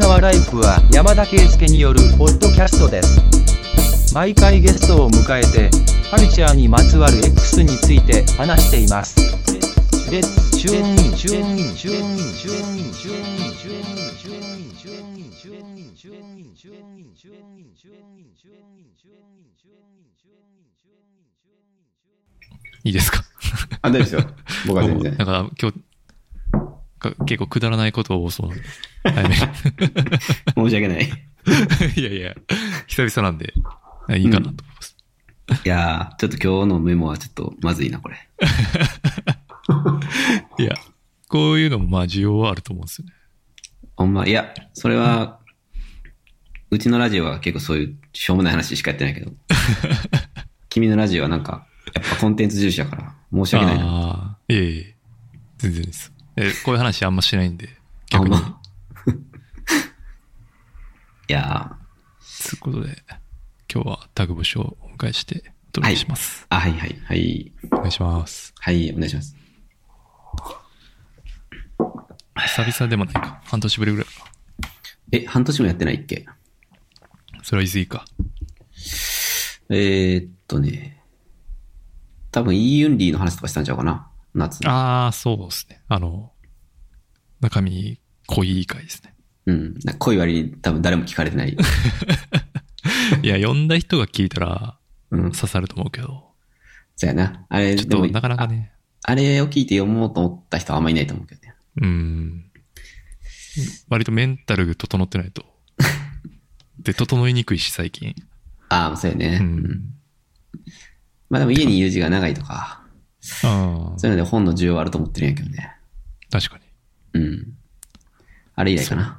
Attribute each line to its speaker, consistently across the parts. Speaker 1: 川ライフは山田圭介によるポッドキャストです毎回ゲストを迎えてカルチャーにまつわる X について話していますレッツチューンインチューンインチューンインチューンインチューンインチューンインチューンインチューンインチューンインチューンインチューンインチューンインチューンインチューンインチューンインチューンインチューンインチューン
Speaker 2: いいですか
Speaker 3: あ、大丈夫ですよ。僕は全
Speaker 2: だ
Speaker 3: 然。
Speaker 2: から今日か、結構くだらないことを、その、早めに
Speaker 4: 申し訳ない。い
Speaker 2: いやいや、久々なんで、いいかなと思います。
Speaker 4: やー、ちょっと今日のメモはちょっとまずいな、これ。
Speaker 2: いや、こういうのもまあ需要はあると思うんですよね。
Speaker 4: ほんま、いや、それは、うちのラジオは結構そういうしょうもない話しかやってないけ ど、君のラジオはなんか、やっぱコンテンツ重視だから、申し訳ないな。
Speaker 2: ああ、いえいえ、全然です。えこういう話あんましないんで、
Speaker 4: あ
Speaker 2: 逆
Speaker 4: ん
Speaker 2: に、
Speaker 4: ま。 いや
Speaker 2: ということで、今日はタグボシをお迎えしてお届けします
Speaker 4: ー。、あ、はいはい、はい、
Speaker 2: お願いします。
Speaker 4: はい、お願いします。
Speaker 2: 久々でもないか。半年ぶりぐらいか
Speaker 4: え、半年もやってないっけ
Speaker 2: な。それは言い過ぎか。
Speaker 4: えー、っとね、多分イーユンリーの話とかしたんちゃうかな、夏。
Speaker 2: ああ、そうですね。あの、中身濃い回ですね。
Speaker 4: うん、なんか濃い割に多分誰も聞かれ てない。
Speaker 2: いや、読んだ人が聞いたら
Speaker 4: うん、
Speaker 2: 刺さると思うけど、
Speaker 4: そうやな。あれ、
Speaker 2: ちょっ
Speaker 4: でも
Speaker 2: となかなかね、
Speaker 4: あれを聞いて読もうと思った人はあんまいないと思うけどね。
Speaker 2: うん。割とメンタル整って ないと。で、整いにくいし、最近。
Speaker 4: ああ、そうよね。
Speaker 2: う
Speaker 4: うん
Speaker 2: ん。
Speaker 4: まあでも家にいる時間が長いとか、
Speaker 2: ああ
Speaker 4: そういうので本の需要はあると思ってるんやけどね。
Speaker 2: 確かに。
Speaker 4: うん。あれ以来かな。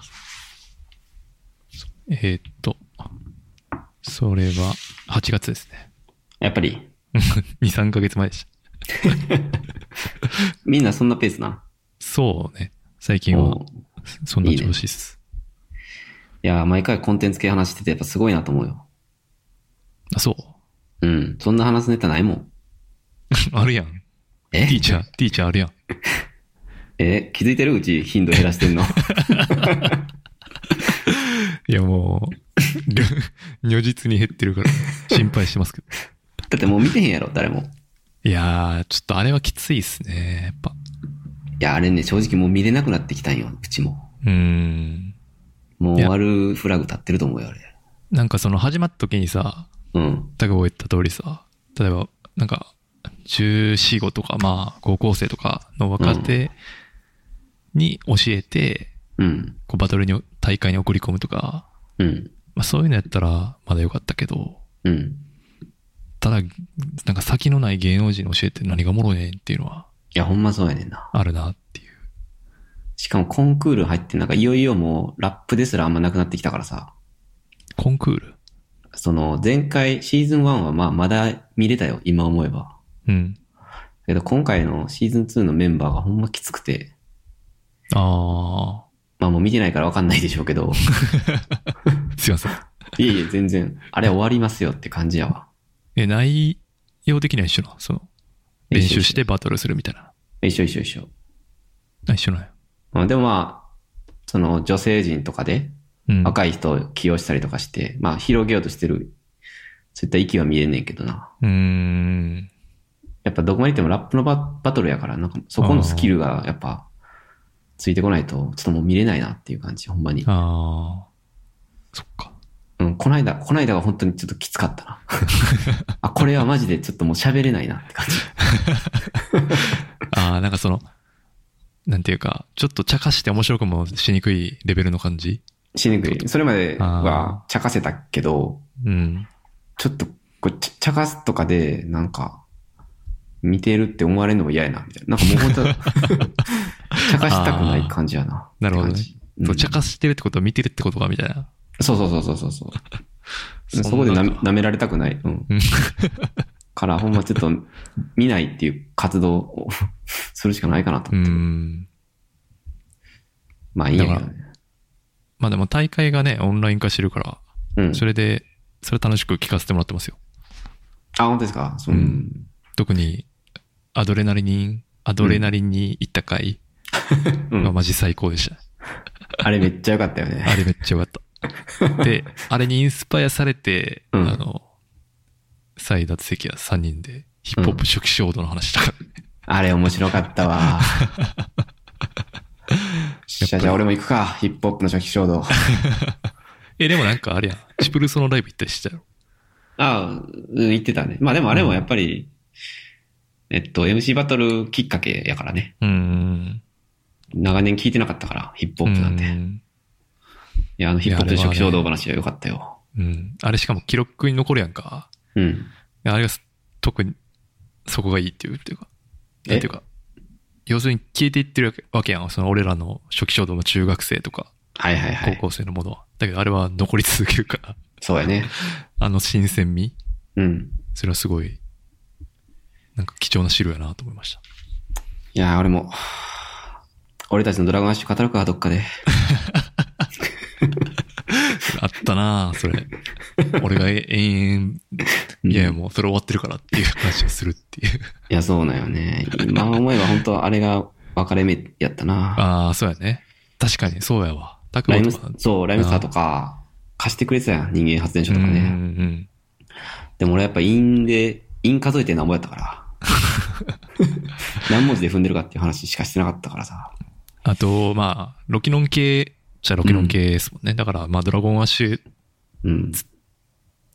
Speaker 2: えーっと、それは8月ですね。
Speaker 4: やっぱり、
Speaker 2: 2、3ヶ月前でした。
Speaker 4: みんなそんなペースな。
Speaker 2: そうね。最近は
Speaker 4: おう、
Speaker 2: そんな調子です。
Speaker 4: いやー、毎回コンテンツ系話しててやっぱすごいなと思うよ。
Speaker 2: あ、そう。
Speaker 4: うん。そんな話すネタないもん。
Speaker 2: あるやん。
Speaker 4: え
Speaker 2: ティーチャー、ティーチャーあるやん。
Speaker 4: え気づいてるうち頻度減らしてんの。
Speaker 2: いや、 もう、りょ如実に減ってるから、心配してますけど。
Speaker 4: だってもう見てへんやろ、誰も。
Speaker 2: いやー、ちょっとあれはきついっすね。やっぱ。
Speaker 4: いや、あれね、正直もう見れなくなってきたんよ、うちも。
Speaker 2: うーん。
Speaker 4: もう
Speaker 2: い
Speaker 4: 終
Speaker 2: や
Speaker 4: わるフラグ立ってると思うよ、あれ。
Speaker 2: なんかその始まった時にさ、
Speaker 4: うん。
Speaker 2: タグボ言った通りさ、例えば、なんか、14、5とか、まあ、高校生とかの若手に教えて、
Speaker 4: うん。
Speaker 2: こうバトルに、大会に送り込むとか、
Speaker 4: うん。
Speaker 2: まあそういうのやったらまだ良かったけど、
Speaker 4: うん。
Speaker 2: ただ、なんか先のない芸能人に教えて何がおもろいねんっていうのはい
Speaker 4: や、ほんまそうやねんな。
Speaker 2: あるなっていう。
Speaker 4: しかもコンクール入って、なんかいよいよもうラップですらあんまなくなってきたからさ。
Speaker 2: コンクール
Speaker 4: その前回シーズン1はまあまだ見れたよ、今思えば。
Speaker 2: うん。
Speaker 4: だけど今回のシーズン2のメンバーがほんまきつくて、
Speaker 2: あ
Speaker 4: まあもう見てないからわかんないでしょう けど、
Speaker 2: ー、すいません。
Speaker 4: いえいえ全然、あれ終わりますよって感じやわ。
Speaker 2: え、内容的には一緒なのその、練習してバトルするみたいな。
Speaker 4: 一緒一緒一緒。
Speaker 2: あ一緒なんや。
Speaker 4: まあ、でもまあ、その女性陣とかで
Speaker 2: うん。
Speaker 4: 若い人を起用したりとかして、まあ広げようとしてる、そういった息は見えんねんけどな。
Speaker 2: うーん。
Speaker 4: やっぱどこまで行ってもラップのババトルやから、なんかそこのスキルがやっぱついてこないと、ちょっともう見れないなっていう感じ、ほんまに。
Speaker 2: ああ。そっか。
Speaker 4: うん、こないだ、こないだが本当にちょっときつかっ たな。あ、これはマジでちょっともう喋れないなって感じ。
Speaker 2: ああ、なんかその、なんていうか、ちょっと茶化して面白くもしにくいレベルの感じ
Speaker 4: しにくい。それまで
Speaker 2: あ
Speaker 4: は茶化せたけど、
Speaker 2: うん。
Speaker 4: ちょっとこうち茶化すとかで、なんか、見てるって思われるのも嫌やな、みたいな。なんかもう本 当茶化したくない感じやな。
Speaker 2: なるほどね
Speaker 4: って感じうん
Speaker 2: そう茶化してるってことは見てるってことかみたいな。
Speaker 4: そうそうそうそうそうそう。そ
Speaker 2: ん
Speaker 4: こで
Speaker 2: な
Speaker 4: なんめ
Speaker 2: か
Speaker 4: 舐められたくない。う ん
Speaker 2: うん。
Speaker 4: から、ほんまちょっと見ないっていう活動を するしかないかなと
Speaker 2: う
Speaker 4: 思って。
Speaker 2: ん。
Speaker 4: まあいいやけど
Speaker 2: だ
Speaker 4: ね。
Speaker 2: まあでも大会がね、オンライン化してるから、
Speaker 4: うん。
Speaker 2: それで、それ楽しく聞かせてもらってますよ。
Speaker 4: あ、本当ですかそう。
Speaker 2: うん特に、アドレナリン、アドレナリンに行った回
Speaker 4: うん
Speaker 2: がマジ最高でした。
Speaker 4: ああれめっちゃ良かったよ
Speaker 2: あ
Speaker 4: ね。
Speaker 2: れめっちゃよかった。で、あれにインスパイアされて、
Speaker 4: うん
Speaker 2: あの、サイダツ関は3人でヒップホップ初期衝動の話したからね。
Speaker 4: あれ面白かった わ。じゃあ、じゃあ俺も行くか。ヒップホップの初期衝 動。
Speaker 2: え、でもなんかあれやん。チプルソのライブ行ったりしたよ。
Speaker 4: ああ、うん言ってたね。まあでもあれもやっぱり、えっと、MC バトルきっかけやからね。
Speaker 2: うーん。
Speaker 4: 長年聞いてなかったから、ヒップホップなんて。
Speaker 2: う
Speaker 4: い
Speaker 2: ん
Speaker 4: や、あのヒップホップ
Speaker 2: いや
Speaker 4: の
Speaker 2: あれはね
Speaker 4: 初期衝動話は良かったよ。
Speaker 2: うん。あれしかも記録に残るやんか。
Speaker 4: うん。
Speaker 2: あれがす特にそこがいいっていうっていうか。
Speaker 4: え
Speaker 2: なんていうか。要するに消えていってるわけやん。その俺らの初期衝動の中学生とか
Speaker 4: はいはいは
Speaker 2: 高
Speaker 4: い。
Speaker 2: 校生のものは。だけどあれは残り続けるから。
Speaker 4: そうやね。
Speaker 2: あの新鮮味
Speaker 4: うん。
Speaker 2: それはすごい、なんか貴重な資料やなと思いました。
Speaker 4: いや、俺も、俺たちのドラゴンアッシュ語るか、どっかで。
Speaker 2: あったなあそれ。俺が延々、いやいやもうそれ終わってるからっていう話をするって いう。
Speaker 4: いや、そうなんよね。今思えば本当あれが分かれ目やったな。
Speaker 2: ああ、そうやね。確かにそうやわ。タク
Speaker 4: ライム
Speaker 2: と
Speaker 4: ス
Speaker 2: か、
Speaker 4: そう、ライムスターとか、貸してくれてたやん。人間発電所とか
Speaker 2: うんう
Speaker 4: ね。
Speaker 2: ん
Speaker 4: でも俺やっぱ陰で、陰数えてなんぼやっ たから。何文字で踏んでるかっていう話しかしてなかったからさ。
Speaker 2: あと、まあ、ロキノン系、じゃロキノン系ですもんね。だから、まあ、ドラゴンアッシュ
Speaker 4: うん。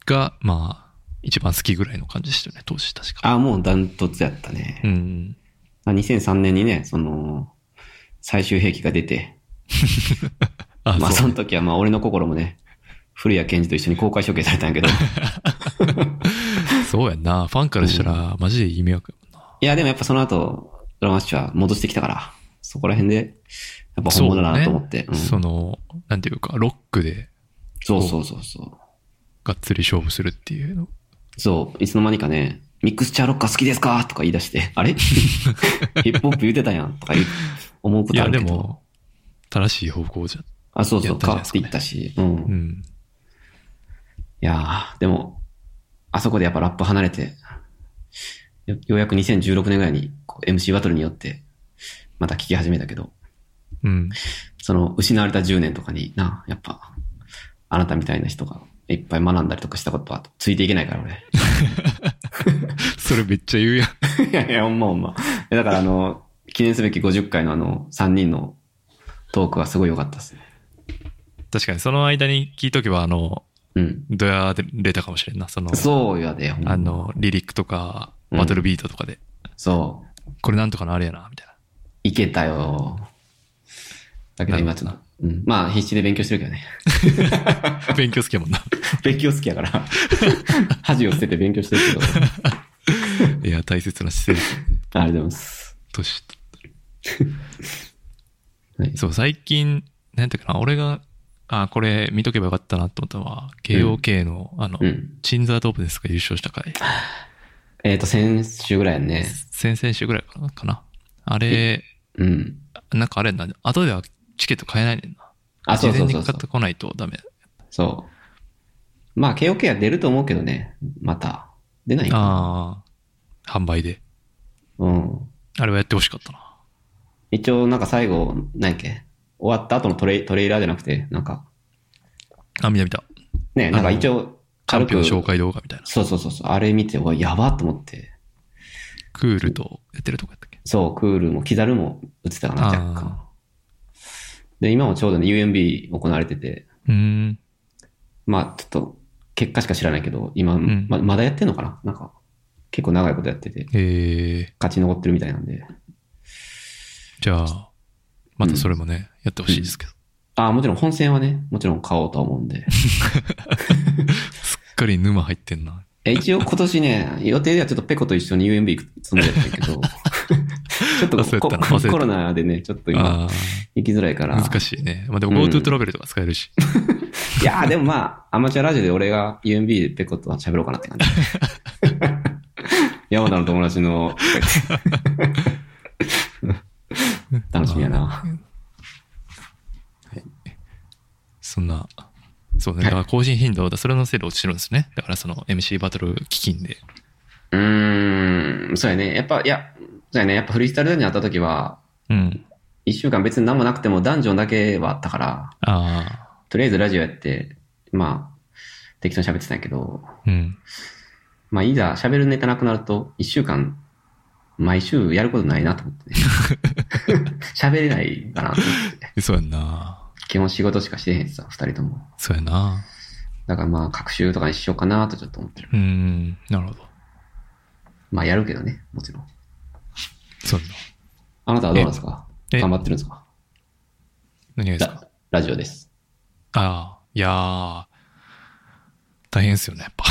Speaker 2: が、まあ、一番好きぐらいの感じでしたよね、当時確か。
Speaker 4: ああ、もうダントツやったね。
Speaker 2: うん。
Speaker 4: あ2003年にね、その、最終兵器が出て、
Speaker 2: あ、
Speaker 4: まあ
Speaker 2: そ
Speaker 4: そうの時はまあ俺の心もね、古谷健二と一緒に公開処刑されたんやけ ど、
Speaker 2: そうやんな。ファンからしたら、マジで意味わかんない
Speaker 4: やでもやっぱその後、ドラマッシュは戻してきたから、そこら辺で、やっぱ本物だなと思って。うん
Speaker 2: その、なんていうか、ロックで
Speaker 4: そうそうそうそう。
Speaker 2: がっつり勝負するっていうの。
Speaker 4: そう、いつの間にかね、ミックスチャーロッカー好きですかとか言い出して、 あれヒップホップ言うてたやんとか言う思うこ
Speaker 2: い
Speaker 4: と
Speaker 2: や、
Speaker 4: ある
Speaker 2: で
Speaker 4: けど。
Speaker 2: も、正しい方向じゃ。
Speaker 4: あ、そう
Speaker 2: や
Speaker 4: そう、
Speaker 2: ったじゃない
Speaker 4: 変わ
Speaker 2: で
Speaker 4: っ
Speaker 2: すか
Speaker 4: て
Speaker 2: ね
Speaker 4: いったし、うん。
Speaker 2: う
Speaker 4: い
Speaker 2: ん。
Speaker 4: やー、でも、あそこでやっぱラップ離れて、よようやく2016年ぐらいにこう MC バトルによって、また聞き始めたけど、
Speaker 2: うん。
Speaker 4: その失われた10年とかにな、やっぱ、あなたみたいな人がいっぱい学んだりとかしたことはついていけないから俺。
Speaker 2: それめっちゃ言うやん。
Speaker 4: いやいや、ほんまほんま。えだからあの、記念すべき50回のあの、3人のトークはすごい良かったですね。
Speaker 2: 確かに、その間に聞いとけば、あの、
Speaker 4: うん。
Speaker 2: ドヤで出たかもしれんな。その、
Speaker 4: そうやで、ほんま
Speaker 2: あ、の、リリックとか、
Speaker 4: うん
Speaker 2: バトルビートとかで、
Speaker 4: そう。
Speaker 2: これなんとかのあれやな、みたいな。
Speaker 4: いけたよ。だけど今ちょっと、うん。まあ、必死で勉強してるけどね。
Speaker 2: 勉強好きやもんな。
Speaker 4: 勉強好きやから。 恥を捨てて勉強してるけど。
Speaker 2: いや、大切な姿勢です
Speaker 4: ありがとうございます。
Speaker 2: 年と
Speaker 4: はい
Speaker 2: そう、最近、なんていうかな、俺が、あ、これ見とけばよかったなと思ったのは、KOK の、あの、
Speaker 4: うん
Speaker 2: チンザードープネスが優勝した回。
Speaker 4: えっ、と、先週ぐらいやんね。
Speaker 2: 先々週ぐらいかなかな。あれ、
Speaker 4: うん。
Speaker 2: なんかあれやんな、後ではチケット買えないねんな。
Speaker 4: あ、そうそう
Speaker 2: 事
Speaker 4: そ
Speaker 2: 前
Speaker 4: う
Speaker 2: に買
Speaker 4: そう
Speaker 2: って。こないとダメ。
Speaker 4: そう。まあ、KOK は出ると思うけどね。また。出ないか。
Speaker 2: ああ、販売で。
Speaker 4: うん。
Speaker 2: あれはやってほしかったな。
Speaker 4: 一応、なんか最後、何やっけ終わった後のトレイトレーラーじゃなくて、なんか、
Speaker 2: あ、見た見た。
Speaker 4: ね、なんか一応、
Speaker 2: チャ
Speaker 4: 軽
Speaker 2: ン
Speaker 4: く
Speaker 2: ピオン紹介動画みたいな。
Speaker 4: そうそうそうそう。あれ見て、うわ、やばっと思って。
Speaker 2: クールとやってるとこやったっけ
Speaker 4: そう、クールもキザルも映ってたかな、
Speaker 2: あ
Speaker 4: 若
Speaker 2: ー
Speaker 4: 干。で、今もちょうどね、UMB 行われてて、
Speaker 2: うーん。
Speaker 4: まあ、ちょっと、結果しか知らないけど、今、
Speaker 2: ん
Speaker 4: ままだやってんのかななんか、結構長いことやってて、
Speaker 2: えー、
Speaker 4: 勝ち残ってるみたいなんで。
Speaker 2: じゃあ、またそれもね、やってほしいですけど。
Speaker 4: ああ、もちろん本戦はね、もちろん買おうとは思うんで。
Speaker 2: すっかり沼入ってんな。
Speaker 4: え一応今年ね、予定ではちょっとペコと一緒に UMB 行くつもりだったけ ど、ちょっ
Speaker 2: 忘れ
Speaker 4: と
Speaker 2: て
Speaker 4: こ
Speaker 2: た忘れてた
Speaker 4: コロナでね、ちょっと今
Speaker 2: あ
Speaker 4: 行きづらいか
Speaker 2: あ、
Speaker 4: ら。
Speaker 2: 難しいね。まあでも
Speaker 4: うん
Speaker 2: GoTo トラベルとか使えるし。
Speaker 4: いやーでもまあ、アマチュアラジオで俺が UMB でペコと喋ろうかなって 感じ。山田の友 達の、楽しみやな。
Speaker 2: そんな、そうね。だから更新頻度だ、それのせいで落ちてるんですね。だからその MC バトル基金で。
Speaker 4: うーん、そうやね。やっぱ、いや、そうやね。やっぱフリースタイルダンジョンやった時は、
Speaker 2: うん。
Speaker 4: 一週間別に何もなくてもダンジョンだけはあったから、
Speaker 2: あ
Speaker 4: とりあえずラジオやって、まあ、適当に喋ってたんやけど、
Speaker 2: あ、うん。
Speaker 4: まあ、いざ喋るネタなくなると、一週間、毎週やることないなと思ってね。 喋れないかなと思って。
Speaker 2: そうやんな。
Speaker 4: 基本仕事しかしてへんしさ、二人とも。
Speaker 2: そうやな。
Speaker 4: だからまあ、各週とかにしようかなとちょっと思ってる。
Speaker 2: うん、なるほど。
Speaker 4: まあ、やるけどね、もちろん。
Speaker 2: そうやんな。
Speaker 4: あなたはどうなんですか
Speaker 2: ええ
Speaker 4: 頑張ってるんですか
Speaker 2: 何がですか
Speaker 4: ララジオです。
Speaker 2: ああ、いやー、大変ですよね、や っぱ。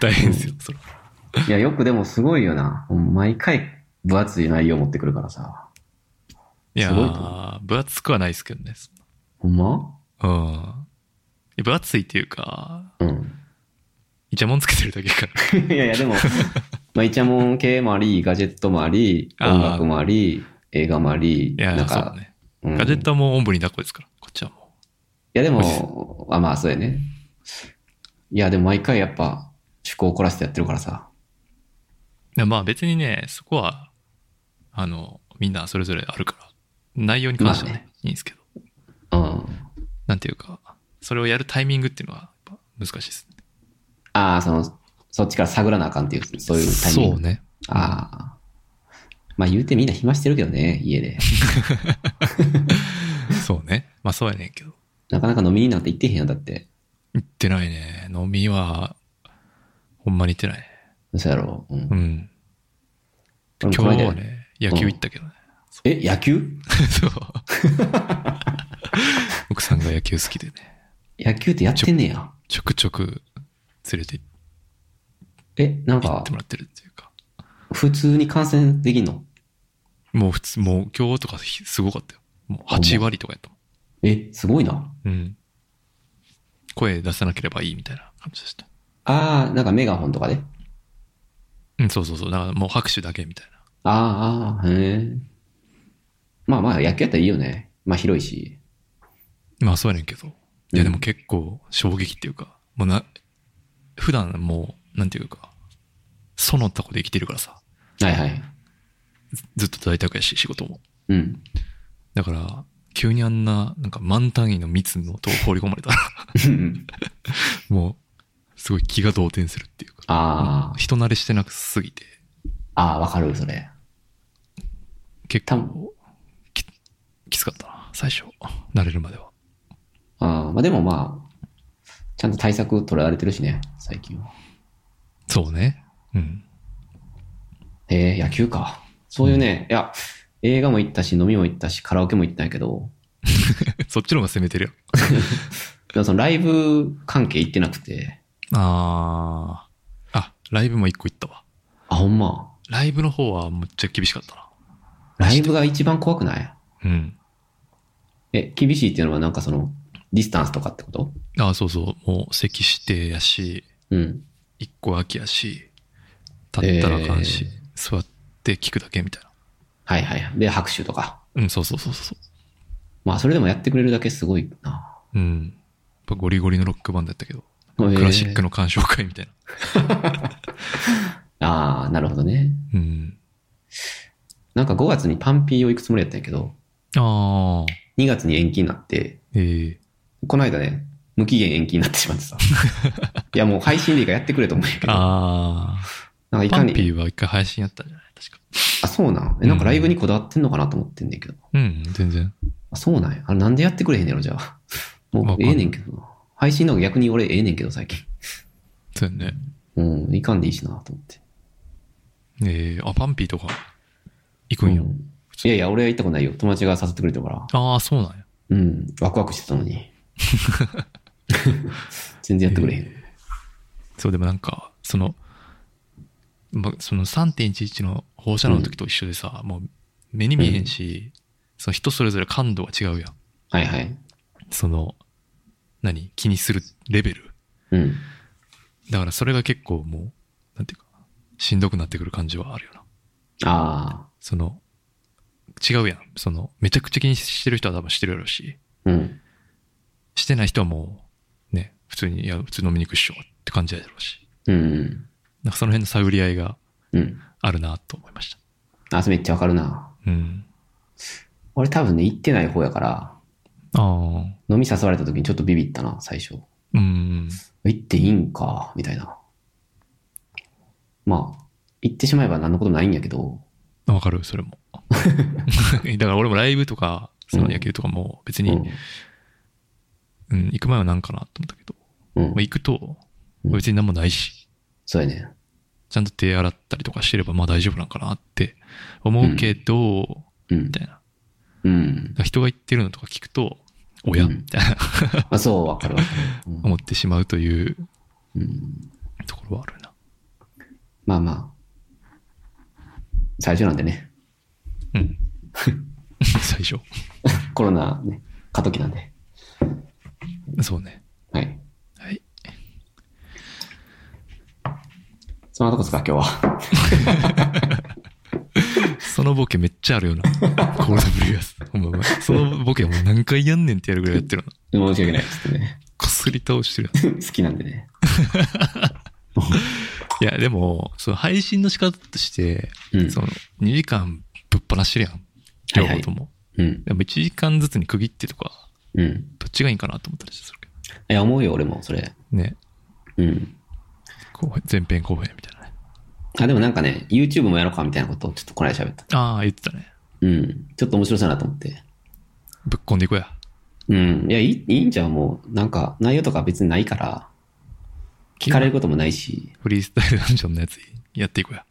Speaker 2: 大変ですよ、それは。
Speaker 4: いや、よくでもすごいよな。もう毎回分厚い内容持ってくるからさ。
Speaker 2: いや
Speaker 4: すごいと
Speaker 2: ー、分厚くはないですけどね。
Speaker 4: ほんま
Speaker 2: うん。いや分厚いっていうか、
Speaker 4: うん。
Speaker 2: イチャモンつけてるだけやから。
Speaker 4: いやい や、でも、まあ、イチャモン系もあり、ガジェットもあり、
Speaker 2: あー
Speaker 4: 音楽もあり、映画もあり、
Speaker 2: い
Speaker 4: な
Speaker 2: やー、
Speaker 4: ん
Speaker 2: そう
Speaker 4: か
Speaker 2: だ、ね。
Speaker 4: うん
Speaker 2: ガジェットはもうおんぶに抱っこですから、こっちはも
Speaker 4: いやで
Speaker 2: マジ
Speaker 4: も、あまあそうやね。いやでも毎回やっぱ趣向を凝らしてやってるからさ。
Speaker 2: う。いやまあ別にね、そこは、あの、みんなそれぞれあるから、内容に関してはね、
Speaker 4: ま
Speaker 2: いいんですけど、
Speaker 4: うん。
Speaker 2: なんていうか、それをやるタイミングっていうのは、やっぱ難しいですね。
Speaker 4: ああ、その、そっちから探らなあかんっていう、そういうタイミング。
Speaker 2: そうね。
Speaker 4: ああ。まあ言うてみんな暇してるけどね、家で。
Speaker 2: そうね。まあそうやねんけど。
Speaker 4: なかなか飲みになんて行ってへんやんだって。
Speaker 2: 行ってないね。飲みは、ほんまに行ってないね。
Speaker 4: 嘘やろ。うん
Speaker 2: う。ん。
Speaker 4: 俺もこの
Speaker 2: 今日
Speaker 4: 間
Speaker 2: はね、野球行ったけどね。
Speaker 4: え、野球
Speaker 2: そう。奥さんが野球好きでね、
Speaker 4: 野球ってやってんねや。
Speaker 2: ちょくちょく連れて
Speaker 4: え、なん
Speaker 2: 行っ
Speaker 4: か
Speaker 2: て、もらってるっていうか。
Speaker 4: 普通に観戦できんの
Speaker 2: もう普通、もう今日とかひすごかったよ。もう8割とかやったも
Speaker 4: え、すごいな。
Speaker 2: ん。うん。声出さなければいいみたいな感じでした。
Speaker 4: ああ、なんかメガホンとかで。
Speaker 2: うん、そうそうそう。だからもう拍手だけみたいな。
Speaker 4: ああ、ああ、へえ。まあまあ、野球やったらいいよね。まあ広いし。
Speaker 2: まあそうやねんけど。いやでも結構衝撃っていうか、もうな、普段もう、なんていうか、そのタコで生きてるからさ、
Speaker 4: はいはい。
Speaker 2: ずっと在宅やし、仕事も。
Speaker 4: うん。
Speaker 2: だから、急にあんな、なんか満単位の密の音を放り込まれたら、もう、すごい気が動転するっていうか、
Speaker 4: あ
Speaker 2: 人慣れしてなくすぎて、
Speaker 4: あ、ああ、わかる、それ。
Speaker 2: 結
Speaker 4: 多分
Speaker 2: 構き、きつかったな、最初、慣れるまでは。
Speaker 4: ああ、まあでもまあ、ちゃんと対策取られてるしね、最近は。
Speaker 2: そうね。うん。
Speaker 4: へえ、野球か。そういうね、いや、映画も行ったし、飲みも行ったし、カラオケも行ったんやけど、
Speaker 2: そっちの方が攻めてるよ。
Speaker 4: でもそのライブ関係行ってなくて、
Speaker 2: あー。あ、ライブも一個行ったわ。
Speaker 4: あ、ほんま。
Speaker 2: ライブの方はむっちゃ厳しかったな。
Speaker 4: ライブが一番怖くない
Speaker 2: うん。
Speaker 4: え、厳しいっていうのはなんかその、ディスタンスとかってこと
Speaker 2: ああ、そうそう。もう席指定やし、
Speaker 4: うん。
Speaker 2: 一個空きやし、立ったらあかんし、座って聞くだけみたいな。
Speaker 4: はいはいはい。で、拍手とか。
Speaker 2: うん、そうそうそうそ
Speaker 4: まあ、それでもやってくれるだけすごいな。
Speaker 2: う。うん。やっぱゴリゴリのロックバンドやったけど、
Speaker 4: ク
Speaker 2: クラシックの鑑賞会みたいな。
Speaker 4: ああ、なるほどね。
Speaker 2: うん。
Speaker 4: なんか5月にパンピーを行くつもりやったんやけど、
Speaker 2: ああ、
Speaker 4: 2月に延期になって、
Speaker 2: ええ
Speaker 4: この間ね、無期限延期になってしまっ てさ。いや、もう配信でいいからやってくれと思うんやけど。
Speaker 2: あ
Speaker 4: なんか
Speaker 2: あ、
Speaker 4: い
Speaker 2: パ
Speaker 4: か
Speaker 2: ンピ
Speaker 4: に。
Speaker 2: ーは一回配信やったんじゃない確か。
Speaker 4: あ、そうなん。え、なんかライブにこだわってんのかなと思ってんねんけど。
Speaker 2: うん、全然。
Speaker 4: あ、そうなんや。あれなんでやってくれへんねやろ、じゃあ。 も
Speaker 2: わ
Speaker 4: う
Speaker 2: かん
Speaker 4: え
Speaker 2: ない
Speaker 4: えねんけどな。配信の方が逆に俺ええねんけど、最近。
Speaker 2: そうやね。
Speaker 4: うん、いかんでいいしなと思って。
Speaker 2: ええあ、パンピーとか、行くんよ。
Speaker 4: うんいやいや、俺は行ったことないよ。友達が誘ってくれてるから。
Speaker 2: ああ、そうなんや。
Speaker 4: うん、ワクワクしてたのに。全然やってくれへん。
Speaker 2: そう、でもなんか、その、ま、その3.11の放射能の時と一緒でさ、もう目に見えへんし、その人それぞれ感度は違うやん。
Speaker 4: はいはい。
Speaker 2: その、何気にするレベル。
Speaker 4: うん。
Speaker 2: だからそれが結構もう、なんていうか、しんどくなってくる感じはあるよな。
Speaker 4: あ
Speaker 2: その、違うやん。その、めちゃくちゃ気にしてる人は多分してるやろうし、
Speaker 4: あ。うん。
Speaker 2: してない人はもう、ね、普通に、いや、普通飲みに行くっしょって感じやろうし。
Speaker 4: うん。
Speaker 2: なんかその辺の探り合いが
Speaker 4: うん。
Speaker 2: あるなと思いました。
Speaker 4: あ、それめっちゃわかるな。
Speaker 2: うん。
Speaker 4: 俺多分ね、行ってない方やから、
Speaker 2: ああ。
Speaker 4: 飲み誘われた時にちょっとビビったな、最初。
Speaker 2: うん。
Speaker 4: 行っていいんか、みたいな。まあ、行ってしまえば何のことないんやけど、
Speaker 2: わかる、そ れも。だから俺もライブとか、その野球とかも別
Speaker 4: う
Speaker 2: に、
Speaker 4: ん。
Speaker 2: うん、行く前はなんかなと思ったけど、
Speaker 4: うん
Speaker 2: まあ、。行くと、
Speaker 4: うん
Speaker 2: 別に何もないし、
Speaker 4: そうやね。
Speaker 2: ちゃんと手洗ったりとかしてれば、まあ大丈夫なんかなって思うけど、
Speaker 4: う
Speaker 2: み
Speaker 4: ん。
Speaker 2: たいな。だか
Speaker 4: うん。
Speaker 2: ら人が言ってるのとか聞くと、おや
Speaker 4: うん
Speaker 2: みたいな
Speaker 4: あ、そう、わかるわかる。うん
Speaker 2: 思ってしまうという
Speaker 4: うん。
Speaker 2: ところはあるな。
Speaker 4: まあまあ。最初なんでね。
Speaker 2: うん。 最初。
Speaker 4: コロナね、過渡期なんで。
Speaker 2: そうね。
Speaker 4: はい。
Speaker 2: はい。
Speaker 4: そんなとこですか、今日は。
Speaker 2: そのボケめっちゃある よな。コールドブリュアス。ほんまお前そのボケもう何回やんねんってやるぐらいやってるな。
Speaker 4: 申し訳ないですね。
Speaker 2: こすり倒してる
Speaker 4: 好きなんでね。
Speaker 2: やん。いや、でも、その配信の仕方として、
Speaker 4: うん。
Speaker 2: その2時間ぶっ放してるやん。両方とも。
Speaker 4: うん。
Speaker 2: でも1時間ずつに区切ってとか、
Speaker 4: うん。
Speaker 2: どっちがいいんかなと思ったりするけど。
Speaker 4: いや、思うよ、俺も、それ。
Speaker 2: ね。
Speaker 4: うん。
Speaker 2: 後編前編後編みたいなね。
Speaker 4: あ、でもなんかね、YouTube もやろうか、みたいなことをちょっとこの間喋った。
Speaker 2: ああ、言ってたね。
Speaker 4: うん。ちょっと面白そうやなと思って。
Speaker 2: ぶっこんでいこうや。
Speaker 4: うん。いや、いいいいんじゃん、もう。なんか、内容とか別にないから、聞かれることもないし。
Speaker 2: フリースタイルダンジョンのやつやっていこうや。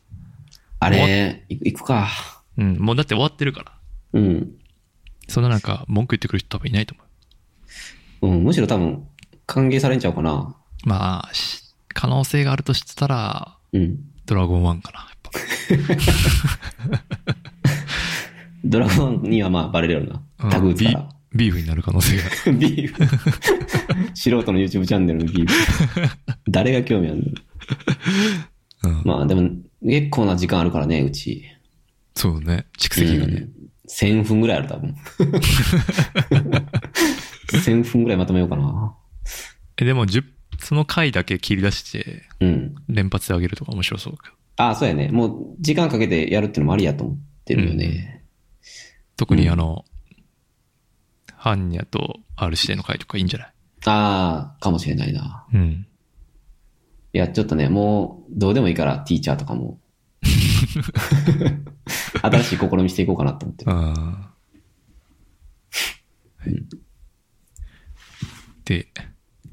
Speaker 4: あれ、い行くか。
Speaker 2: うん。もうだって終わってるから。
Speaker 4: うん。
Speaker 2: そんななんか文句言ってくる人多分いないと思
Speaker 4: うん、むしろ多分、歓迎されんちゃうかな。
Speaker 2: う。まあ、し可能性があるとしたら、
Speaker 4: うん。
Speaker 2: ドラゴンワンかな。やっぱ
Speaker 4: ドラゴンにはまあ、バレるよう
Speaker 2: うん
Speaker 4: な。タグ打つから。
Speaker 2: ビーフになる可能 性が。
Speaker 4: ビーフ。素人の YouTube チャンネルのビーフ。誰が興味あるの
Speaker 2: うん。
Speaker 4: まあでも、結構な時間あるからね、うち。
Speaker 2: そうね。蓄積がね。
Speaker 4: 1000分ぐらいある、多分。1000分ぐらいまとめようかな。
Speaker 2: え、でも、10その回だけ切り出して、
Speaker 4: うん。
Speaker 2: 連発で上げるとか面白そうか。
Speaker 4: ああ、そうやね。もう、時間かけてやるってのもありやと思ってるよね。
Speaker 2: 特にあの、ハンニャと R 指定の回とかいいんじゃない
Speaker 4: ああ、かもしれないな。
Speaker 2: うん。
Speaker 4: いや、ちょっとね、もう、どうでもいいから、ティーチャーと かも。新しい試みしていこうかなと思ってる。
Speaker 2: ああ。はいで、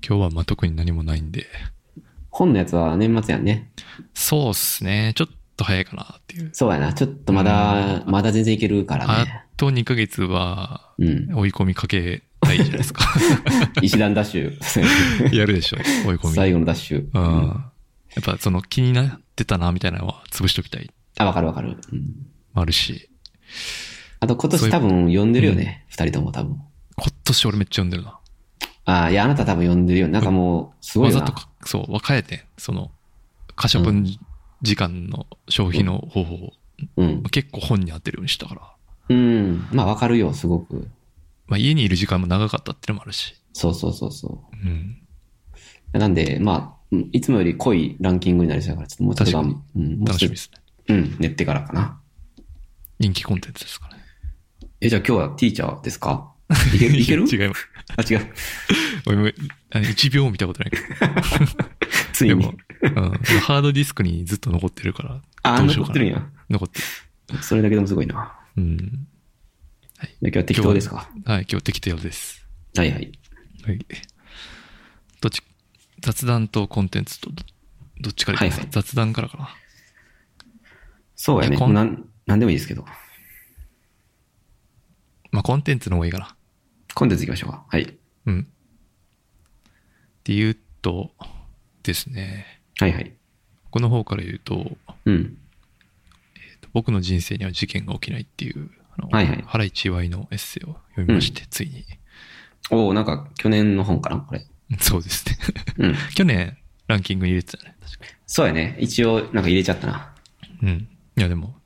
Speaker 2: 今日はまあ特に何もないんで、
Speaker 4: 本のやつは年末やんね。
Speaker 2: そうっすね。ちょっと早いかなっていう。
Speaker 4: そうやな。ちょっとまだ、まだ全然いけるから
Speaker 2: あ
Speaker 4: ね。
Speaker 2: と2ヶ月は
Speaker 4: うん。
Speaker 2: 追い込みかけたいじゃないです か。
Speaker 4: 石段ダッシ ュ。
Speaker 2: やるでしょ、追い込み。
Speaker 4: 最後のダッシュ。
Speaker 2: うん。
Speaker 4: うん
Speaker 2: やっぱその気になってたなみたいなのは潰しときたい。
Speaker 4: あ、わかるわかる。うん
Speaker 2: もあるし、
Speaker 4: あと今年多分読んでるよね。二人とも多分。
Speaker 2: 今年俺めっちゃ読んでるな。
Speaker 4: ああ、いや、あなた多分読んでるよ。なんかもう、すごい
Speaker 2: わざ
Speaker 4: よな
Speaker 2: と。か、そう、分かれてん、その、可処分時間の消費の方法を、
Speaker 4: うん。
Speaker 2: 結構本に当てるようにしたから。
Speaker 4: うん。まあわかるよ、すごく。
Speaker 2: まあ家にいる時間も長かったっていうのもあるし。
Speaker 4: そうそうそうそ
Speaker 2: うん。
Speaker 4: う。なんで、まあ、うんいつもより濃いランキングになりそうだから、ちょっともうちょっとがん
Speaker 2: 確
Speaker 4: うん、もうちょっ
Speaker 2: 楽
Speaker 4: と
Speaker 2: しみですね。
Speaker 4: うん、寝てからかな。
Speaker 2: 人気コンテンツですかね。
Speaker 4: え、じゃあ今日はティーチャーで すかいけるいける
Speaker 2: 違います。
Speaker 4: あ、違う。
Speaker 2: 俺も、あの1秒も見た ことないけど。
Speaker 4: つい
Speaker 2: で
Speaker 4: に
Speaker 2: も。、うん。ハードディスクにずっと残ってるから。
Speaker 4: あ、
Speaker 2: どうしようか
Speaker 4: 残っ
Speaker 2: な
Speaker 4: てるんや。
Speaker 2: 残ってる。
Speaker 4: それだけでもすごいな。
Speaker 2: うん。
Speaker 4: じゃあ今日は適当ですか
Speaker 2: はい、今日適当です。
Speaker 4: はいはい。
Speaker 2: はい。どっち、雑談とコンテンツと、どどっちからいきますか、
Speaker 4: はいはい
Speaker 2: 雑談からかな。
Speaker 4: そうやね。
Speaker 2: いやこん
Speaker 4: なん、なんでもいいですけど。
Speaker 2: まあ、コンテンツの方がいいかな。
Speaker 4: コンテンツいきましょうか。はい。
Speaker 2: うん。っていうと、ですね。
Speaker 4: はいはい。
Speaker 2: この方から言うと、
Speaker 4: うん。
Speaker 2: 僕の人生には事件が起きないっていう、あの、
Speaker 4: はいはい
Speaker 2: 原市岩井のエッセイを読みまして、ついに。
Speaker 4: おおなんか去年の本かなこれ。
Speaker 2: そうですね。
Speaker 4: うん。
Speaker 2: 去年、ランキングに入れてたね。確か
Speaker 4: そうやね。一応、なんか入れちゃったな。
Speaker 2: に。うん。いや、でも、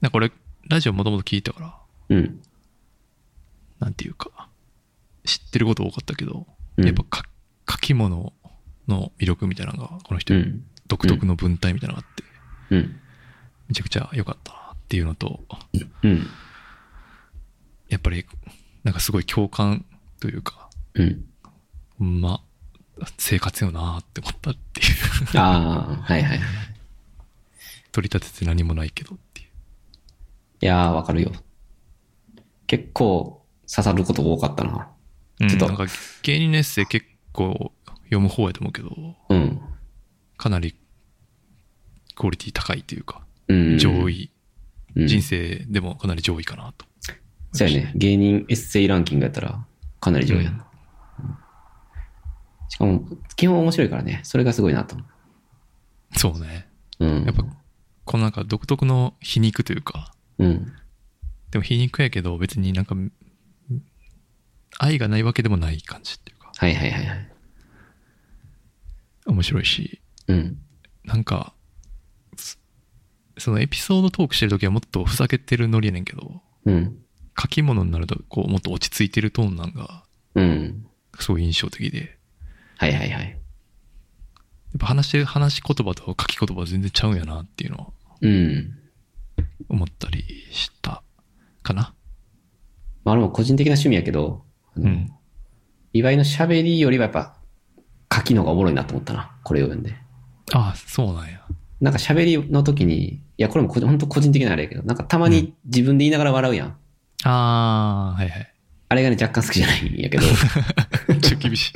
Speaker 2: なんか俺、ラジオもともと聞いたから、
Speaker 4: うん。
Speaker 2: なんていうか、知ってること多かったけど、
Speaker 4: うん
Speaker 2: やっぱか書き物の魅力みたいなのが、この人、
Speaker 4: うん。
Speaker 2: 独特の文体みたいなのがあって、
Speaker 4: うん。
Speaker 2: めちゃくちゃ良かったなっっていうのと、
Speaker 4: うん。
Speaker 2: やっぱり、なんかすごい共感というか、
Speaker 4: うん。
Speaker 2: ほんま、生活よなーって思ったっていう。
Speaker 4: ああ、はいはい。い
Speaker 2: 取り立てて何もないけどっていう。
Speaker 4: やー、わかるよ。結構刺さること多かったな。
Speaker 2: うん、
Speaker 4: ちょっと
Speaker 2: なんか芸人のエッセイ結構読む方やと思うけど、
Speaker 4: うん。
Speaker 2: かなりクオリティ高いというか、
Speaker 4: うん。
Speaker 2: 上位、
Speaker 4: うん。
Speaker 2: 人生でもかなり上位かなと。
Speaker 4: そうやね。芸人エッセイランキングやったら、かなり上位やな。しかも、基本面白いからね。それがすごいなと思
Speaker 2: そうね。
Speaker 4: う。うん。
Speaker 2: やっぱ、このなんか独特の皮肉というか、
Speaker 4: うん。
Speaker 2: でも皮肉やけど別になんか、ん愛がないわけでもない感じっていうか、
Speaker 4: はいはいはいはい。
Speaker 2: 面白いし、
Speaker 4: うん。
Speaker 2: なんか、そそのエピソードトークしてる時はもっとふざけてるノリやねんけど、
Speaker 4: うん。
Speaker 2: 書き物になるとこうもっと落ち着いてるトーンなんが、
Speaker 4: うん。
Speaker 2: すごい印象的で、
Speaker 4: はいはいはい。
Speaker 2: やっぱ話してる話し言葉と書き言葉全然ちゃうんやなっていうのは
Speaker 4: うん。
Speaker 2: 思ったりしたかな。
Speaker 4: まあ、でも個人的な趣味やけど、あ
Speaker 2: う
Speaker 4: の
Speaker 2: ん。
Speaker 4: 岩井の喋りよりはやっぱ、書きの方がおもろいなと思ったな。これを読んで。
Speaker 2: ああ、そうなんや。
Speaker 4: なんか喋りの時に、いや、これも本当個人的なあれやけど、なんかたまに自分で言いながら笑うやん。
Speaker 2: ああ、はいはい。
Speaker 4: あれがね、若干好きじゃないんやけど、
Speaker 2: めっちゃ厳 し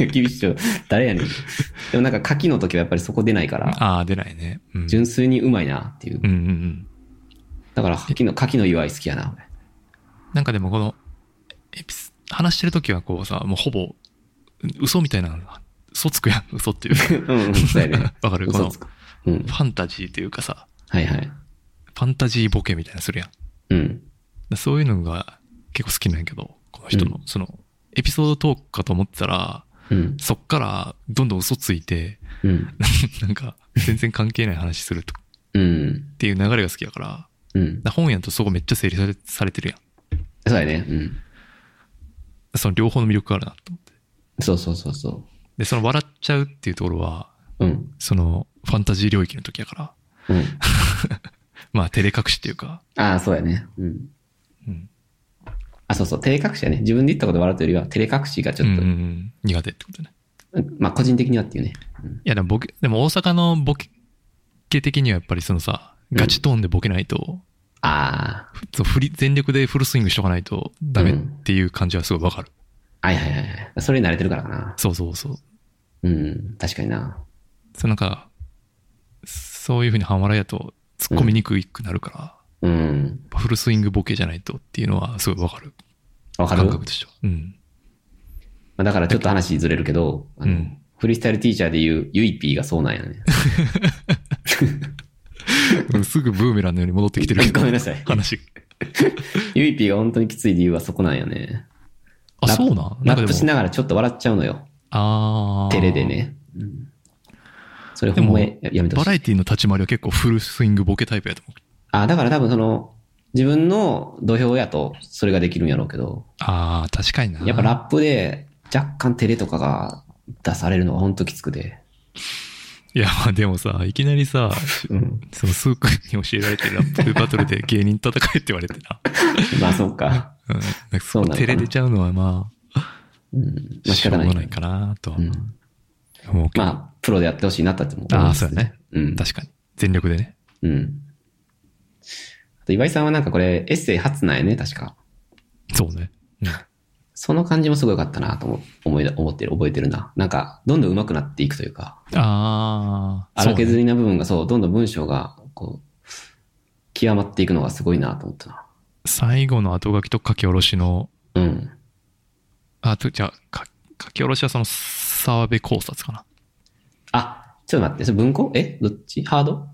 Speaker 2: い。
Speaker 4: 厳しいよ。誰やねん。でもなんか書きの時はやっぱりそこ出ないから、
Speaker 2: ああ、出ないね。うん。
Speaker 4: 純粋にうまいなっていう
Speaker 2: うん。うんうん。
Speaker 4: だから書きの、書きの岩井好き やな、俺
Speaker 2: なんかでもこの、エピス話してる時はこうさ、もうほぼ、嘘みたいな、嘘つくやん、嘘っていう。
Speaker 4: うんうん、そうや ね。
Speaker 2: わかるこ
Speaker 4: 嘘
Speaker 2: の、
Speaker 4: つ
Speaker 2: フ
Speaker 4: く。うん。
Speaker 2: ァンタジーというかさ、
Speaker 4: はいはい。
Speaker 2: ファンタジーボケみたいなのするやん。
Speaker 4: うん。
Speaker 2: だそういうのが結構好きなんやけど、この人の、
Speaker 4: う
Speaker 2: その、エピソードトークかと思ってたら、
Speaker 4: うん。
Speaker 2: そっからどんどん嘘ついて、
Speaker 4: うん。
Speaker 2: なんか全然関係ない話すると
Speaker 4: うん。
Speaker 2: っていう流れが好きだから、だか
Speaker 4: うん。
Speaker 2: ら本やんとそこめっちゃ整理されされてるやん。
Speaker 4: そうやね。うん。
Speaker 2: その両方の魅力があるなと思って。
Speaker 4: そうそうそうそ
Speaker 2: で、その笑っちゃうっていうところは、
Speaker 4: う。うん。
Speaker 2: そのファンタジー領域の時やから、
Speaker 4: うん。
Speaker 2: まあ照れ隠しっていうか、
Speaker 4: ああ、そうやね。うん。
Speaker 2: うん、
Speaker 4: あ、そうそう。照れ隠しやね。自分で言ったこと笑うというよりは、照れ隠しがちょっと、
Speaker 2: うんうんうん苦手ってことね。
Speaker 4: まあ、個人的にはっていうね。
Speaker 2: いやでもボケ、でも大阪のボケ的にはやっぱりそのさ、ガチトーンでボケないと、
Speaker 4: あ
Speaker 2: そう振り全力でフルスイングしとかないとダメっていう感じはすごいわかる。
Speaker 4: あ、はいはいはいはい。それに慣れてるからかな。
Speaker 2: そうそうそう。
Speaker 4: うん、確かにな。
Speaker 2: そうなんか、そういうふうに半笑いだと突っ込みにくくなるから、
Speaker 4: うん。
Speaker 2: フルスイングボケじゃないとっていうのはすごいわかる。
Speaker 4: わかる
Speaker 2: 感覚としては。うん。
Speaker 4: まあだからちょっと話ずれるけど、あの
Speaker 2: うん
Speaker 4: フリースタイルティーチャーで言うユイピーがそうなん やね。
Speaker 2: うんすぐブーメランのように戻ってきてるけど
Speaker 4: ごめんなさい
Speaker 2: 話。
Speaker 4: ユイピーが本当にきつい理由はそこなんやね。
Speaker 2: あ、
Speaker 4: ラッ
Speaker 2: そうなんな
Speaker 4: ラ
Speaker 2: んか
Speaker 4: ッ
Speaker 2: で
Speaker 4: プし
Speaker 2: も、
Speaker 4: ながらちょっと笑っちゃうのよ。
Speaker 2: あー
Speaker 4: 照れで。ね。うんそれほんまややめてほ
Speaker 2: バ
Speaker 4: し
Speaker 2: ラ
Speaker 4: い。
Speaker 2: エティの立ち回りは結構フルスイングボケタイプやと思う。
Speaker 4: あ、だから多分その、自分の土俵やとそれができるんやろうけど、
Speaker 2: ああ、確かにな。
Speaker 4: やっぱラップで若干照れとかが出されるのがほんときつくて。
Speaker 2: いや、まあでもさ、いきなりさ、
Speaker 4: うん。
Speaker 2: そのスー君に教えられてラップバトルで芸人戦えって言われてな。
Speaker 4: まあそうか。
Speaker 2: うん。なんか
Speaker 4: そ
Speaker 2: そうこ
Speaker 4: なのか
Speaker 2: 照
Speaker 4: な
Speaker 2: れ出ちゃうのはま
Speaker 4: うん。ま
Speaker 2: あ、
Speaker 4: あ
Speaker 2: し
Speaker 4: 仕
Speaker 2: ょう
Speaker 4: 方
Speaker 2: が
Speaker 4: ないけど
Speaker 2: ないかなとは
Speaker 4: う
Speaker 2: 思
Speaker 4: ん。
Speaker 2: う思うけど。
Speaker 4: まあ、プロでやってほしいなとは思
Speaker 2: あ
Speaker 4: ま
Speaker 2: あ、
Speaker 4: す
Speaker 2: そうやね。
Speaker 4: うん。
Speaker 2: 確かに。全力でね。
Speaker 4: うん。あと岩井さんはなんかこれエッセイ初なんやね、確か。
Speaker 2: そうね。うん
Speaker 4: その感じもすごい良かったなと思思い、思ってる、覚えてるな。なんか、どんどん上手くなっていくというか、
Speaker 2: ああ、
Speaker 4: 荒削
Speaker 2: り。
Speaker 4: りな部分がそう、どんどん文章が、こう、極まっていくのがすごいなと思ったな。
Speaker 2: 最後の後書きと書き下ろしの、
Speaker 4: うん。
Speaker 2: あ、とじゃあ、か書き下ろしはその澤部考察かな。
Speaker 4: あ、ちょっと待って、それ文庫えどっちハード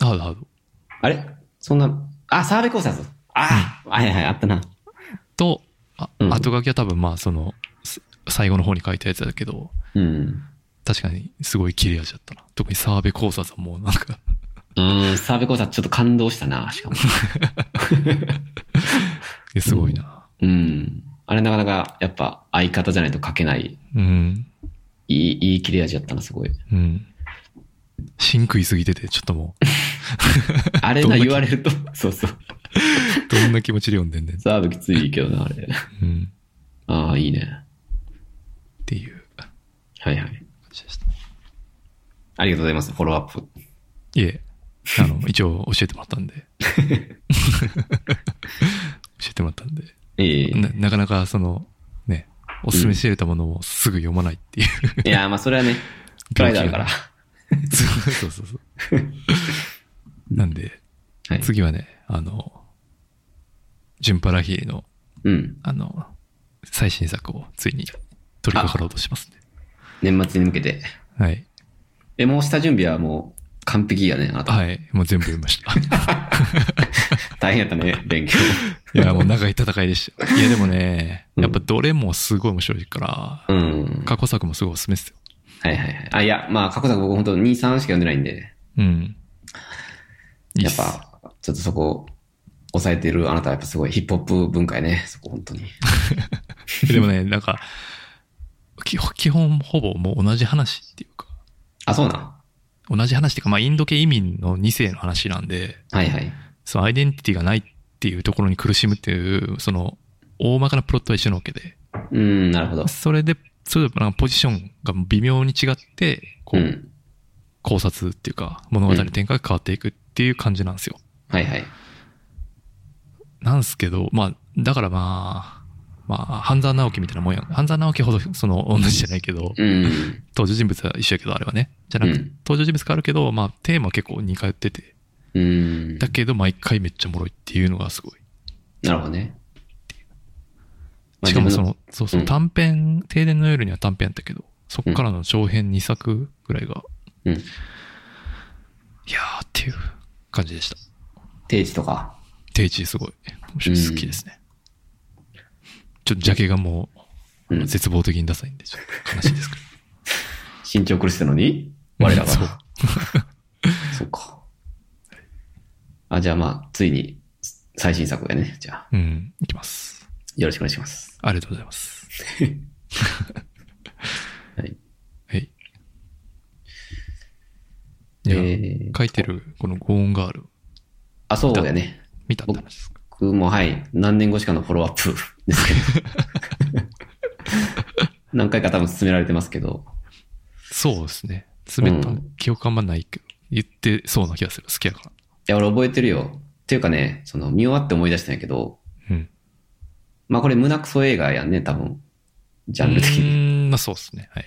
Speaker 2: ハードハード。
Speaker 4: あれそんな、あ、澤部考察ああ、はいはい、あったな。
Speaker 2: と、あ
Speaker 4: うん
Speaker 2: 後書きは多分まあその、す最後の方に書いたやつだけど、
Speaker 4: うん。
Speaker 2: 確かにすごい切れ味だったな。特に澤部考察はもうなんか、
Speaker 4: うん、澤部考察ちょっと感動したな、しかも。
Speaker 2: えすごいな。
Speaker 4: うん。あれなかなか、やっぱ、相方じゃないと書けない、
Speaker 2: うん。
Speaker 4: いい、いい切れ味だったな、すごい。
Speaker 2: うん。真食いすぎてて、ちょっとも
Speaker 4: あれ
Speaker 2: どん
Speaker 4: な、
Speaker 2: な気
Speaker 4: 言われ ると。そうそう。
Speaker 2: う、 どんな気持ちで読んでんねん。
Speaker 4: サーブきついけどな、あ れ。
Speaker 2: うん。
Speaker 4: ああ、いいね。
Speaker 2: っていう感
Speaker 4: はいはい。
Speaker 2: じでしたね。
Speaker 4: ありがとうございます。フォローアップ。
Speaker 2: いえ、あ の、一応教えてもらったんで。教えてもらったんで。
Speaker 4: ええ
Speaker 2: ななかなかその、ね、おすすめしてたものをすぐ読まないっていう。
Speaker 4: いや、まあ、それ はね、プライドあるから。
Speaker 2: そうそうそうそう。なんで、
Speaker 4: はい。
Speaker 2: 次はね、あの、ジュンパラヒエの、
Speaker 4: うん。
Speaker 2: あの、最新作をついに取り掛かろうとしますね。
Speaker 4: 年末に向けて。
Speaker 2: はい。
Speaker 4: え、もう下準備はもう完璧やね、あなた。
Speaker 2: はい。もう全部読みま した。
Speaker 4: 大変やった ね、勉強。
Speaker 2: いや、もう長い戦いでしたよ。いや、でもね、
Speaker 4: うん
Speaker 2: やっぱどれもすごい面白いか
Speaker 4: うん
Speaker 2: ら、。過去作もすごいおすすめですよ。
Speaker 4: はいはいはい。あ、いや、まあ、過去作僕本当2、3しか読んでないんで、
Speaker 2: うん。いい
Speaker 4: や
Speaker 2: っ
Speaker 4: っ
Speaker 2: す
Speaker 4: ぱ、ちょっとそこ、抑えてるあなたはやっぱすごいヒップホップ文化やね、そこ本当に。
Speaker 2: でもね、なんか、き基本ほぼもう同じ話っていうか、
Speaker 4: あ、そうなん。
Speaker 2: 同じ話っていうか、まあ、インド系移民の2世の話なんで、
Speaker 4: はいはい。
Speaker 2: そのアイデンティティがないっていうところに苦しむっていう、その、大まかなプロットは一緒なわけで、
Speaker 4: うん、なるほど。
Speaker 2: それで、それぞれなんかポジションが微妙に違って、こ
Speaker 4: う
Speaker 2: う、
Speaker 4: ん。
Speaker 2: 考察っていうか、物語展開が変わっていくっていう感じなんですよ。
Speaker 4: はいはい。
Speaker 2: なんですけど、まあ、だからまあ、まあ、半沢直樹みたいなもんやん。半沢直樹ほど、その、同じじゃないけど、
Speaker 4: うん。
Speaker 2: 登場人物は一緒やけど、あれはね。じゃなくて、
Speaker 4: うん
Speaker 2: 登場人物変わるけど、まあ、テーマは結構似通ってて、
Speaker 4: うん。
Speaker 2: だけど、毎回めっちゃおもろいっていうのがすごい。
Speaker 4: なるほどね。まあ
Speaker 2: しかも
Speaker 4: 自
Speaker 2: そ
Speaker 4: 分
Speaker 2: の、そうそうう、
Speaker 4: ん
Speaker 2: 短編、停電の夜には短編やったけど、そっからの長編2作ぐらいが、
Speaker 4: うん。
Speaker 2: いやーっていう感じでした。
Speaker 4: 定置とか。
Speaker 2: 定置すごい。面白い。
Speaker 4: うん
Speaker 2: 好きですね。ちょっとジャケがも
Speaker 4: う
Speaker 2: う、
Speaker 4: ん。
Speaker 2: 絶望的にダサいんで、ちょっと悲しいですけど。
Speaker 4: 身長苦してたのに 我らが。
Speaker 2: そう
Speaker 4: そうか。あ、じゃあまあ、ついに最新作でね。じゃあ、
Speaker 2: うん、いきます。
Speaker 4: よろしくお願いします。
Speaker 2: ありがとうございます。
Speaker 4: はい。
Speaker 2: はい。い
Speaker 4: え
Speaker 2: や、
Speaker 4: ー、
Speaker 2: 書いてるこのゴーンガール、
Speaker 4: あ、そうだね。
Speaker 2: 見たって話ですか。
Speaker 4: 僕もはい、何年後しかのフォローアップですけど。 何回か多分勧められてますけど。
Speaker 2: そうですね。詰めた
Speaker 4: うん
Speaker 2: 記憶あんまないけど、言ってそうな気がする。好きやから。
Speaker 4: いや、俺覚えてるよ。っていうかね、その見終わって思い出したんやけど、
Speaker 2: うん。
Speaker 4: まあこれ胸クソ映画やんね、多分。ジャンル的
Speaker 2: う
Speaker 4: に。
Speaker 2: ーん、まあそうですね。はい。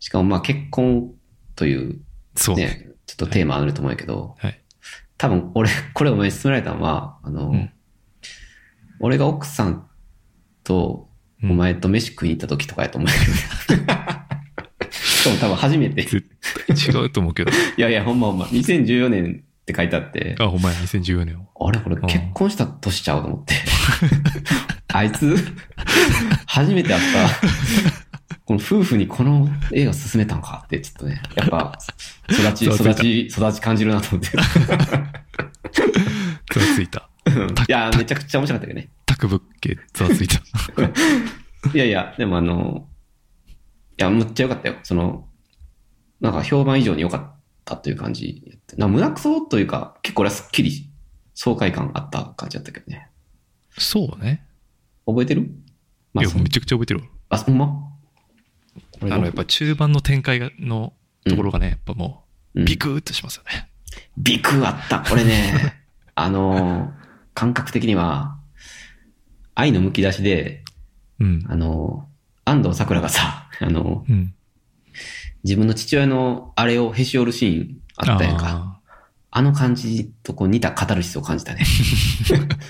Speaker 4: しかもまあ結婚という
Speaker 2: そうね。
Speaker 4: ね、ちょっとテーマあると思うんやけど、
Speaker 2: はい。
Speaker 4: 多分俺、 これお前に勧められたのは、あの、
Speaker 2: うん
Speaker 4: 俺が奥さんとお
Speaker 2: うん
Speaker 4: 前と飯食いに行った時とかやと思うんやけどね。 しかも多分初めて。
Speaker 2: 絶対違うと思うけど。
Speaker 4: いやいや、ほんまほんま。2014年って書いてあって、
Speaker 2: あ、ほんまや、2014年を。
Speaker 4: あれこれ
Speaker 2: うん
Speaker 4: 結婚した年ちゃうと思って。 あいつ、初めて会った、この夫婦にこの映画勧めたんかって、ちょっとね、やっぱ、育ち、
Speaker 2: そう
Speaker 4: 育ち、育ち感じるなと思って。
Speaker 2: ざわついた。
Speaker 4: いや、めちゃくちゃ面白かったけどね。
Speaker 2: タクブッケ、ざわつい た。
Speaker 4: いやいや、でもあの、いや、むっちゃ良かったよ。その、なんか評判以上に良かったという感じやって。なんか胸くそというか、結構俺はすっきり、爽快感あった感じだったけどね。
Speaker 2: そうね。
Speaker 4: 覚えてる
Speaker 2: い
Speaker 4: まあ
Speaker 2: や、
Speaker 4: そ
Speaker 2: めちゃくちゃ覚えてるわ。
Speaker 4: あ、ほんまこれ
Speaker 2: あの、やっぱ中盤の展開がのところがね、やっぱも
Speaker 4: う
Speaker 2: う、
Speaker 4: ん
Speaker 2: ビクーっとしますよね。
Speaker 4: ビクあった。俺ね、 あのー、感覚的には、愛のむき出しで、
Speaker 2: うん。
Speaker 4: あのー、安藤桜がさ、あのー、
Speaker 2: うん。
Speaker 4: 自分の父親のあれをへし折るシーンあったやんか。あの感じとこう似たカタルシスを感じたね。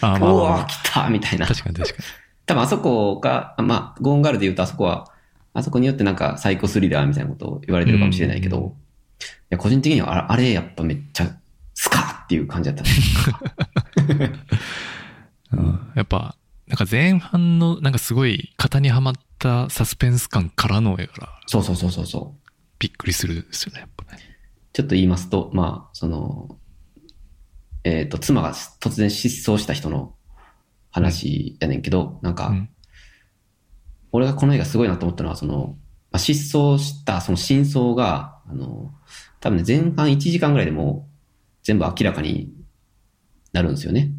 Speaker 2: あー。あーまあ
Speaker 4: う
Speaker 2: まあま
Speaker 4: わ
Speaker 2: あ
Speaker 4: ー、来たみたいな。
Speaker 2: 確かに確か
Speaker 4: 多分あそこが、あまあ、ゴーンガールで言うとあそこは、あそこによってなんかサイコスリラーみたいなことを言われてるかもしれないけど、
Speaker 2: うん
Speaker 4: いや個人的にはあれあれやっぱめっちゃスカーっていう感じだったね。
Speaker 2: に。 うん。やっぱ、なんか前半の、なんかすごい型にはまったサスペンス感からのやから、
Speaker 4: そうそうそうそうそう。
Speaker 2: びっくりするですよね、やっぱね。
Speaker 4: ちょっと言いますと、まあ、その、えっ、と、妻が突然失踪した人の話やねんけど、なんか、
Speaker 2: うん。
Speaker 4: 俺がこの映画すごいなと思ったのは、その、まあ、失踪したその真相が、あの、多分ね、前半1時間ぐらいでもう全部明らかになるんですよね。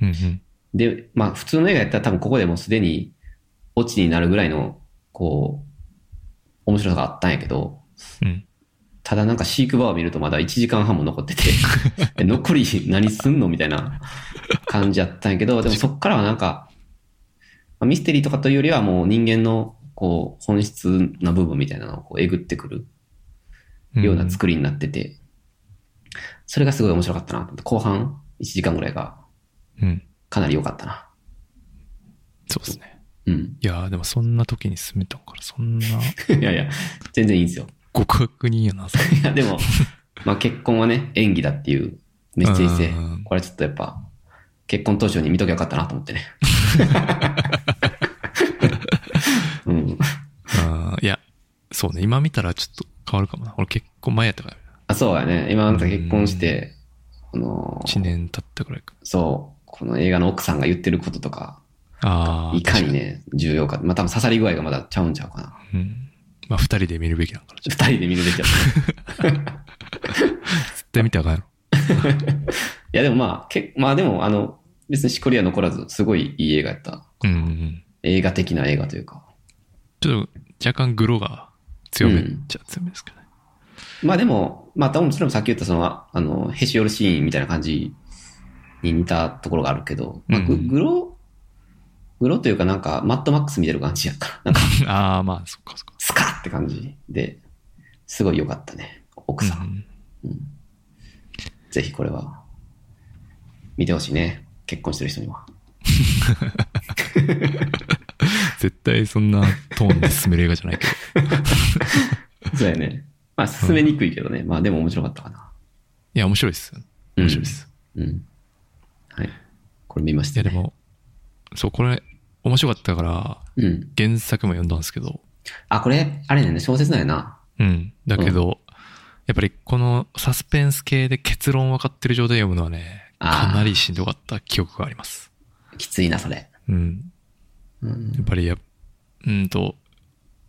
Speaker 2: うんうん。
Speaker 4: で、まあ普通の映画やったら多分ここでもうすでにオチになるぐらいの、こう、面白さがあったんやけど、
Speaker 2: うん。
Speaker 4: ただなんか飼育場を見るとまだ1時間半も残ってて、え残り何すんのみたいな感じやったんやけど、でもそっからはなんか、まあミステリーとかというよりはもう人間のこう本質な部分みたいなのをこうえぐってくるような作りになってて、それがすごい面白かったなと思って。後半1時間ぐらいが
Speaker 2: り。うん。
Speaker 4: かなり良かったな。
Speaker 2: そうですね。
Speaker 4: うん。
Speaker 2: いやーでもそんな時に進めたから、そんな
Speaker 4: いやいや、全然いいんですよ。
Speaker 2: 極悪人やな、それ。
Speaker 4: いや、でも、まあ結婚はね、演技だっていうメッセージ性
Speaker 2: うん。
Speaker 4: これちょっとやっぱ、結婚当初に見ときゃよかったなと 思ってね。うん。
Speaker 2: あーいや、そうね。今見たらちょっと変わるかもな。俺結構前やったから、
Speaker 4: あ、そうやね。今あなた結婚して、この、
Speaker 2: 1年経ったぐらいか。
Speaker 4: そう、この映画の奥さんが言ってることとか、
Speaker 2: ああ。
Speaker 4: いかにね、重要か。まあ多分刺さり具合がまだちゃうんちゃうかな。
Speaker 2: うん。まあ、二人で見るべきだから、ちょっと
Speaker 4: 二人で見るべ きだった。
Speaker 2: 絶対見たらあかんや
Speaker 4: いやでもまあ、けまあでもあの、別にしこりは残らず、すごいいい映画やった。
Speaker 2: ろ。うんうんうん。
Speaker 4: 映画的な映画というか。
Speaker 2: ちょっと、若干グロが強めっ
Speaker 4: うん
Speaker 2: ちゃ強めですけどね。
Speaker 4: まあでも、まあ、もちろんさっき言ったその、あの、へし折るシーンみたいな感じに似たところがあるけど、まあ、
Speaker 2: う
Speaker 4: グ
Speaker 2: ん
Speaker 4: グロ、グロというかなんか、マッドマックス見てる感じや から、なんか、
Speaker 2: ああ、まあ、そっかそっか。
Speaker 4: スカッって感じで、すごい良かったね。奥さん。
Speaker 2: うん
Speaker 4: ぜひこれは、見てほしいね。結婚してる人には。
Speaker 2: 絶対そんなトーンで進める映画じゃないけど。
Speaker 4: そうやね。まあ、進めにくいけどね。まあ、でも面白かったかな。
Speaker 2: いや、面白いっす。面白いっす。
Speaker 4: うん。はい。これ見まし
Speaker 2: い
Speaker 4: た、
Speaker 2: や、
Speaker 4: ね。
Speaker 2: でも、そう、これ、面白かったから、
Speaker 4: うん。
Speaker 2: 原作も読んだんですけど、
Speaker 4: あ、これ、あれだよね。小説なんやな。
Speaker 2: うん。だけど、やっぱりこのサスペンス系で結論分かってる状態で読むのはね、
Speaker 4: あー
Speaker 2: かなりしんどかった記憶があります。
Speaker 4: きついな、それ。
Speaker 2: うん。
Speaker 4: うん
Speaker 2: やっぱりや、うんと、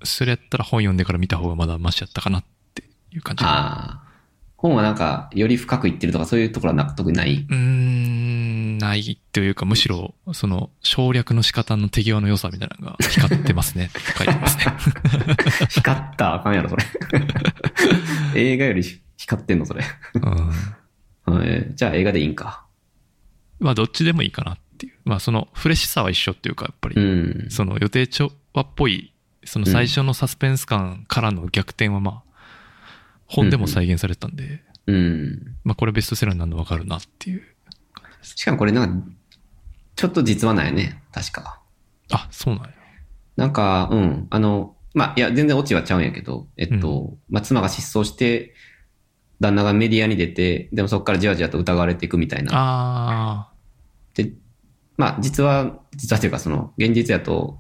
Speaker 2: それやったら本読んでから見た方がまだマシやったかなっていう感じ。。
Speaker 4: ああ。本はなんか、より深く言ってるとか、そういうところはな特にな いう
Speaker 2: ーん、ないというか、むしろ、その、省略の仕方の手際の良さみたいなのが光ってます ね。書いてますね。
Speaker 4: 光ったあかんやろ、 それ。映画より光ってんの、それ。
Speaker 2: うん。
Speaker 4: はいじゃあ映画でいいんか。
Speaker 2: まあ、どっちでもいいかなっていう。まあ、その、フレッシュさは一緒っていうか、やっぱり
Speaker 4: う、ん。
Speaker 2: その予定調和っぽい、その最初のサスペンス感からの逆転はまあ、本でも再現されてたんで、
Speaker 4: うん。
Speaker 2: まあこれベストセラーになるの分かるなっていう。
Speaker 4: しかもこれなんか、ちょっと実話なんやね。確か。
Speaker 2: あ、そうなんや。
Speaker 4: なんか、うん。あの、まあ、いや、全然オチはちゃうんやけど、えっと、まあ、妻が失踪して、旦那がメディアに出て、でもそこからじわじわと疑われていくみたいな。
Speaker 2: あ
Speaker 4: で、まあ、実は、実はというか、その、現実やと、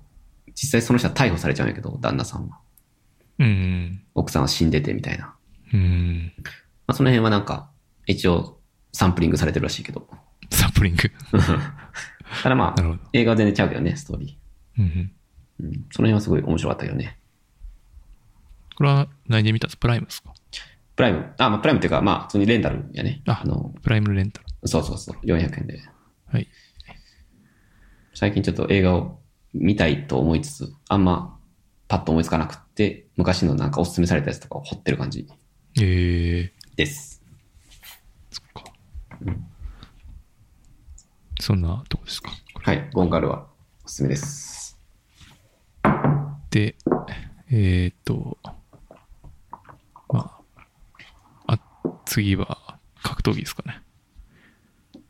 Speaker 4: 実際その人は逮捕されちゃうんやけど、旦那さんは。
Speaker 2: ー、うん。
Speaker 4: 奥さんは死んでてみたいな。ま
Speaker 2: うん。
Speaker 4: あ、その辺はなんか、一応、サンプリングされてるらしいけど。
Speaker 2: サンプリング。
Speaker 4: ただま
Speaker 2: な
Speaker 4: あ
Speaker 2: るほど、
Speaker 4: 映画は全然ちゃうけどね、ストーリ
Speaker 2: うん。
Speaker 4: ー。うん。その辺はすごい面白かったけどね。
Speaker 2: これは何で見たんですプライムですか
Speaker 4: プライム、あ、まあ、プライムっていうか、まあ、普通にレンタルやね。
Speaker 2: あ
Speaker 4: の、
Speaker 2: プライムレンタル。
Speaker 4: そうそうそう、400円で。
Speaker 2: はい。
Speaker 4: 最近ちょっと映画を見たいと思いつつ、あんま、パッと思いつかなくって、昔のなんかおすすめされたやつとかを掘ってる感じ
Speaker 2: ええ
Speaker 4: です。
Speaker 2: そっか。そんなとこですか。これ
Speaker 4: はい、ゴンガルはおすすめです。
Speaker 2: で、えーっ、と、まあ、あ、次は格闘技ですかね。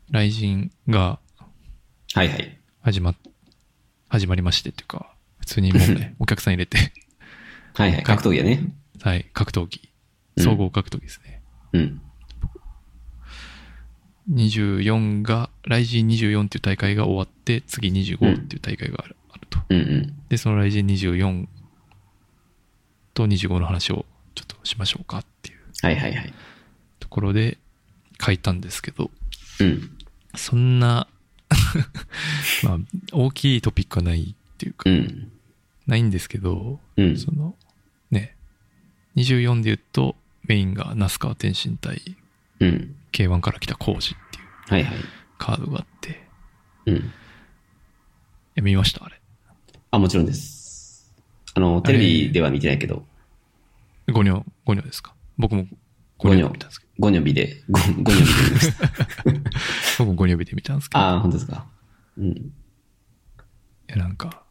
Speaker 2: 雷神が
Speaker 4: はいはい。
Speaker 2: 始ま、始まりましてっていうか、普通にもう ね、お客さん入れて、
Speaker 4: はいはい、格闘技やね。
Speaker 2: はい、格闘技、
Speaker 4: うん
Speaker 2: 総合格闘技ですね。
Speaker 4: うん。
Speaker 2: 24が、雷神24っていう大会が終わって、次25っていう大会がある,、あると。
Speaker 4: うんうん。
Speaker 2: で、その雷神24と25の話をちょっとしましょうかっていう
Speaker 4: はいはいはい。
Speaker 2: ところで書いたんですけど、
Speaker 4: うん。
Speaker 2: そんな、 まあ、大きいトピックはないっていうか
Speaker 4: う、ん。
Speaker 2: ないんですけど、
Speaker 4: うん。
Speaker 2: その、ね、24で言うと、メインが那須川天心対
Speaker 4: うん。
Speaker 2: K1 から来たコウジっていう
Speaker 4: はいはい。
Speaker 2: カードがあって、い
Speaker 4: うん。
Speaker 2: や見ました、あれ。
Speaker 4: あ、もちろんです。あの、テレビでは見てないけど、
Speaker 2: ゴニョ、ゴニョですか僕もゴニョで見たんですけど、
Speaker 4: ゴニョビで、ゴゴニョビで見ました。
Speaker 2: 僕もゴニョビで見たんですけど、い
Speaker 4: ああ、本当ですか。うん。
Speaker 2: やなんか、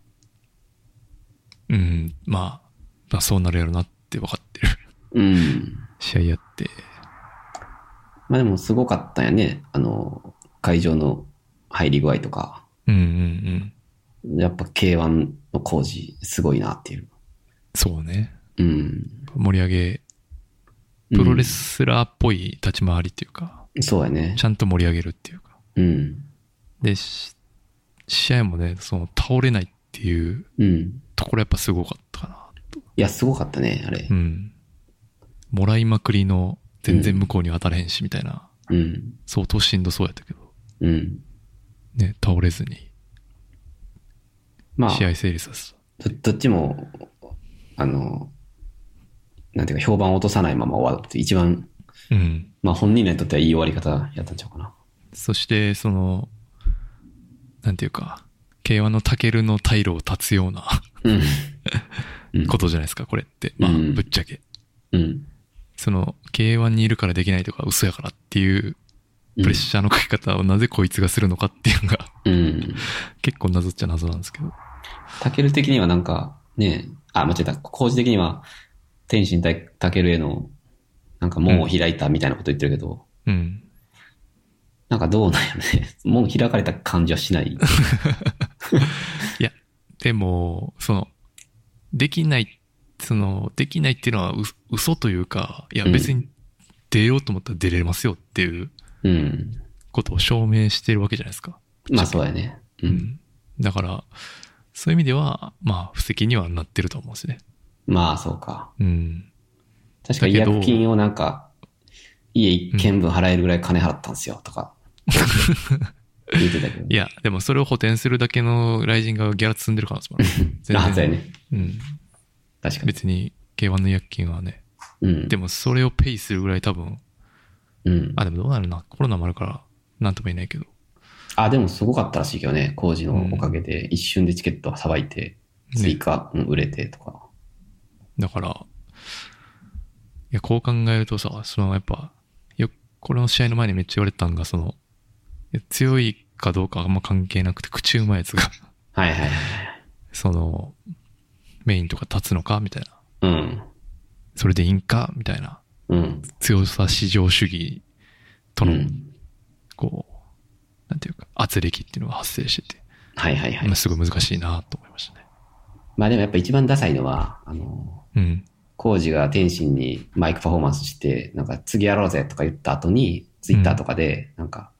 Speaker 2: うん、まあ、まあそうなるやろなって分かってる
Speaker 4: うん。
Speaker 2: 試合やって、
Speaker 4: まあでもすごかったよね。あの、会場の入り具合とか。
Speaker 2: うんうんうん。
Speaker 4: やっぱ K1 の工事、すごいなっていう。
Speaker 2: そうね。
Speaker 4: うん。
Speaker 2: 盛り上げ、プロレスラーっぽい立ち回りっていうか、
Speaker 4: そうやね
Speaker 2: ち。ゃんと盛り上げるっていうか。
Speaker 4: うん。
Speaker 2: で、し試合もね、その倒れないっていう
Speaker 4: うん。
Speaker 2: ところやっぱすごかったかな。
Speaker 4: いや、すごかったね、あれ
Speaker 2: う。ん。もらいまくりの全然向こうに当たれへんしみたいな、
Speaker 4: うん。
Speaker 2: 相当しんどそうやったけど、
Speaker 4: うん。
Speaker 2: ね、倒れずに
Speaker 4: まあ、
Speaker 2: 試合成立させた。
Speaker 4: どどっちも、あの、なんていうか、評判を落とさないまま終わるって、一番、
Speaker 2: うん。
Speaker 4: まあ本人らにとってはいい終わり方やったんちゃうかな。
Speaker 2: そして、その、なんていうか、K1 のタケルの退路を断つような
Speaker 4: うん。うん
Speaker 2: ことじゃないですか、これって。まあ、
Speaker 4: うん
Speaker 2: ぶっちゃけ。
Speaker 4: うん。
Speaker 2: その、K1 にいるからできないとか、嘘やからっていうプレッシャーのかけ方をなぜこいつがするのかっていうのが、
Speaker 4: うん。
Speaker 2: 結構謎っちゃ謎なんですけど。
Speaker 4: タケル的にはなんか、ねあ、間違えた。工事的には、天心対タケルへの、なんか門を開いたみたいなこと言ってるけど、
Speaker 2: うん。
Speaker 4: なんかどうなんやろね。 門開かれた感じはしない。
Speaker 2: でも、その、できない、その、できないっていうのはう嘘というか、いや
Speaker 4: うん
Speaker 2: 別に出ようと思ったら出れますよっていう
Speaker 4: うん。
Speaker 2: ことを証明してるわけじゃないですか。
Speaker 4: まあそうやね。う。
Speaker 2: うんん。だから、そういう意味では、まあ、布石にはなってると思うんですね。
Speaker 4: まあそうか。
Speaker 2: うん。
Speaker 4: 確
Speaker 2: だ
Speaker 4: か違
Speaker 2: けど
Speaker 4: 約金をなんか、家一軒分払えるぐらい金払ったんですよ、とか。言ってたけど。
Speaker 2: いや、でもそれを補填するだけの雷神がギャラ積んでる可能性もあ る。全
Speaker 4: あ、そうやね。
Speaker 2: うん。
Speaker 4: 確かに。
Speaker 2: 別に、K1 の薬金はね。
Speaker 4: うん。
Speaker 2: でも、それをペイするぐらい多分、
Speaker 4: うん。
Speaker 2: あ、でもどうなるな。コロナもあるから、なんとも言えないけど。
Speaker 4: あ、でもすごかったらしいけどね。工事のおかげで、一瞬でチケットをさばいて、
Speaker 2: ね
Speaker 4: 追加、うん売れてとか。
Speaker 2: だから、いや、こう考えるとさ、そのやっぱ、よ、これの試合の前にめっちゃ言われてたんが、その、いや強いかどうかあんま関係なくて、口うまいやつが、
Speaker 4: はいはいはい。
Speaker 2: その、メインとか立つのかみたいな。
Speaker 4: うん。
Speaker 2: それでいいんかみたいな。
Speaker 4: うん。
Speaker 2: 強さ至上主義と
Speaker 4: う
Speaker 2: の、
Speaker 4: ん。
Speaker 2: こう、なんていうか、圧力っていうのが発生してて、
Speaker 4: はいはいはい
Speaker 2: 今。すごい難しいなと思いましたね。
Speaker 4: まあでもやっぱ一番ダサいのは、あの、
Speaker 2: うん。
Speaker 4: 工事が天心にマイクパフォーマンスして、なんか次やろうぜとか言った後に、ツイッターとかで、なんか、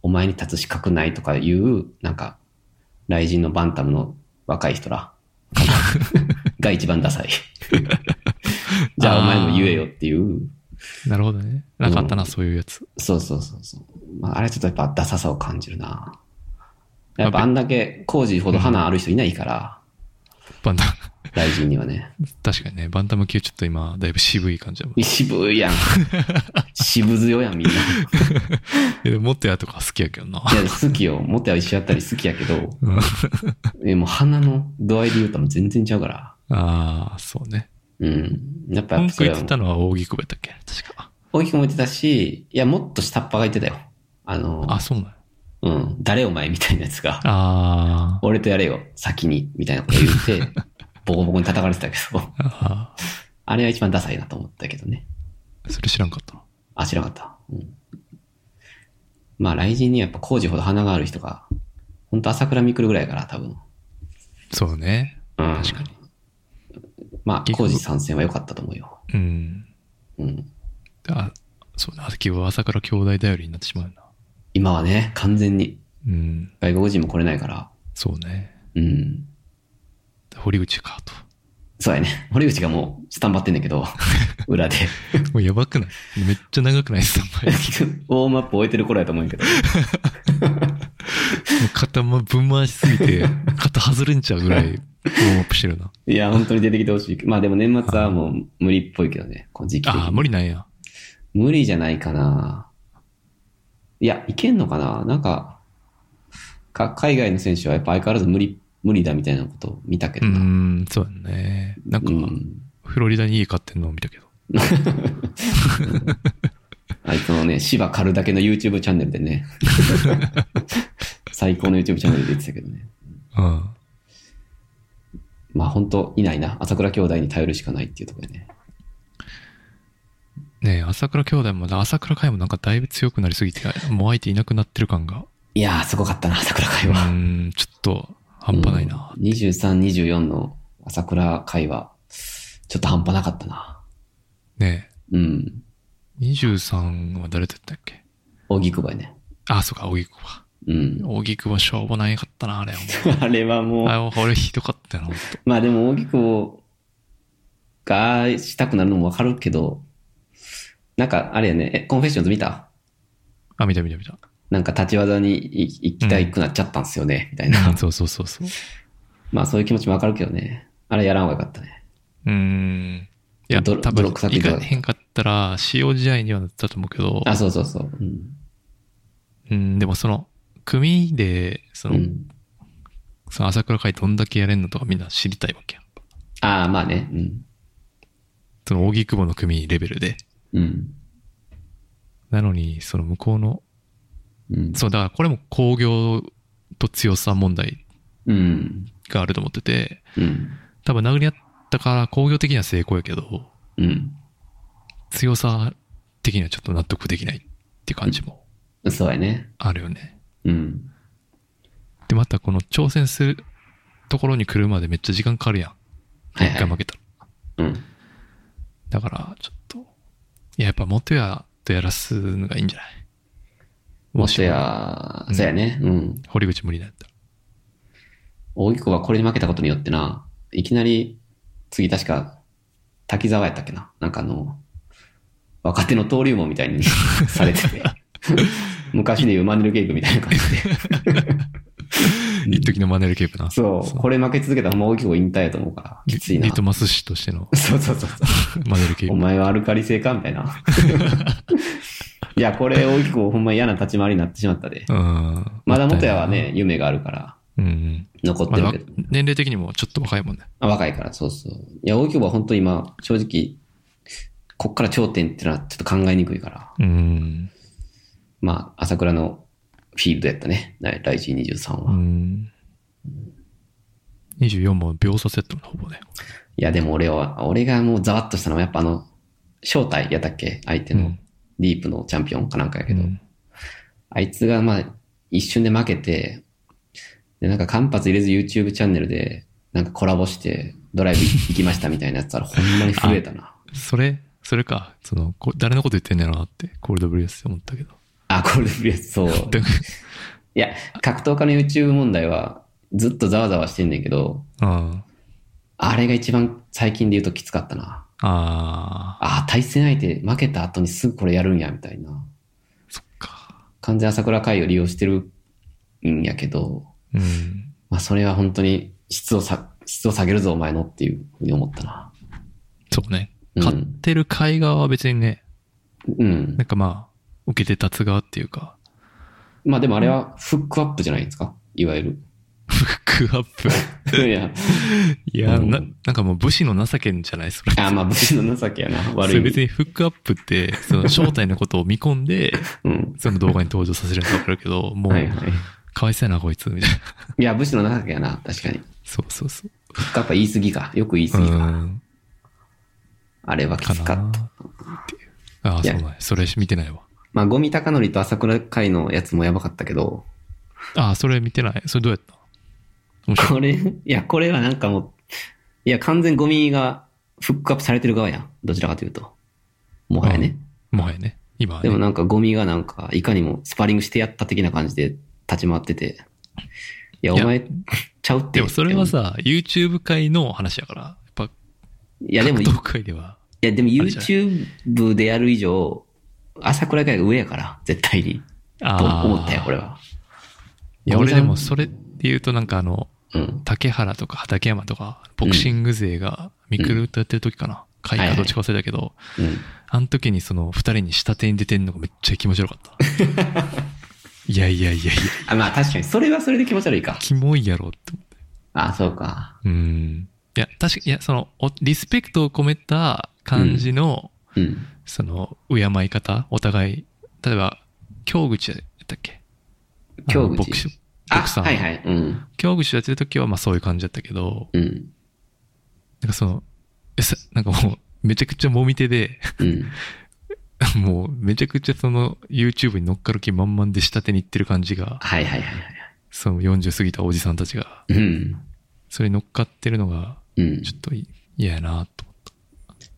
Speaker 4: お前に立つ資格ないとかいう、なんか、雷神のバンタムの若い人 ら、が一番ダサい。 じゃあお前も言えよっていう、
Speaker 2: なるほどね。なかったな、
Speaker 4: うん
Speaker 2: そういうやつ。
Speaker 4: そうそうそうそう。まあ、あれちょっとやっぱダサさを感じるな。やっぱあんだけ工事ほど花ある人いないから、
Speaker 2: バンタム、
Speaker 4: 雷神にはね。
Speaker 2: 確かにね、バンタム級ちょっと今、だいぶ渋い感じだもんね
Speaker 4: 渋い やん。渋強やんみんな。
Speaker 2: いやでも、モテヤとか好きやけどな。
Speaker 4: いや、好きよ。もては一緒やったり好きやけど、えもう鼻の度合いで言うともう全然ちゃうから。
Speaker 2: ああ、そうね。
Speaker 4: うん。やっぱ、
Speaker 2: 文
Speaker 4: そ
Speaker 2: 句
Speaker 4: れ
Speaker 2: 言
Speaker 4: は
Speaker 2: ってたのは大木久保やったっけ確か。
Speaker 4: 大きくも言ってたし、いや、もっと下っ端が言ってたよ。あの、
Speaker 2: あ、そうなんや
Speaker 4: うん。誰お前みたいなやつが、
Speaker 2: あー
Speaker 4: 俺とやれよ、先に、みたいなこと言 って、ボコボコに叩かれてたけど、
Speaker 2: あ
Speaker 4: あれは一番ダサいなと思ったけどね。
Speaker 2: ー。それ知らんかったな。
Speaker 4: あ、知らなかった。うん。まあ、雷神にはやっぱ工事ほど鼻がある人が、ほんと朝倉未来ぐらいから、多分。
Speaker 2: そうね。
Speaker 4: うん。
Speaker 2: 確かに。
Speaker 4: まあ、
Speaker 2: 結
Speaker 4: 工
Speaker 2: 局
Speaker 4: 事参戦は良かったと思うよ。
Speaker 2: うん。
Speaker 4: うん。
Speaker 2: あ、そうね。あきは朝から兄弟頼りになってしまうな。
Speaker 4: 今はね、完全に
Speaker 2: うん。
Speaker 4: 外国人も来れないから、
Speaker 2: そうね。
Speaker 4: うん。
Speaker 2: 堀口かと。
Speaker 4: そうやね。 堀口がもうスタンバってんだけ ど、裏で。
Speaker 2: もうやばくないめっちゃ長くないです、お前。も
Speaker 4: ウォームアップ終えてる頃やと思うんやけど。
Speaker 2: う肩もぶん回しすぎ て、肩外れんちゃうぐらい、ウォームアップしてるな。
Speaker 4: いや、本当に出てきてほしい。まあでも年末はもう無理っぽいけどね、こう時期的
Speaker 2: ああ、
Speaker 4: に
Speaker 2: 無理なんや。
Speaker 4: 無理じゃないかな。いや、いけんのかななんか、か海外の選手はやっぱ相変わらず無理、無理だみたいなことを見たけ
Speaker 2: う
Speaker 4: どな。
Speaker 2: ん、そうだね。なんか
Speaker 4: う、ん
Speaker 2: フロリダに家買ってんのを見たけど。
Speaker 4: あいつのね、芝刈るだけの YouTube チャンネル でね。最高の YouTube チャンネルで言ってたけどね。
Speaker 2: うん。
Speaker 4: まあ本当いないな。朝倉兄弟に頼るしかないっていうところでね。
Speaker 2: ねえ、朝倉兄弟も、朝倉海もなんかだいぶ強くなりすぎて、もう相手いなくなってる感が、
Speaker 4: いやー、すごかったな、朝倉
Speaker 2: う
Speaker 4: 会は。
Speaker 2: ーん、ちょっと 半端ないな。
Speaker 4: うん。23、24の朝倉会は、ちょっと半端なかったな。
Speaker 2: ね
Speaker 4: うん。
Speaker 2: え、23は誰とやったっけ
Speaker 4: 大木久保やね。
Speaker 2: あ、そうか、大木久保。
Speaker 4: うん。
Speaker 2: 大木久保しょうもないかったな、あれ。
Speaker 4: あれはもう、
Speaker 2: あれ、俺ひどかったよな、ほんと
Speaker 4: まあでも大木久保がしたくなるのもわかるけど、なんかあれやね、え、コンフェッションズ見た
Speaker 2: あ、見た見た見た。
Speaker 4: なんか立ち技に行行きたいくなっちゃったんすよね、みた いな。
Speaker 2: そうそうそうそう。
Speaker 4: まあそういう気持ちもわかるけどね。あれやらん方がよかったね。
Speaker 2: うーん。いや、
Speaker 4: ドロ
Speaker 2: 多
Speaker 4: ド
Speaker 2: 分
Speaker 4: ロ臭、く
Speaker 2: い
Speaker 4: 言う
Speaker 2: か
Speaker 4: と
Speaker 2: へんかったら、使用試合にはなったと思うけど、
Speaker 4: あ、そうそうそう。うん。
Speaker 2: うん、でもその、組で、そうの、
Speaker 4: ん、
Speaker 2: その朝倉海どんだけやれんのとかみんな知りたいわけやん。
Speaker 4: ああ、まあね。うん。
Speaker 2: その、大木久保の組レベルで。
Speaker 4: うん。
Speaker 2: なのに、その向こうの、
Speaker 4: うん。
Speaker 2: そう、だからこれも工業と強さ問題
Speaker 4: うん。
Speaker 2: があると思ってて、
Speaker 4: うん。
Speaker 2: 多分殴り合ったから工業的には成功やけど、
Speaker 4: うん。
Speaker 2: 強さ的にはちょっと納得できないって感じも
Speaker 4: そうやね。
Speaker 2: あるよね。
Speaker 4: うん。
Speaker 2: で、またこの挑戦するところに来るまでめっちゃ時間かかるやん。
Speaker 4: は
Speaker 2: 一
Speaker 4: いは
Speaker 2: 回
Speaker 4: い。
Speaker 2: 負けたら。
Speaker 4: うん。
Speaker 2: だから、ちょっと、いや、やっぱ元やとやらすのがいいんじゃない
Speaker 4: も
Speaker 2: も
Speaker 4: し
Speaker 2: し
Speaker 4: や、
Speaker 2: うん
Speaker 4: そうやね。うん。
Speaker 2: 堀口無理だったら。
Speaker 4: 大木子はこれに負けたことによってな、いきなり、次確か、滝沢やったっけななんかあの、若手の登竜門みたいに されてて、昔でいうマネルケープみたいな感じで。
Speaker 2: 一時のマネルケープな。
Speaker 4: そう、これ負け続けたらもう大木子引退やと思うから、
Speaker 2: リ
Speaker 4: きついな
Speaker 2: リ。トマス紙としての
Speaker 4: そうそうそうそ
Speaker 2: マネルケー
Speaker 4: う。
Speaker 2: プ
Speaker 4: お。前はアルカリ性かみたいな。いや、これ大木子ほんま嫌な立ち回りになってしまったで。
Speaker 2: うん
Speaker 4: まだ元やはね、、夢があるから、
Speaker 2: うん。
Speaker 4: 残って
Speaker 2: ま
Speaker 4: る
Speaker 2: だ
Speaker 4: けど。
Speaker 2: 年齢的にもちょっと若いもんね。
Speaker 4: あ若いから、そうそう。いや、大規模は本当に今、正直、こっから頂点ってのはちょっと考えにくいから。
Speaker 2: うん。
Speaker 4: まあ、朝倉のフィールドやったね。来来週23
Speaker 2: う
Speaker 4: は。い
Speaker 2: ん。24も秒差セットのほぼね。
Speaker 4: や、でも俺は、俺がもうざわっとしたのはやっぱあの、正体やったっけ相手
Speaker 2: う
Speaker 4: の
Speaker 2: ん、
Speaker 4: ディープのチャンピオンかなんかやけ
Speaker 2: う
Speaker 4: ど。
Speaker 2: ん
Speaker 4: あいつがまあ、一瞬で負けて、で、なんか間髪入れず YouTube チャンネルで、なんかコラボして、ドライブ行きましたみたいな やつからほんまに震えたな。
Speaker 2: それ、それか、その、こ誰のこと言ってんねやろなって、コールドブリュースって思ったけど。
Speaker 4: あ、これフレス、そう。
Speaker 2: で
Speaker 4: いや、格闘家の YouTube 問題はずっとざわざわしてんねんけど、
Speaker 2: うん。
Speaker 4: あれが一番最近で言うときつかったな。
Speaker 2: あ
Speaker 4: ああ、対戦相手負けた後にすぐこれやるんや、みたいな。
Speaker 2: ー、そっか。
Speaker 4: 完全朝倉会を利用してるんやけど、
Speaker 2: うん。
Speaker 4: まあそれは本当に質をさ、質を下げるぞ、お前のっていうふうに思ったな。
Speaker 2: そうね。
Speaker 4: うん
Speaker 2: 買ってる買い側は別にね、
Speaker 4: うん
Speaker 2: な。んかまあ、受けて立つ側っていうか、
Speaker 4: まあでもあれはフックアップじゃないですか。いわゆる。
Speaker 2: フックアッ プ。
Speaker 4: いや、
Speaker 2: いや、
Speaker 4: うん
Speaker 2: な、なんかもう武士の情けんじゃないそれ。
Speaker 4: あーまあ武士の情けやな。
Speaker 2: そ
Speaker 4: 悪
Speaker 2: れ
Speaker 4: い。
Speaker 2: 別にフックアップって、そ の正体のことを見込んで、
Speaker 4: うん。
Speaker 2: その動画に登場させるんだからけど、もう、
Speaker 4: はいはい。
Speaker 2: かわいそうやな、こいつ、みたいな。
Speaker 4: いや、武士の情けやな。確かに。
Speaker 2: そうそうそう。
Speaker 4: フックアップは言い過ぎか。よく言い過
Speaker 2: う
Speaker 4: ぎか。
Speaker 2: ん。
Speaker 4: あれはき
Speaker 2: か
Speaker 4: つ
Speaker 2: な
Speaker 4: かった。
Speaker 2: っていうああ、
Speaker 4: い
Speaker 2: そ
Speaker 4: や
Speaker 2: うなんやそれ見てないわ。
Speaker 4: まあ、ゴミ高則と朝倉海のやつもやばかったけど、
Speaker 2: ああ、それ見てない。それどうやった 面白い。
Speaker 4: これ、いや、これはなんかもう、いや、完全ゴミがフックアップされてる側やん。どちらかというと。もはやね。
Speaker 2: もはやね。今は
Speaker 4: でも
Speaker 2: ね。
Speaker 4: なんかゴミがなんか、いかにもスパーリングしてやった的な感じで立ち回ってて、いや、お
Speaker 2: いや
Speaker 4: 前、ちゃうって。
Speaker 2: でもそれは、さ、YouTube 界の話やから、やっぱ、
Speaker 4: いや、でも、い
Speaker 2: 格闘界では。
Speaker 4: や、でも
Speaker 2: あれじゃない
Speaker 4: YouTube でやる以上、朝倉海が上やから、絶対に。と
Speaker 2: ああ、
Speaker 4: 思ったよ、俺は。
Speaker 2: いや、俺でもそれで言うとなんかあの、
Speaker 4: うん。
Speaker 2: 竹原とか畠山とか、ボクシング勢がミクルーとやってる時かな。会
Speaker 4: はい
Speaker 2: か
Speaker 4: はい
Speaker 2: どっちか忘れたけど、
Speaker 4: うん。
Speaker 2: あの時にその二人に下手に出てんのがめっちゃ気持ちよかった。 いやいやいやいや、
Speaker 4: あ、まあ確かに、それはそれで気持ち悪いか。
Speaker 2: キモいやろって思って。
Speaker 4: あ、そうか。
Speaker 2: うん。いや、確かいや、その、おリスペクトを込めた感じの、
Speaker 4: うん。
Speaker 2: その、敬い方、お互い、例えば、京口やったっけ
Speaker 4: 京
Speaker 2: あ
Speaker 4: 口
Speaker 2: のボクシボ
Speaker 4: あ、
Speaker 2: クサーの
Speaker 4: はいはい。うん。
Speaker 2: 京口やってる時は、まあそういう感じだったけど、
Speaker 4: うん。
Speaker 2: なんかその、えさなんかもう、めちゃくちゃもみ手で、
Speaker 4: うん。
Speaker 2: もう、めちゃくちゃその、YouTube に乗っかる気満々で下手に行ってる感じが、
Speaker 4: はいはいはいはい。
Speaker 2: その40過ぎたおじさんたちが、
Speaker 4: うん。
Speaker 2: それに乗っかってるのが、
Speaker 4: うん
Speaker 2: ち。ょっとい嫌やなと思った。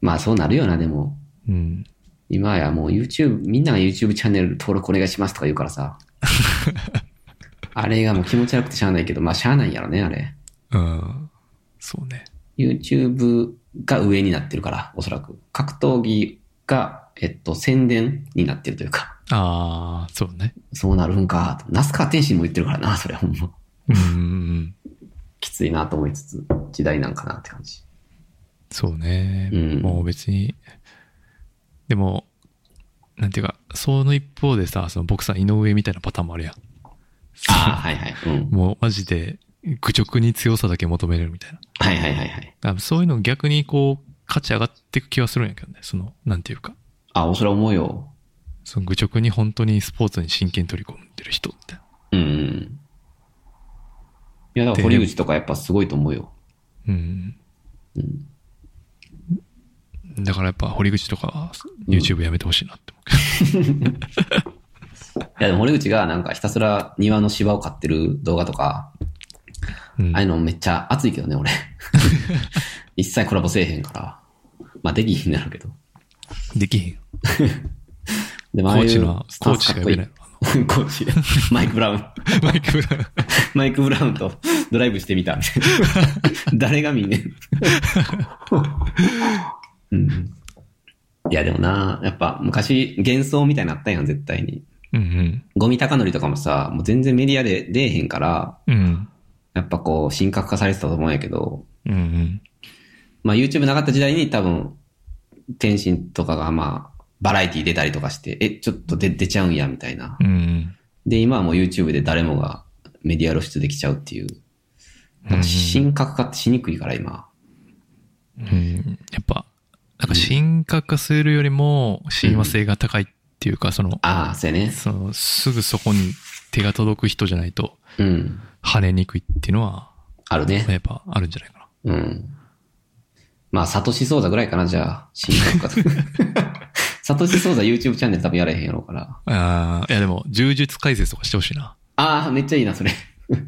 Speaker 4: まあそうなるよな、でも。
Speaker 2: うん。
Speaker 4: 今やもう YouTube、みんなが YouTube チャンネル登録お願いしますとか言うからさ。あれがもう気持ち悪くてしゃあないけど、まあしゃあないんやろね、あれ。
Speaker 2: うん。そうね。
Speaker 4: YouTube が上になってるから、おそらく。格闘技が、えっと、宣伝になってるというか、
Speaker 2: ああ、そうね。
Speaker 4: そうなるんかと。ナスカ天心も言ってるからな、それほんま。
Speaker 2: うん。
Speaker 4: きついなと思いつつ、時代なんかなって感じ。
Speaker 2: そうね。
Speaker 4: うん
Speaker 2: もう別に。でも、なんていうか、その一方でさ、その僕さん井上みたいなパターンもあるやん。
Speaker 4: ああ、 はいはい。うん。
Speaker 2: もうマジで、愚直に強さだけ求めれるみたいな。
Speaker 4: はいはいはいはい。
Speaker 2: あそういうの逆にこう、価値上がっていく気はするんやけどね。その、なんていうか。
Speaker 4: あ、おそら思うよ。
Speaker 2: その愚直に本当にスポーツに真剣に取り込んでる人って。
Speaker 4: うんうん。いや、だから堀口とかやっぱすごいと思うよ。
Speaker 2: うん。
Speaker 4: うん。
Speaker 2: だからやっぱ堀口とかは YouTube やめてほしいなって思うけ
Speaker 4: いや、でも堀口がなんかひたすら庭の芝を飼ってる動画とか、
Speaker 2: ど。うん
Speaker 4: ああいうのめっちゃ熱いけど ね、俺。一切コラボせえへんから。まあ、できひんなるけど。
Speaker 2: できへん。
Speaker 4: でも
Speaker 2: コ
Speaker 4: ああい
Speaker 2: ー
Speaker 4: う
Speaker 2: チの、
Speaker 4: ス
Speaker 2: コ
Speaker 4: タ
Speaker 2: ー
Speaker 4: ン
Speaker 2: チ
Speaker 4: ス
Speaker 2: し
Speaker 4: か
Speaker 2: か
Speaker 4: っ
Speaker 2: 呼
Speaker 4: こい
Speaker 2: べ
Speaker 4: い
Speaker 2: ない。。
Speaker 4: コーチ。マイク・ブラ ウン。
Speaker 2: マイク・ブラウン。
Speaker 4: マイク・ブラウンとドライブし てみた。誰が見んねん。うんいや、でもな、やっぱ昔幻想みたいになったやん、絶対に。
Speaker 2: うん
Speaker 4: ゴミ高則とかもさ、もう全然メディアで出えへんから、
Speaker 2: うん。うん。
Speaker 4: やっぱこう、神格化されてたと思うんやけど、
Speaker 2: うんうん。
Speaker 4: まあ YouTube なかった時代に多分、天心とかがまあ、バラエティ出たりとかして、え、ちょっと出、出ちゃうんや、みたいな。
Speaker 2: うん
Speaker 4: で、今はもう YouTube で誰もがメディア露出できちゃうっていう。なんか神格化ってしにくいから、今。
Speaker 2: うん。うん。やっぱ、なんか神格化するよりも、親和性が高いっていうか、その、
Speaker 4: ああ、そうやね。
Speaker 2: その、すぐそこに手が届く人じゃないと、
Speaker 4: うん。
Speaker 2: 跳ねにくいっていうのは、
Speaker 4: あるね。
Speaker 2: やっぱあるんじゃないかな。
Speaker 4: うん。まあ、サトシソーザぐらいかな、じゃあ。神格化と。 サトシソーザ YouTube チャンネル多分やれへんやろうから。
Speaker 2: ああ、いやでも、柔術解説とかしてほしいな。
Speaker 4: ああ、めっちゃいいな、それ。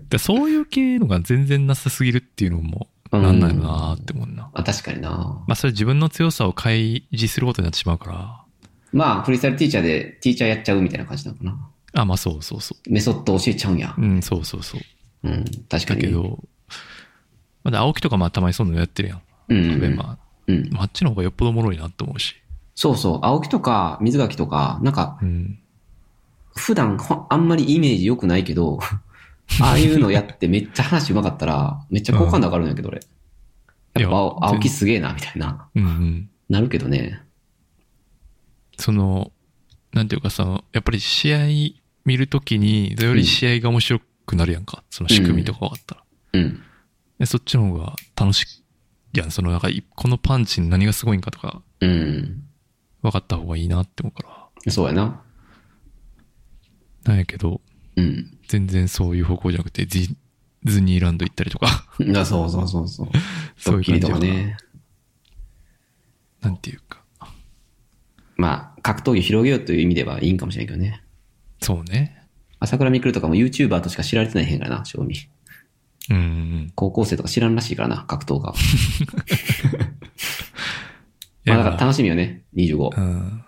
Speaker 2: でそういう系のが全然なさすぎるっていうのも、
Speaker 4: うん
Speaker 2: なんないよなーって思うな。
Speaker 4: あ、確かにな。
Speaker 2: まあそれ自分の強さを開示することになってしまうから、
Speaker 4: まあ、フリースタイルティーチャーで、ティーチャーやっちゃうみたいな感じなのかな。
Speaker 2: あ、まあそうそうそ
Speaker 4: メソッド教えちゃうんや
Speaker 2: う。。うん、そうそうそう。
Speaker 4: うん、確か
Speaker 2: だ
Speaker 4: に。
Speaker 2: けど、まだ青木とかまあたまにそういうのやってるやん。
Speaker 4: うんうんうん
Speaker 2: アベマ
Speaker 4: うん。
Speaker 2: まああっちの方がよっぽどおもろいなと思うし。
Speaker 4: そうそう、青木とか水垣とか、なんか、
Speaker 2: うん。
Speaker 4: 普段ほあんまりイメージ良くないけ ど、ああいうのやってめっちゃ話上手かったら、めっちゃ好感度上がるんやけど、俺。
Speaker 2: い
Speaker 4: や
Speaker 2: や
Speaker 4: っぱ青青木すげえな、みたいな。
Speaker 2: うんうん。
Speaker 4: なるけどね。
Speaker 2: その、なんていうかその、やっぱり試合見るときに、それより試合が面白くなるやんか。その仕組みとか分かったら。
Speaker 4: うん。
Speaker 2: でそっちの方が楽しいやん。そのなんか、いこのパンチに何がすごいんかとか
Speaker 4: うん。
Speaker 2: 分かった方がいいなって思うから。
Speaker 4: そうやな。
Speaker 2: なんやけど、
Speaker 4: うん。
Speaker 2: 全然そういう方向じゃなくて、ディディズニーランド行ったりとか、
Speaker 4: いやそうそうそうそう。
Speaker 2: そ
Speaker 4: ド
Speaker 2: うい
Speaker 4: ッ
Speaker 2: う感
Speaker 4: キリ
Speaker 2: じ
Speaker 4: と
Speaker 2: や
Speaker 4: か
Speaker 2: から
Speaker 4: ね。
Speaker 2: なんていうか。
Speaker 4: まあ、格闘技広げようという意味ではいいんかもしれんけどね。
Speaker 2: そうね。
Speaker 4: 朝倉未来とかも YouTuber としか知られてないへんからな、正味。
Speaker 2: うんうん。
Speaker 4: 高校生とか知らんらしいからな、格闘家。
Speaker 2: いや
Speaker 4: まあ、だから楽しみよね、
Speaker 2: う
Speaker 4: 25。
Speaker 2: ん。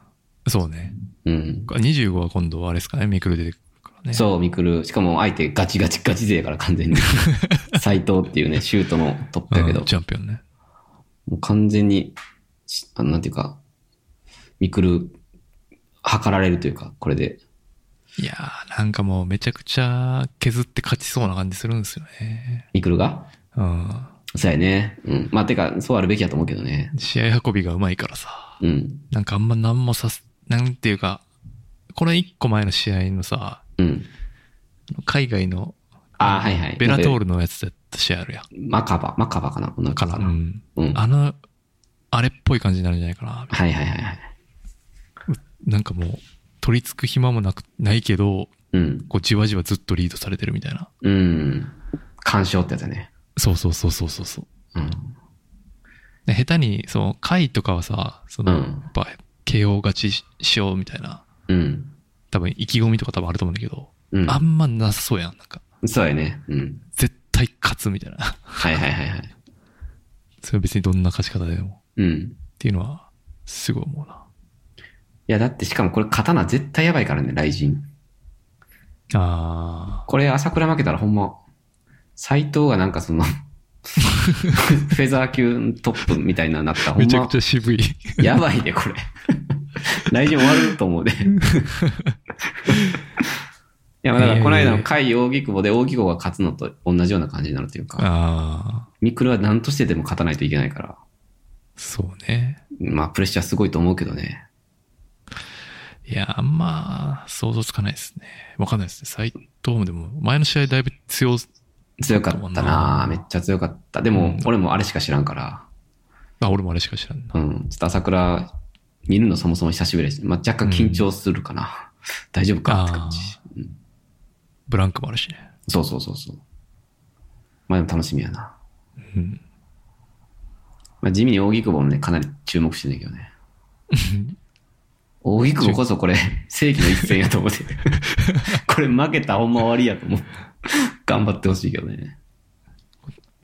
Speaker 2: そうね。
Speaker 4: うん。
Speaker 2: 25は今度はあれですかね、ミクル出てくるからね。う。
Speaker 4: そう、ミクル。しかも相手ガチガチガチ勢やから 完全に。斎藤っていうね、シュートのトップやけど
Speaker 2: ん、、チャンピオンね。
Speaker 4: もう完全に、しあの、なんていうか、ミクル、測られるというか、これで。
Speaker 2: いやー、なんかもうめちゃくちゃ削って勝ちそうな感じするんですよね。
Speaker 4: ミクルが
Speaker 2: うん。
Speaker 4: そうやね。うん。まあ、てか、そうあるべきだと思うけどね。
Speaker 2: 試合運びがうまいからさ。
Speaker 4: うん。
Speaker 2: なんかあんま何もさす、なんていうか、この一個前の試合のさ、
Speaker 4: うん。
Speaker 2: 海外の
Speaker 4: あーはいはい。
Speaker 2: ベラトールのやつだった試合あるやん。
Speaker 4: マカバ、マカバかなこんな
Speaker 2: か
Speaker 4: 感じ
Speaker 2: ら、
Speaker 4: か
Speaker 2: う
Speaker 4: な。
Speaker 2: ん。
Speaker 4: うん。は
Speaker 2: あの、あれっぽい感じになるんじゃないかな。
Speaker 4: いはいはいはい。
Speaker 2: なんかもう、取り付く暇もなく、ないけど、
Speaker 4: うん。
Speaker 2: こうじわじわずっとリードされてるみたいな。
Speaker 4: うん。干渉ってやつだね。
Speaker 2: そうそうそうそうそうそう。
Speaker 4: うん。
Speaker 2: で下手に、その、回とかはさ、その、
Speaker 4: うん
Speaker 2: やっぱ、KO 勝ちししようみたいな、
Speaker 4: うん。
Speaker 2: 多分意気込みとか多分あると思うんだけど、
Speaker 4: うん。
Speaker 2: あんまなさそうやん。なんか、
Speaker 4: そうやね。うん。
Speaker 2: 絶対勝つみたいな。
Speaker 4: はいはいはいはい。
Speaker 2: それは別にどんな勝ち方でも。
Speaker 4: うん。
Speaker 2: っていうのは、すごい思うな。
Speaker 4: いや、だってしかもこれ刀絶対やばいからね、雷神。
Speaker 2: あ
Speaker 4: これ朝倉負けたらほんま、斎藤がなん かその、フェザー級トップみたいなのになったら
Speaker 2: あ、
Speaker 4: ほん
Speaker 2: めちゃ
Speaker 4: ま
Speaker 2: くち、ゃ渋い。
Speaker 4: やばいで、これ。雷神終わる と思うで。いや、まあだからこの間の甲斐大木久保で大木久保が勝つのと同じような感じになるというか、
Speaker 2: ああ、
Speaker 4: ミクルは何としてでも勝たないといけないから、
Speaker 2: そうね。
Speaker 4: まあプレッシャーすごいと思うけどね。
Speaker 2: いや、あんま、想像つかないですね。わかんないですね。斎藤もでも、前の試合だいぶ強、
Speaker 4: 強かったなめっちゃ強かった。で
Speaker 2: うん
Speaker 4: も、俺もあれしか知らんから、
Speaker 2: あ、俺もあれしか知らんな。
Speaker 4: うん、ちょっと朝倉見るのそもそも久しぶりです。まあ、若干緊張するかな。大丈夫かって感じ。うん
Speaker 2: ブランクもあるしね。
Speaker 4: そうそうそうそう。まあでも楽しみやな。
Speaker 2: うん。
Speaker 4: まあ、地味に大木久保もね、かなり注目してんだけど ね。大木久保こそこれ、正規の一戦やと 思って。これ負けたらほんま終わりやと思う。頑張ってほしいけどね。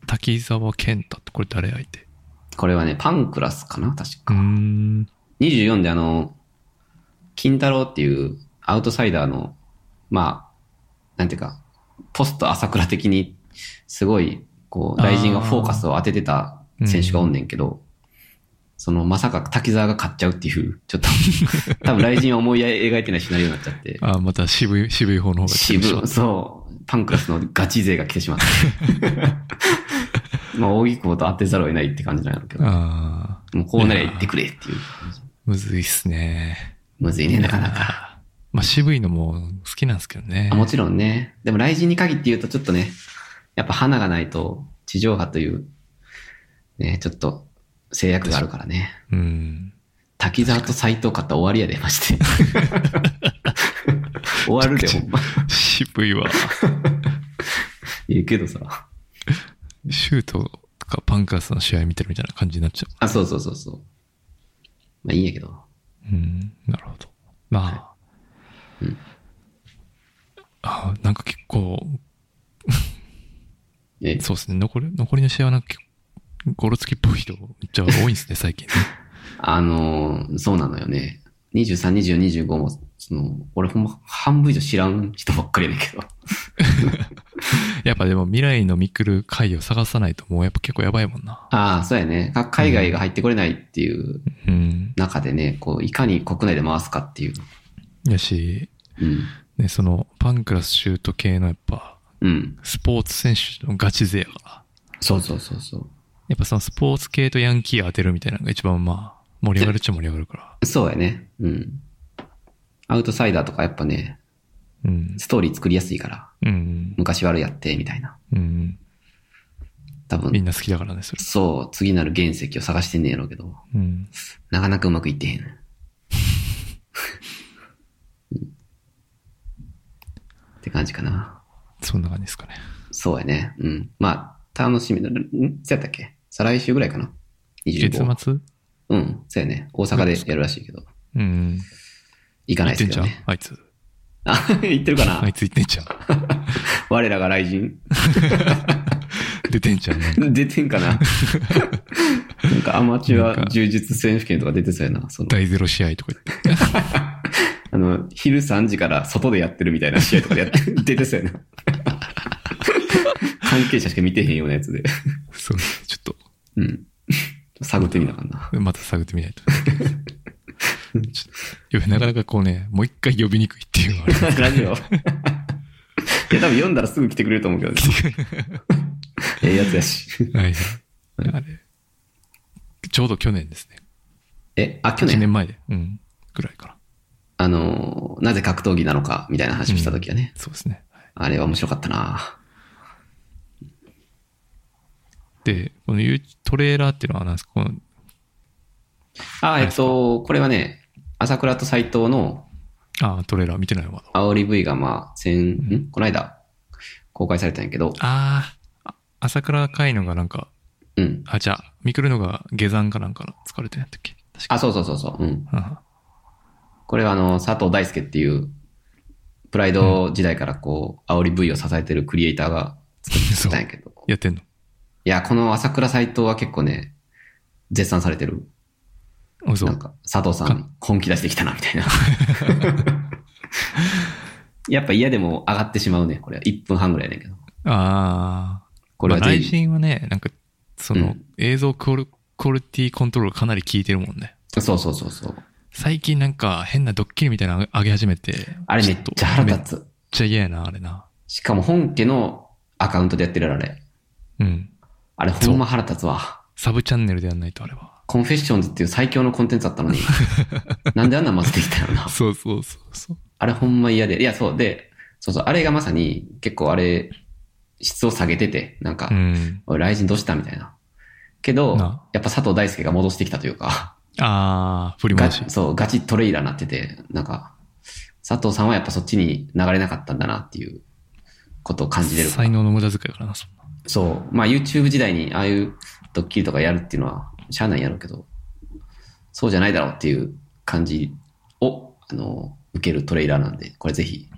Speaker 2: 滝沢健太ってこれ誰相手
Speaker 4: これはね、パンクラスかな確
Speaker 2: うー
Speaker 4: か。
Speaker 2: ん。
Speaker 4: 24であの、金太郎っていうアウトサイダーの、まあ、なんていうか、ポスト朝倉的に、すごい、こう、大臣がフォーカスを当ててた選手がおんねんけど、その、まさか滝沢が勝っちゃうっていう、ちょ っと、多分大臣は思い描いてないシナリオになっちゃって、
Speaker 2: あーまた渋い、渋い方の方が強いでしょ
Speaker 4: 渋、そう、パンクラスのガチ勢が来てし まった。まあ、大木久保と当てざるを得ないって感じなんやろうけど、
Speaker 2: ああ、
Speaker 4: もうこうなりゃ言ってくれっていう。
Speaker 2: むずいっすね。
Speaker 4: むずいね、なかなか。
Speaker 2: あーまあ渋いのも好きなんですけどね
Speaker 4: あ。もちろんね。でも雷神に限って言うとちょっとね、やっぱ花がないと地上波という、ね、ちょっと制約があるからね。
Speaker 2: うん。
Speaker 4: 滝沢と斎藤勝ったら終わりやで、まして。 終わるで、ほんま。
Speaker 2: 渋いわ。
Speaker 4: 言うけどさ。
Speaker 2: シュートとかパンカースの試合見てるみたいな感じになっちゃ
Speaker 4: あ、そうそうそうそう。まあいいんやけど。
Speaker 2: う。うん。なるほど。まあ。
Speaker 4: うん
Speaker 2: あーなんか結構、
Speaker 4: え
Speaker 2: そうですね。残り、残りの試合はなんか結構、ゴロつきっぽい人、めっちゃ多いんですね、最近ね。
Speaker 4: あのーそうなのよね。23、24、25も、その、俺ほんま半分以上知らん人ばっかりやねんけど。
Speaker 2: やっぱでも未来のミクル会を探さないともうやっぱ結構やばいもんな。
Speaker 4: ああ、そうやね。か海外が入ってこれないっていう
Speaker 2: うん。
Speaker 4: 中でね、こう、いかに国内で回すかっていう。
Speaker 2: やし、
Speaker 4: うん。
Speaker 2: ね、そのパンクラスシュート系のやっぱ
Speaker 4: うん。
Speaker 2: スポーツ選手のガチ勢やから。
Speaker 4: そうそうそうそう。
Speaker 2: やっぱそのスポーツ系とヤンキー当てるみたいなのが一番まあ盛り上がるっちゃ盛り上がるから。
Speaker 4: そうやね。うん。アウトサイダーとかやっぱね、
Speaker 2: うん。
Speaker 4: ストーリー作りやすいから、
Speaker 2: うん。
Speaker 4: 昔悪やって、みたいな。
Speaker 2: うん。
Speaker 4: 多
Speaker 2: みん
Speaker 4: 分、
Speaker 2: な好きだからね、それ。
Speaker 4: そう、次なる原石を探してんねやろうけど、
Speaker 2: うん。
Speaker 4: なかなかうまくいってへん。 うんって感じかな。
Speaker 2: そんな感じですかね。
Speaker 4: そうやね。うん。まあ、楽しみだ。んそうやったっけ再来週ぐらいかな。
Speaker 2: 月
Speaker 4: 25。
Speaker 2: 末
Speaker 4: うん。そうやね。大阪でやるらしいけど。
Speaker 2: うん。
Speaker 4: 行かない
Speaker 2: 行って
Speaker 4: です
Speaker 2: んじ
Speaker 4: けど
Speaker 2: ゃん
Speaker 4: ね。
Speaker 2: あいつ。
Speaker 4: あ、行ってるかな
Speaker 2: あいつ行ってんじゃん。
Speaker 4: 我らが雷神
Speaker 2: 出てん じゃん。なんか
Speaker 4: 出てんかななんかアマチュア柔術選手権とか出てそうやな。その、
Speaker 2: 第ゼロ試合とか言って。
Speaker 4: あの、昼3時から外でやってるみたいな試合とかでや って、出てそうやな。関係者しか見てへんようなやつで。
Speaker 2: そう、ちょっと。
Speaker 4: うん。探ってみなあかんな。
Speaker 2: また探ってみないと。ちょっとやなかなかこうね、もう一回呼びにくいっていうのがある。
Speaker 4: ラ ジオ。いや、多分読んだらすぐ来てくれると思うけど ね。ええやつやし。
Speaker 2: はいはい。あれ。ちょうど去年ですね。
Speaker 4: え、あ、去
Speaker 2: 1
Speaker 4: 年、
Speaker 2: 年前で。うん。ぐらいから。
Speaker 4: あのー、なぜ格闘技なのかみたいな話をした時はね。
Speaker 2: そうですね。
Speaker 4: あれは面白かったな
Speaker 2: で、この You- トレーラーっていうのは何ですかこの
Speaker 4: あ、えっと、これはね、朝倉と斎藤の
Speaker 2: ああ、トレーラー見てないわ。あ
Speaker 4: 煽り V がまあ、先、んこの間、公開されたんやけど、
Speaker 2: あー、あ朝倉海のがなんか、
Speaker 4: うん。
Speaker 2: あ、じゃあ、ミクルのが下山かなんかの疲れてない時。確か
Speaker 4: あ、そうそうそうそう。うん。
Speaker 2: あ
Speaker 4: これはあの、佐藤大輔っていう、プライド時代からこう、煽り V を支えてるクリエイターが
Speaker 2: そう
Speaker 4: 作ったんやけど、
Speaker 2: やってんの
Speaker 4: いや、この朝倉斎藤は結構ね、絶賛されてる。
Speaker 2: あそ
Speaker 4: なん
Speaker 2: う。
Speaker 4: か、佐藤さ
Speaker 2: か
Speaker 4: ん、本気出してきたな、みた いな。やっぱ嫌でも上がってしまうね、これは。1分半ぐらいやねんけど。
Speaker 2: ああ。
Speaker 4: これは
Speaker 2: まあ
Speaker 4: ぜ
Speaker 2: 内
Speaker 4: ひ、
Speaker 2: 心はね、なんか、その、
Speaker 4: うん
Speaker 2: 映像クオリクオリティコントロールかなり効いてるもんね。
Speaker 4: そうそうそうそう。
Speaker 2: 最近なんか変なドッキリみたいなの上げ始めて。
Speaker 4: あれめ
Speaker 2: ょ
Speaker 4: っ
Speaker 2: と
Speaker 4: ちゃ腹
Speaker 2: めっ
Speaker 4: 立つ。
Speaker 2: ちゃ嫌やな、あれな。
Speaker 4: しかも本家のアカウントでやってるやろあれ。
Speaker 2: うん。
Speaker 4: あれほんま腹立つわ。
Speaker 2: サブチャンネルでやんないと、あれは。
Speaker 4: コンフェッションズっていう最強のコンテンツだった のに。なんであんなん混ぜてきたのな。
Speaker 2: そうそうそうそう。
Speaker 4: あれほんま嫌で。いや、そう。で、そうそう。あれがまさに結構あれ、質を下げてて、なんか、
Speaker 2: うん。
Speaker 4: おい、雷神どうしたみたいな。けど
Speaker 2: な、
Speaker 4: やっぱ佐藤大輔が戻してきたというか、
Speaker 2: ああ、振り
Speaker 4: ガ
Speaker 2: 回し
Speaker 4: チ、。そう、ガチトレイラーになってて、なんか、佐藤さんはやっぱそっちに流れなかったんだなっていうことを感じれるから
Speaker 2: 才能の無駄遣いからな、そんな。
Speaker 4: そう。まあ YouTube 時代にああいうドッキリとかやるっていうのは、しゃあないやろうけど、そうじゃないだろうっていう感じを、あの、受けるトレーラーなんで、これぜひ、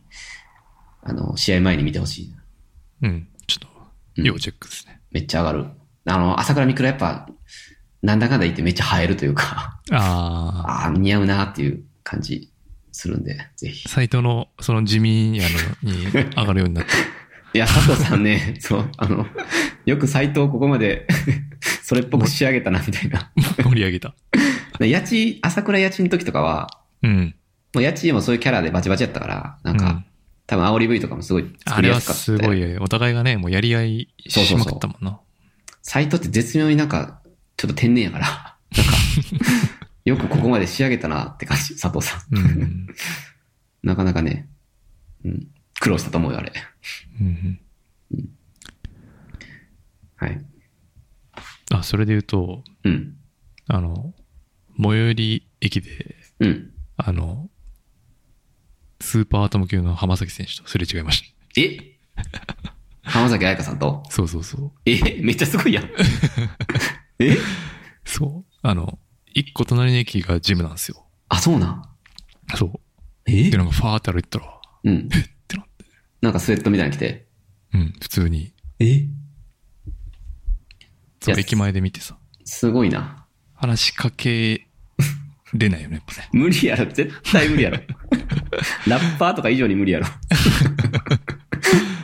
Speaker 4: あの、試合前に見てほしい。
Speaker 2: うん。ちょっと、要チェックですね。
Speaker 4: めっちゃ上がる。あの、朝倉未来やっぱ、なんだかんだ言ってめっちゃ映えるとい うか、
Speaker 2: ああ。
Speaker 4: ああ、似合うなっていう感じするんで、ぜひ。
Speaker 2: サイトの、その地味やのに上がるように なって。
Speaker 4: いや、佐藤さんね、そう、あの、よく斎藤をここまで、 それっぽく仕上げたな、みた いな。
Speaker 2: 盛り上げた。
Speaker 4: で家賃、朝倉家賃の時とかは、
Speaker 2: うん。
Speaker 4: もう家賃もそういうキャラでバチバチやったから、なんか、
Speaker 2: うん
Speaker 4: 多分煽り V とかもすごい
Speaker 2: あ
Speaker 4: 作り
Speaker 2: れ
Speaker 4: や
Speaker 2: は
Speaker 4: すかった。
Speaker 2: すご。い、お互いがね、もうやり合いしまくったもんな。
Speaker 4: サイトって絶妙になんか、ちょっと天然やから、 なんか、よくここまで仕上げたなって感じ、佐藤さん。
Speaker 2: うん。
Speaker 4: なかなかね、うん、苦労したと思うよ、あれ。
Speaker 2: うん。
Speaker 4: はい。
Speaker 2: あ、それで言うと、
Speaker 4: うん。
Speaker 2: あの、最寄り駅で、
Speaker 4: うん。
Speaker 2: あの、スーパーアトム級の浜崎選手とすれ違いまし
Speaker 4: え 浜崎彩香さんと。
Speaker 2: た。そうそうそう。
Speaker 4: えめっちゃすごいやん。 え
Speaker 2: そう。あの、一個隣の駅がジムなんですよ。
Speaker 4: あ、そうなん。
Speaker 2: そう。
Speaker 4: え
Speaker 2: で、なんかファーって歩いてたら、
Speaker 4: うん。
Speaker 2: てなって。
Speaker 4: なんかスウェットみたいなの着て。
Speaker 2: うん、普通に。
Speaker 4: え
Speaker 2: その
Speaker 4: いや
Speaker 2: 駅前で見てさ。
Speaker 4: すごいな。
Speaker 2: 話しかけれないよね、やっぱね。
Speaker 4: 無理やろ、絶対無理 やろ。ラッパーとか以上に無理やろ。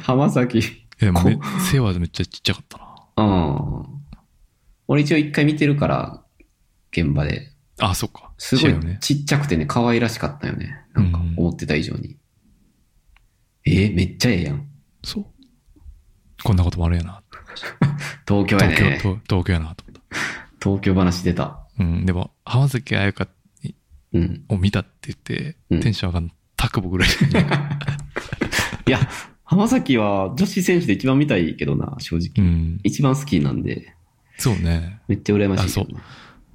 Speaker 4: 浜崎。
Speaker 2: いやでもめ
Speaker 4: こ、
Speaker 2: 背はめっちゃちっちゃかったな。
Speaker 4: うん。俺一応一回見てるから、現場で。
Speaker 2: あ、そっか。
Speaker 4: すご
Speaker 2: 試合
Speaker 4: い
Speaker 2: をね。
Speaker 4: ちっちゃくてね、可愛らしかったよね。なんか
Speaker 2: うん、
Speaker 4: 思ってた以上に。えーめっちゃええやん。
Speaker 2: そう。こんなこともあるやな。
Speaker 4: 東京や
Speaker 2: 東京、
Speaker 4: ね。
Speaker 2: 東東京やなと思っ
Speaker 4: 東京話出た。
Speaker 2: た。うん、でも、浜崎あやか
Speaker 4: うん。
Speaker 2: を見たって言って、
Speaker 4: うん
Speaker 2: テンション上がん、タクボ ぐらい。
Speaker 4: いや、浜崎は女子選手で一番見たいけどな、正直。
Speaker 2: うん。
Speaker 4: 一番好きなんで、
Speaker 2: そうね。
Speaker 4: めっちゃ羨ましいけどね、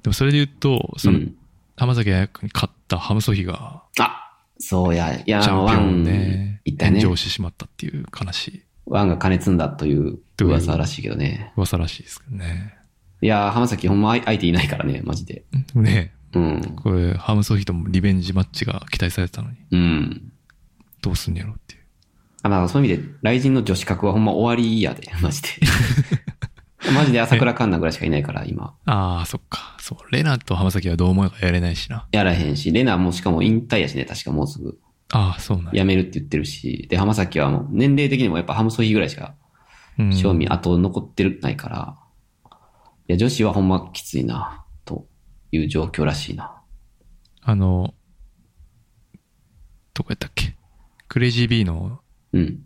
Speaker 2: でもそれで言うと、そうの、
Speaker 4: ん。
Speaker 2: 浜崎あやかに勝ったハムソヒが、
Speaker 4: あ、そうや、いや、
Speaker 2: チャンピオンで
Speaker 4: ワン行った
Speaker 2: 炎
Speaker 4: ね。
Speaker 2: 上してしまったっていう悲しい
Speaker 4: ワンが金積んだという噂らしいけどね。
Speaker 2: 噂らしいですけどね。
Speaker 4: いやー、浜崎ほんま相相手いないからね、マジで。
Speaker 2: ね
Speaker 4: うん。
Speaker 2: これ、ハムソヒともリベンジマッチが期待されてたのに、
Speaker 4: うん。
Speaker 2: どうすんやろうっていう。
Speaker 4: あ、まあ、そういう意味で、雷神の女子格はほんま終わりやで、マ ジで。マジで朝倉環奈ぐらいしかいないから、今。
Speaker 2: ああ、そっか。そう。レナと浜崎はどう思えばやれないしな。
Speaker 4: やらへんし、レナもしかも引退やしね、確かもうすぐ。
Speaker 2: ああ、そうなんや。
Speaker 4: 辞めるって言ってるし、で、浜崎はもう、年齢的にもやっぱハムソヒぐらいしか、
Speaker 2: うん
Speaker 4: 賞味あと残ってるないから、いや、女子はほんまきついな、という状況らしいな。
Speaker 2: あの、どこやったっけクレイジー B の
Speaker 4: うん。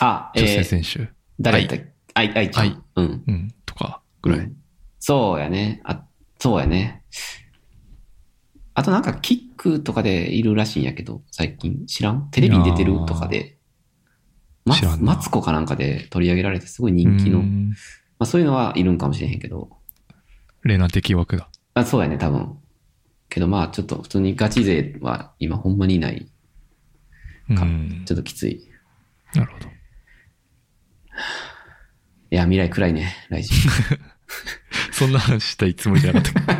Speaker 4: あ、え
Speaker 2: 女性
Speaker 4: ー、
Speaker 2: 選手。
Speaker 4: 誰やったっけあい、あいちゃん。
Speaker 2: あい
Speaker 4: うん。
Speaker 2: うん、とか。
Speaker 4: ぐらい。そうやね。あ、そうやね。あとなんかキックとかでいるらしいんやけど、最近知らんテレビに出てるとかで。マ
Speaker 2: 知ら
Speaker 4: ツ
Speaker 2: んな
Speaker 4: マツコかなんかで取り上げられてすごい人気の。
Speaker 2: う
Speaker 4: ま
Speaker 2: ん
Speaker 4: あそういうのはいるんかもしれへんけど。
Speaker 2: レナ的枠だ。
Speaker 4: あ、そうやね、多分。けどまあちょっと普通にガチ勢は今ほんまにいない。
Speaker 2: う
Speaker 4: か
Speaker 2: ん
Speaker 4: ち。ょっときつい。
Speaker 2: なるほど。
Speaker 4: いや、未来暗いね、来週。
Speaker 2: そんな話したいつもりじゃなか った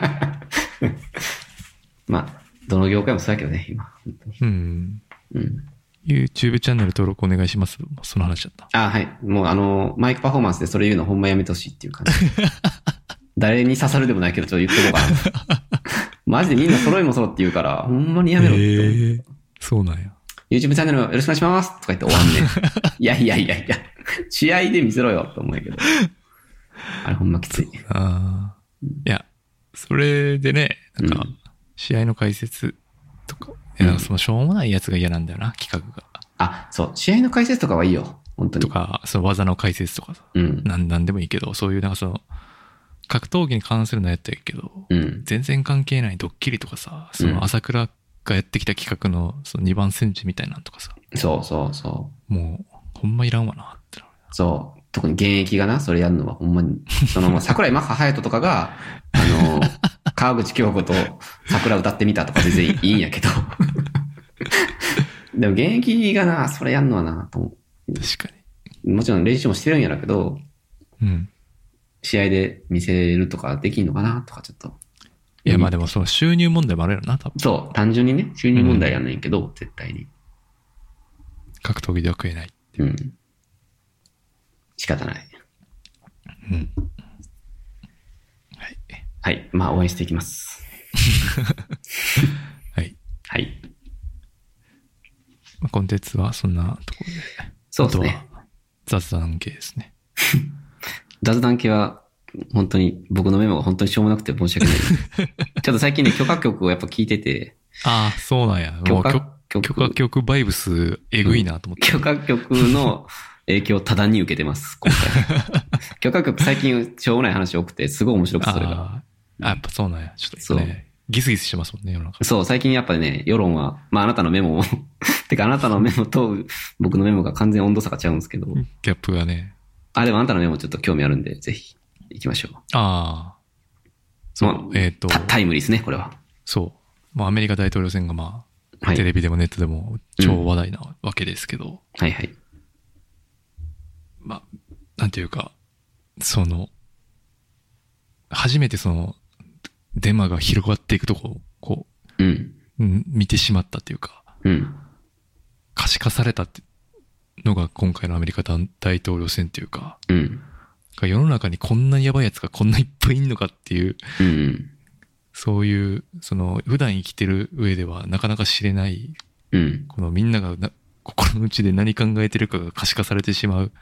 Speaker 2: けど。
Speaker 4: まあ、どの業界もそうやけどね、今。本当に
Speaker 2: うん。
Speaker 4: うん。
Speaker 2: YouTube チャンネル登録お願いします。その話だった。
Speaker 4: あ、はい。もうあの、マイクパフォーマンスでそれ言うのほんまやめてほしいっていう 感じ。誰に刺さるでもないけど、ちょっと言ってこう かな。マジでみんな揃いも揃って言うから、ほんまにやめろって思う、
Speaker 2: ええそうなんや。
Speaker 4: YouTube チャンネルよろしくお願いしますとか言って終わんね ん。いやいやいやいや、試合で見せろよと思うけど。あれほんまきつい。
Speaker 2: ああ。いや、それでね、なんか
Speaker 4: うん、
Speaker 2: 試合の解説とか、いや、なんかそのしょうもないやつが嫌なんだよな、企画が。
Speaker 4: あ、そう、試合の解説とかはいいよ。本当
Speaker 2: と
Speaker 4: に。
Speaker 2: か、その技の解説とかさ、
Speaker 4: うん。
Speaker 2: なんなんでもいいけど、そういうなんかその、格闘技に関するのやったらいいけど、
Speaker 4: うん。
Speaker 2: 全然関係ないドッキリとかさ、そ
Speaker 4: うん
Speaker 2: の朝倉がやってきた企画のその2番センチみたいなんとかさ、
Speaker 4: そうそうそう。
Speaker 2: もう、ほんまいらんわなってなる。
Speaker 4: そう。特に現役がな、それやるのはほんまに。その、桜井マッハ隼人とかが、あ の、川口京子と桜歌ってみたとか全然いいんやけど。 でも現役がな、それやんのはな、と思
Speaker 2: 確か
Speaker 4: うもちろん練習もしてるんやろうけど、
Speaker 2: に。うん。
Speaker 4: 試合で見せるとかできんのかな、とかちょっと。
Speaker 2: いや、まあでもその収入問題もあるよな、多分。
Speaker 4: そう、単純にね、収入問題やんねんけど、絶対に。
Speaker 2: 格闘技では食えない。
Speaker 4: うん。仕方ない。
Speaker 2: うん。はい。
Speaker 4: はい。まあ、応援していきます。
Speaker 2: はい。
Speaker 4: はい。
Speaker 2: まあコンテンツはそんなところで。
Speaker 4: そうですね。
Speaker 2: あとは雑談系ですね。
Speaker 4: 雑談系は、本当に、僕のメモが本当にしょうもなくて申し訳 ない。ちょっと最近ね、許可曲をやっぱ聞いてて、
Speaker 2: ああ、そうなんや。もう
Speaker 4: 許可
Speaker 2: 許
Speaker 4: 曲
Speaker 2: 許可曲バイブス、えぐいなと思って。
Speaker 4: 許可曲の影響を多段に受けてます、今回。 許可曲最近しょうもない話多くて、すごい面白くてそれが。
Speaker 2: ああ、あやっぱそうなんや。ちょっとね、ギスギスしてますもんね、世の中。
Speaker 4: そう、最近やっぱね、世論は、まああなたのメモも、 てかあなたのメモと僕のメモが完全に温度差が違うんですけど、
Speaker 2: ギャップがね。
Speaker 4: あ、でもあなたのメモちょっと興味あるんで、ぜひ行きましょう。
Speaker 2: ああ。そう、
Speaker 4: まあ
Speaker 2: えっ、と、
Speaker 4: タタイムリーですね、これは。
Speaker 2: そう。まあ、アメリカ大統領選がまあ、
Speaker 4: はい
Speaker 2: テレビでもネットでも超話題なわけですけど、
Speaker 4: はいはい。
Speaker 2: まあ、なんていうか、その、初めてその、デマが広がっていくとこを、こ
Speaker 4: うん。
Speaker 2: う、ん見てしまったというか、
Speaker 4: うん。
Speaker 2: 可視化されたってのが今回のアメリカ大大統領選というか、
Speaker 4: うん。
Speaker 2: 世の中にこんなやばいやつがこんないっぱいいんのかっていう、
Speaker 4: うんうん。
Speaker 2: そういう、その、普段生きてる上ではなかなか知れない、
Speaker 4: うん。
Speaker 2: このみんながな心の内で何考えてるかが可視化されてしまう、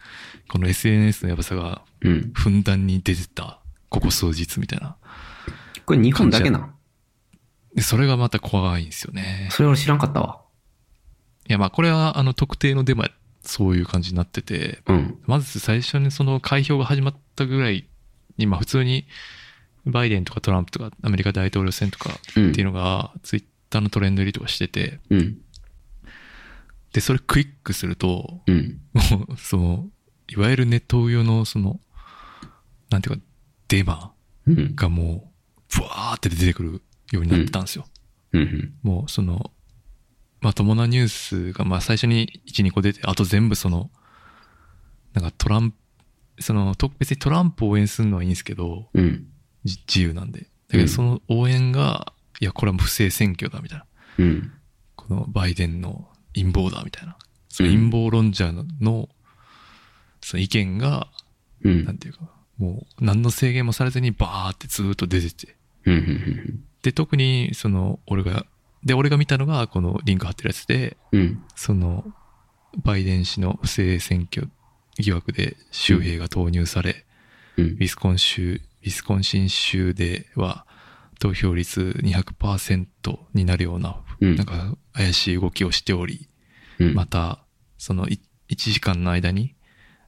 Speaker 2: この SNS のやばさが
Speaker 4: うん。
Speaker 2: ふんだんに出てた、ここ数日みたいな。
Speaker 4: これ日本だけな。
Speaker 2: で、それがまた怖いんですよね。
Speaker 4: それ俺知らんかったわ。
Speaker 2: いや、まあこれは、あの、特定のデマ、そういう感じになってて、
Speaker 4: うん。
Speaker 2: まず最初にその開票が始まったぐらいに、まあ普通にバイデンとかトランプとかアメリカ大統領選とか
Speaker 4: う。
Speaker 2: っていうんのがツイッターのトレンド入りとかしてて、
Speaker 4: うん。
Speaker 2: で、それクイックすると、
Speaker 4: うん。
Speaker 2: もうその、いわゆるネット用のその、なんていうか、デマ
Speaker 4: うん。
Speaker 2: がもう、ブワーって出てくるようになってたんですよ。
Speaker 4: うん。
Speaker 2: もうその、まともなニュースが、まあ最初に1、2個出て、あと全部その、なんかトランプ、その、と別にトランプを応援するのはいいんですけど、
Speaker 4: うん。
Speaker 2: じ自由なんで。だけどその応援が、いや、これはもう不正選挙だ、みたいな。
Speaker 4: うん。
Speaker 2: このバイデンの陰謀だ、みたいな。その
Speaker 4: うん
Speaker 2: 陰謀論者の、その意見が、
Speaker 4: うん。うん。
Speaker 2: なんていうか、もう何の制限もされずにバーってずーっと出てて。
Speaker 4: うん。うん。
Speaker 2: で、特に、その、俺が、で、俺が見たのが、このリンク貼ってるやつで、
Speaker 4: うん。
Speaker 2: その、バイデン氏の不正選挙疑惑で州兵が投入され、ウ
Speaker 4: うん
Speaker 2: ィスコン州、ウィスコンシン州では、投票率200%になるような、
Speaker 4: うん
Speaker 2: なんか怪しい動きをしており、
Speaker 4: うん。
Speaker 2: また、その1時間の間に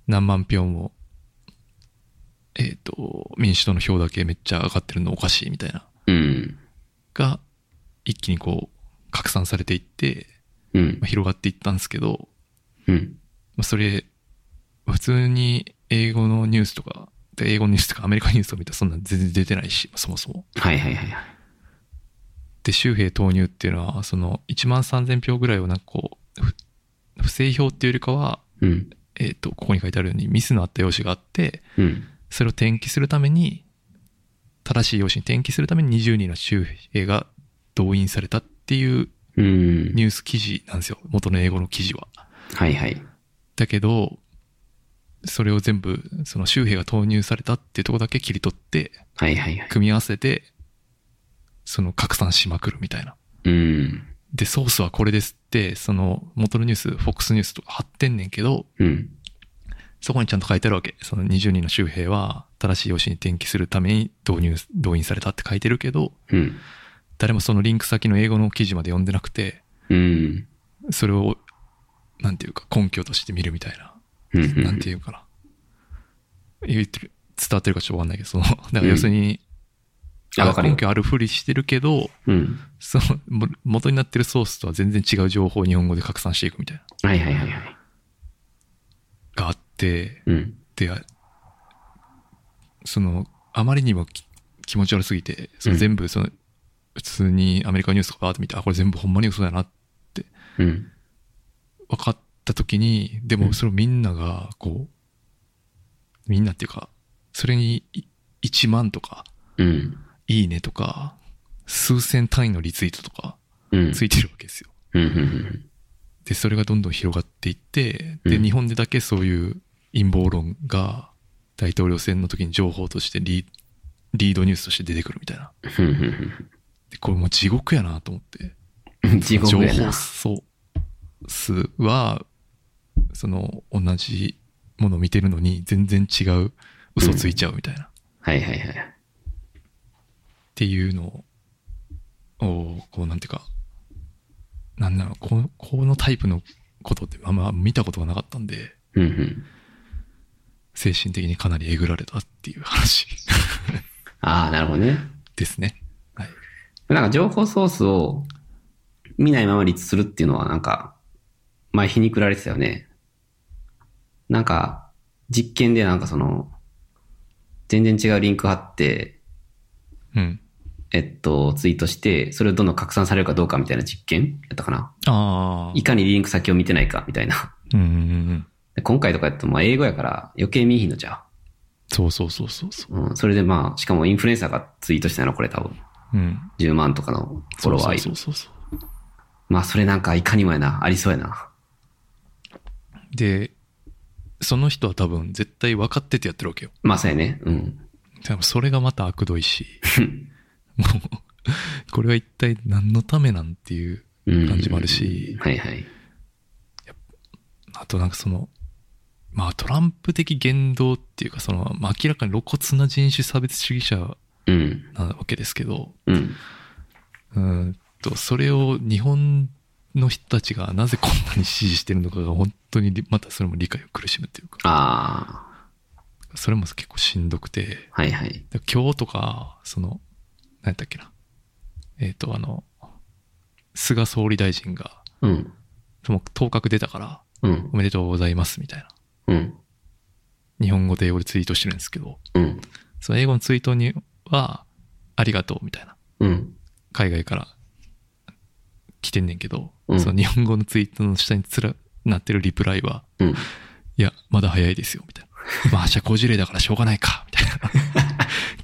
Speaker 2: 何万票も、えっ、と、民主党の票だけめっちゃ上がってるのおかしいみたいな、
Speaker 4: うん。
Speaker 2: が、一気にこう、拡散されていって、
Speaker 4: うん
Speaker 2: まあ、。広がっていったんですけど、
Speaker 4: うん。
Speaker 2: まあ、それ、普通に英語のニュースとか、で英語のニュースとかアメリカニュースとか見たらそんなん全然出てないし、そもそも。
Speaker 4: はいはいはいはい。
Speaker 2: で、州兵投入っていうのは、その1万3000票ぐらいをなんかこう、ふ不正票っていうよりかは、
Speaker 4: うん。
Speaker 2: えっ、と、ここに書いてあるようにミスのあった用紙があって、
Speaker 4: うん。
Speaker 2: それを転記するために、正しい用紙に転記するために20人の州兵が動員されたっていう
Speaker 4: うん。
Speaker 2: ニュース記事なんですよ。元の英語の記事は。
Speaker 4: はいはい。
Speaker 2: だけど、それを全部、その州兵が投入されたっていうところだけ切り取って、
Speaker 4: はいはいはい。
Speaker 2: 組み合わせて、その拡散しまくるみたいな。
Speaker 4: うん。
Speaker 2: で、ソースはこれですって、その元のニュース、FOX ニュースとか貼ってんねんけど、
Speaker 4: うん。
Speaker 2: そこにちゃんと書いてあるわけ。その20人の州兵は、正しい用紙に転記するために導入、動員されたって書いてるけど、
Speaker 4: うん。
Speaker 2: 誰もそのリンク先の英語の記事まで読んでなくて、
Speaker 4: うん。
Speaker 2: それを、なんていうか、根拠として見るみたいな。
Speaker 4: うん。
Speaker 2: なんていうかな。言ってる、伝わってるかちょっとわかんないけど、その、だから要するに、
Speaker 4: うんあわかるよ
Speaker 2: 根拠あるふりしてるけど、
Speaker 4: うん。
Speaker 2: その、も元になってるソースとは全然違う情報を日本語で拡散していくみたいな、
Speaker 4: はいはいはいはい。
Speaker 2: があって、
Speaker 4: うん。
Speaker 2: で、あその、あまりにもき気持ち悪すぎて、その
Speaker 4: うん
Speaker 2: 全部、その、普通にアメリカニュースとかバーって見て、あ、これ全部ほんまに嘘だなって
Speaker 4: うん。
Speaker 2: 分かった時にで
Speaker 4: う
Speaker 2: も
Speaker 4: ん
Speaker 2: それをみんながこう、みんなっていうかそれにい1万とか
Speaker 4: うん。
Speaker 2: 「いいね」とか数千単位のリツイートとか
Speaker 4: うん。
Speaker 2: ついてるわけですよ。
Speaker 4: うん。うん。
Speaker 2: でそれがどんどん広がっていってで
Speaker 4: うん
Speaker 2: 日本でだけそういう陰謀論が大統領選の時に情報としてリリードニュースとして出てくるみたいな。でこれもう地獄やなと思って。
Speaker 4: うん。地獄
Speaker 2: 情
Speaker 4: や
Speaker 2: 報
Speaker 4: な。
Speaker 2: ソースはその同じものを見てるのに全然違う嘘ついちゃうみたいな、っ
Speaker 4: はいはいはい。
Speaker 2: ていうのををこうなんていうかなんなのこのこのタイプのことってあんま見たことがなかったんで
Speaker 4: うん。うん。
Speaker 2: 精神的にかなりえぐられたっていう話
Speaker 4: ああ、なるほどね。
Speaker 2: ですねはい
Speaker 4: なんか情報ソースを見ないまま立するっていうのはなんか、前皮肉られてたよね。なんか、実験でなんかその、全然違うリンク貼って、
Speaker 2: うん
Speaker 4: えっと、ツイートして、それをどんどん拡散されるかどうかみたいな実験やったかな。
Speaker 2: ああ
Speaker 4: いかにリンク先を見てないかみたいな。
Speaker 2: うんうんうん
Speaker 4: で今回とかやってもまあ英語やから余計見えひんのじゃ。
Speaker 2: そうそうそうそうそう
Speaker 4: うん。それでまあ、しかもインフルエンサーがツイートしたのこれ多分。
Speaker 2: ううん
Speaker 4: 10万とかのフォロワーいる
Speaker 2: そう。そうそうそう
Speaker 4: まあ、それなんかいかにもやな。ありそうやな。
Speaker 2: で、その人は多分絶対分かっててやってるわけよ。
Speaker 4: まあ、そうやね。うん。
Speaker 2: 多分それがまた悪どいし、 もう、これは一体何のためなんていう、
Speaker 4: うん
Speaker 2: 感じもあるし
Speaker 4: はいはい。
Speaker 2: あとなんかその、まあトランプ的言動っていうか、その、まあ明らかに露骨な人種差別主義者
Speaker 4: うん。
Speaker 2: なわけですけど、
Speaker 4: うん。
Speaker 2: うーんと、それを日本の人たちがなぜこんなに支持してるのかが本当にりまたそれも理解を苦しむっていうか、
Speaker 4: ああ。
Speaker 2: それも結構しんどくて、
Speaker 4: はいはい。
Speaker 2: だから今日とか、その、何やったっけな。えっ、と、あの、菅総理大臣が、
Speaker 4: うん。
Speaker 2: もう当確出たから、
Speaker 4: うん
Speaker 2: お。めでとうございますみたいな。
Speaker 4: うん。
Speaker 2: 日本語で英語でツイートしてるんですけど、
Speaker 4: うん。
Speaker 2: その英語のツイートには、ありがとうみたいな。
Speaker 4: うん。
Speaker 2: 海外から来てんねんけど、
Speaker 4: うん
Speaker 2: その日本語のツイートの下につらなってるリプライは、
Speaker 4: うん。
Speaker 2: いや、まだ早いですよ、みたいな。まあ、社交辞令だからしょうがないか、み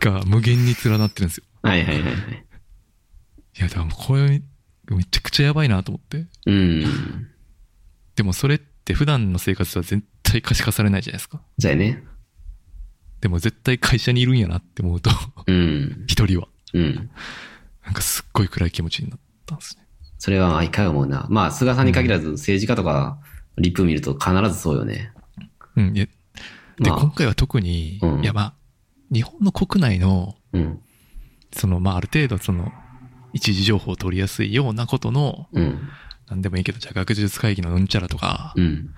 Speaker 2: たいな。が、無限に連なってるんですよ。
Speaker 4: はいはいはいはい。
Speaker 2: いや、だからもうこれ、めちゃくちゃやばいなと思って。
Speaker 4: うん。
Speaker 2: でもそれって普段の生活では絶対可視化されないじゃないですか。
Speaker 4: そうやね。
Speaker 2: でも絶対会社にいるんやなって思うと、
Speaker 4: うん。
Speaker 2: 一人は。
Speaker 4: うん。
Speaker 2: なんかすっごい暗い気持ちになったんですね。
Speaker 4: それは毎回思うな。まあ、菅さんに限らず政治家とか、リプ見ると必ずそうよね。
Speaker 2: うん。いやで、
Speaker 4: まあ
Speaker 2: 今回は特に、
Speaker 4: うん
Speaker 2: いやまあ、日本の国内の
Speaker 4: うん。
Speaker 2: その、まあ、ある程度、その、一時情報を取りやすいようなことの、
Speaker 4: うん。
Speaker 2: なんでもいいけど、じゃあ学術会議のうんちゃらとか、
Speaker 4: うん。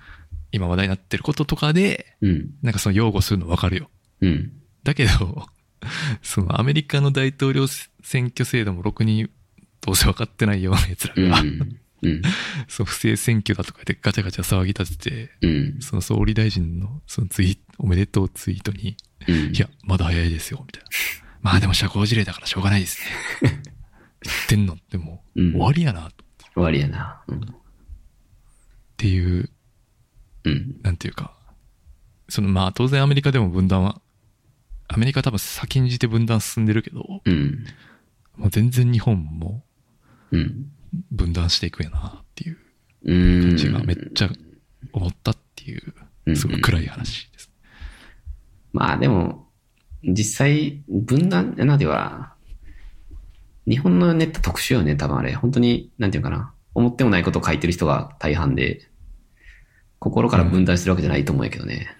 Speaker 2: 今話題になってることとかで、
Speaker 4: うん。
Speaker 2: なんかその擁護するのわかるよ。
Speaker 4: うん。
Speaker 2: だけど、 そのアメリカの大統領選挙制度もろくにどうせ分かってないような奴
Speaker 4: う
Speaker 2: らが、
Speaker 4: ん。うん。
Speaker 2: その不正選挙だとかでガチャガチャ騒ぎ立てて、
Speaker 4: うん。
Speaker 2: その総理大臣のそのツイおめでとうツイートに、
Speaker 4: うん
Speaker 2: いや、まだ早いですよ、みたいな。まあでも社交辞令だからしょうがないですね。 言ってんのってもう
Speaker 4: うん
Speaker 2: 終わりやな、っ
Speaker 4: 終わりやな。うん。
Speaker 2: ていう、
Speaker 4: うん。
Speaker 2: なんていうか、そのまあ当然アメリカでも分断は、アメリカは多分先んじて分断進んでるけど、
Speaker 4: うん。
Speaker 2: もう全然日本も
Speaker 4: うん。
Speaker 2: 分断していくんやなっていう
Speaker 4: うん。
Speaker 2: 感じがめっちゃ思ったっていうう、
Speaker 4: ん
Speaker 2: すごい暗い話です。
Speaker 4: まあでも、実際、分断ならでは、日本のネット特殊よね、多分あれ。本当に、なんていうかな。思ってもないことを書いてる人が大半で、心から分断してるわけじゃないと思うんやけどね。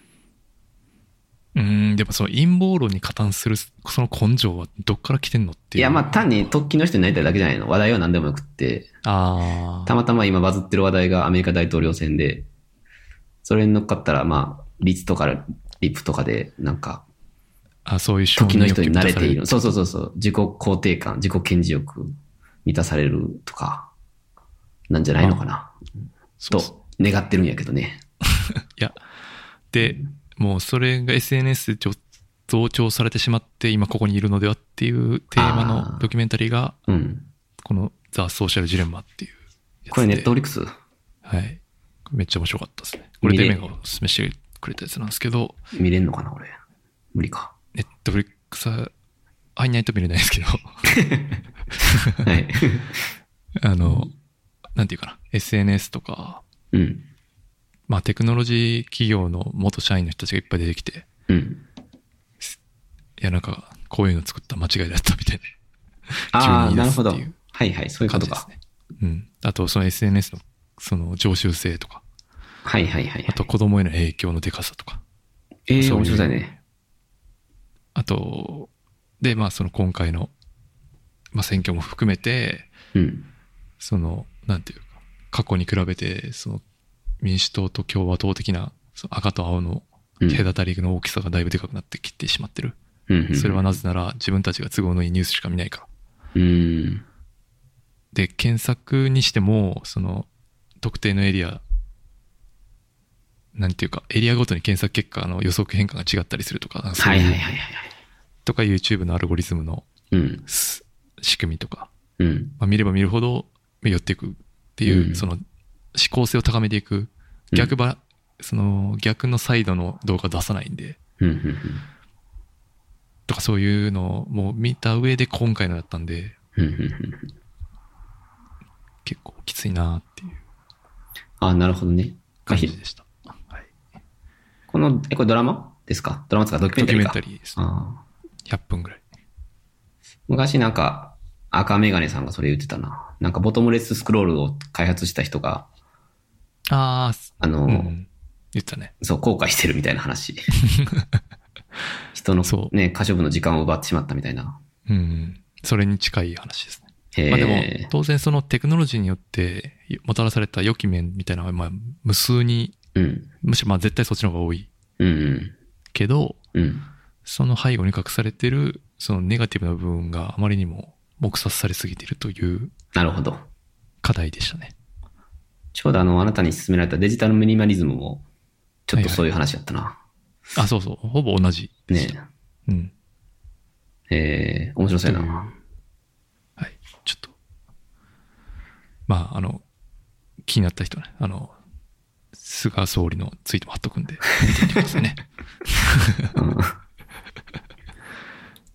Speaker 2: うん、でもその陰謀論に加担するその根性はどっから来てんのっていう。
Speaker 4: いや、まあ単に突起の人になりたいだけじゃないの。話題は何でもよくって、
Speaker 2: あ
Speaker 4: た
Speaker 2: あ。
Speaker 4: またま今バズってる話題がアメリカ大統領選で、それに乗っかったら、まあ、率とかリプとかで、なんか、
Speaker 2: あそういう承
Speaker 4: 時の
Speaker 2: 認欲
Speaker 4: 人に
Speaker 2: 求満
Speaker 4: 慣
Speaker 2: た
Speaker 4: れ
Speaker 2: さ
Speaker 4: てい
Speaker 2: れ
Speaker 4: る。
Speaker 2: る。
Speaker 4: そうそうそうそう。自己肯定感、自己顕示欲満たされるとか、なんじゃないのかな。
Speaker 2: そうそう
Speaker 4: と、願ってるんやけどね。
Speaker 2: いや、で、もうそれが SNS でちょ増長されてしまって、今ここにいるのではっていうテーマのドキュメンタリーが、
Speaker 4: うん。
Speaker 2: このザ・ソーシャルジレンマっていうやつで。
Speaker 4: これネットフリックス
Speaker 2: はい。めっちゃ面白かったですね。これ
Speaker 4: 見
Speaker 2: デメ
Speaker 4: れ
Speaker 2: がお勧めしてくれたやつなんですけど、
Speaker 4: 見れんのかな、これ。無 理か。
Speaker 2: ネットフリックスは、入んないと見れないですけど、
Speaker 4: はい。
Speaker 2: あの、なんていうかな、SNS とか、
Speaker 4: うん。
Speaker 2: まあテクノロジー企業の元社員の人たちがいっぱい出てきて、
Speaker 4: うん。
Speaker 2: いやなんか、こういうの作った間違いだったみたい
Speaker 4: ああ、
Speaker 2: 12
Speaker 4: なるほど。
Speaker 2: ですっていう
Speaker 4: はいはい、そうい
Speaker 2: な
Speaker 4: うこ
Speaker 2: 感
Speaker 4: と
Speaker 2: じです
Speaker 4: か。
Speaker 2: ね。うん。あと、その SNS の、その常習性とか、
Speaker 4: はいはいはいはい。
Speaker 2: あと子供への影響のでかさとか、
Speaker 4: ええ
Speaker 2: そういう
Speaker 4: 面白そうだね。
Speaker 2: あと、で、まあその今回の、まあ選挙も含めて、
Speaker 4: うん。
Speaker 2: その、なんていうか、過去に比べて、その、民主党と共和党的な、その赤と青の
Speaker 4: うん
Speaker 2: 隔たりの大きさがだいぶでかくなってきてしまってる。
Speaker 4: うんうん
Speaker 2: それはなぜなら、自分たちが都合のいいニュースしか見ないから。
Speaker 4: うん。
Speaker 2: で、検索にしても、その、特定のエリア、なんていうか、エリアごとに検索結果の予測変化が違ったりするとか、なんかそう
Speaker 4: はいはい
Speaker 2: いう
Speaker 4: はいはいはい。
Speaker 2: とか YouTube のアルゴリズムの
Speaker 4: うん。
Speaker 2: す仕組みとか、
Speaker 4: うん。
Speaker 2: まあ、見れば見るほど寄っていくっていう、
Speaker 4: うん
Speaker 2: その思考性を高めていく逆ば、その逆のサイドの動画を出さないんで
Speaker 4: うんうんうん
Speaker 2: とかそういうのをもう見た上で今回のだったんで
Speaker 4: うんうんうん。
Speaker 2: 結構きついなっていう
Speaker 4: ああ、なるほどね。
Speaker 2: 感じでした、はい、
Speaker 4: この、え、これドラマですかドラマですかドキュ
Speaker 2: ドキュメ
Speaker 4: メンタリー
Speaker 2: ン
Speaker 4: か
Speaker 2: タリーです
Speaker 4: ああ
Speaker 2: 100分ぐらい
Speaker 4: 昔なんか、赤メガネさんがそれ言ってたな。なんかボトムレススクロールを開発した人が、
Speaker 2: あ
Speaker 4: あ
Speaker 2: あ
Speaker 4: の、
Speaker 2: うん言ってたね
Speaker 4: そう、後悔してるみたい な話。人の
Speaker 2: そう
Speaker 4: ね、可処分の時間を奪ってしまったみたいな。
Speaker 2: うんそれに近い話ですね
Speaker 4: へえ。
Speaker 2: まあでも、当然そのテクノロジーによってもたらされた良き面みたいなのはまあ無数に、
Speaker 4: うん。
Speaker 2: むしろまあ絶対そっちの方が多い
Speaker 4: うん
Speaker 2: けど、
Speaker 4: うん。うん。
Speaker 2: その背後に隠されてる、そのネガティブな部分があまりにも黙殺されすぎているという
Speaker 4: なるほど。
Speaker 2: 課題でしたね。
Speaker 4: ちょうどあの、あなたに勧められたデジタルミニマリズムも、ちょっとそういう話だったな。
Speaker 2: あ、そうそう、ほぼ同じでした。
Speaker 4: ね
Speaker 2: うん。
Speaker 4: え。えー面白そうやな。
Speaker 2: はい。ちょっと。まあ、あの、気になった人ね、あの、菅総理のツイートも貼っとくんで、見てみてくださいね。
Speaker 4: うん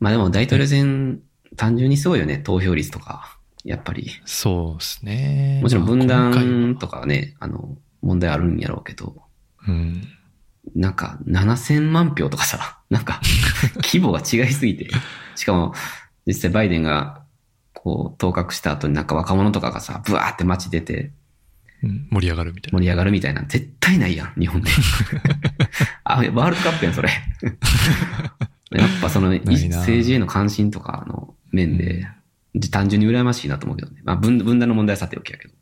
Speaker 4: まあでも大統領選、単純にすごいよね、投票率とか。やっぱり。
Speaker 2: そうですね。
Speaker 4: もちろん分
Speaker 2: まあ今
Speaker 4: 断
Speaker 2: 回
Speaker 4: とかはね、あの、問題あるんやろうけど、
Speaker 2: はうん。
Speaker 4: なんか7000万票とかさ、 なんか規模が違いすぎて。しかも、実際バイデンが、こう、当確した後になんか若者とかがさ、ブワーって街出て
Speaker 2: うん盛り上がるみたいな。
Speaker 4: 盛り上がるみたいな、絶対ないやん、日本 で。あ、ワールドカップやん、それ。やっぱその、
Speaker 2: ないな
Speaker 4: 政治への関心とか、あの、面で、で単純に羨ましいなと思うけどね。まあ分分断の問題はさておきやけど。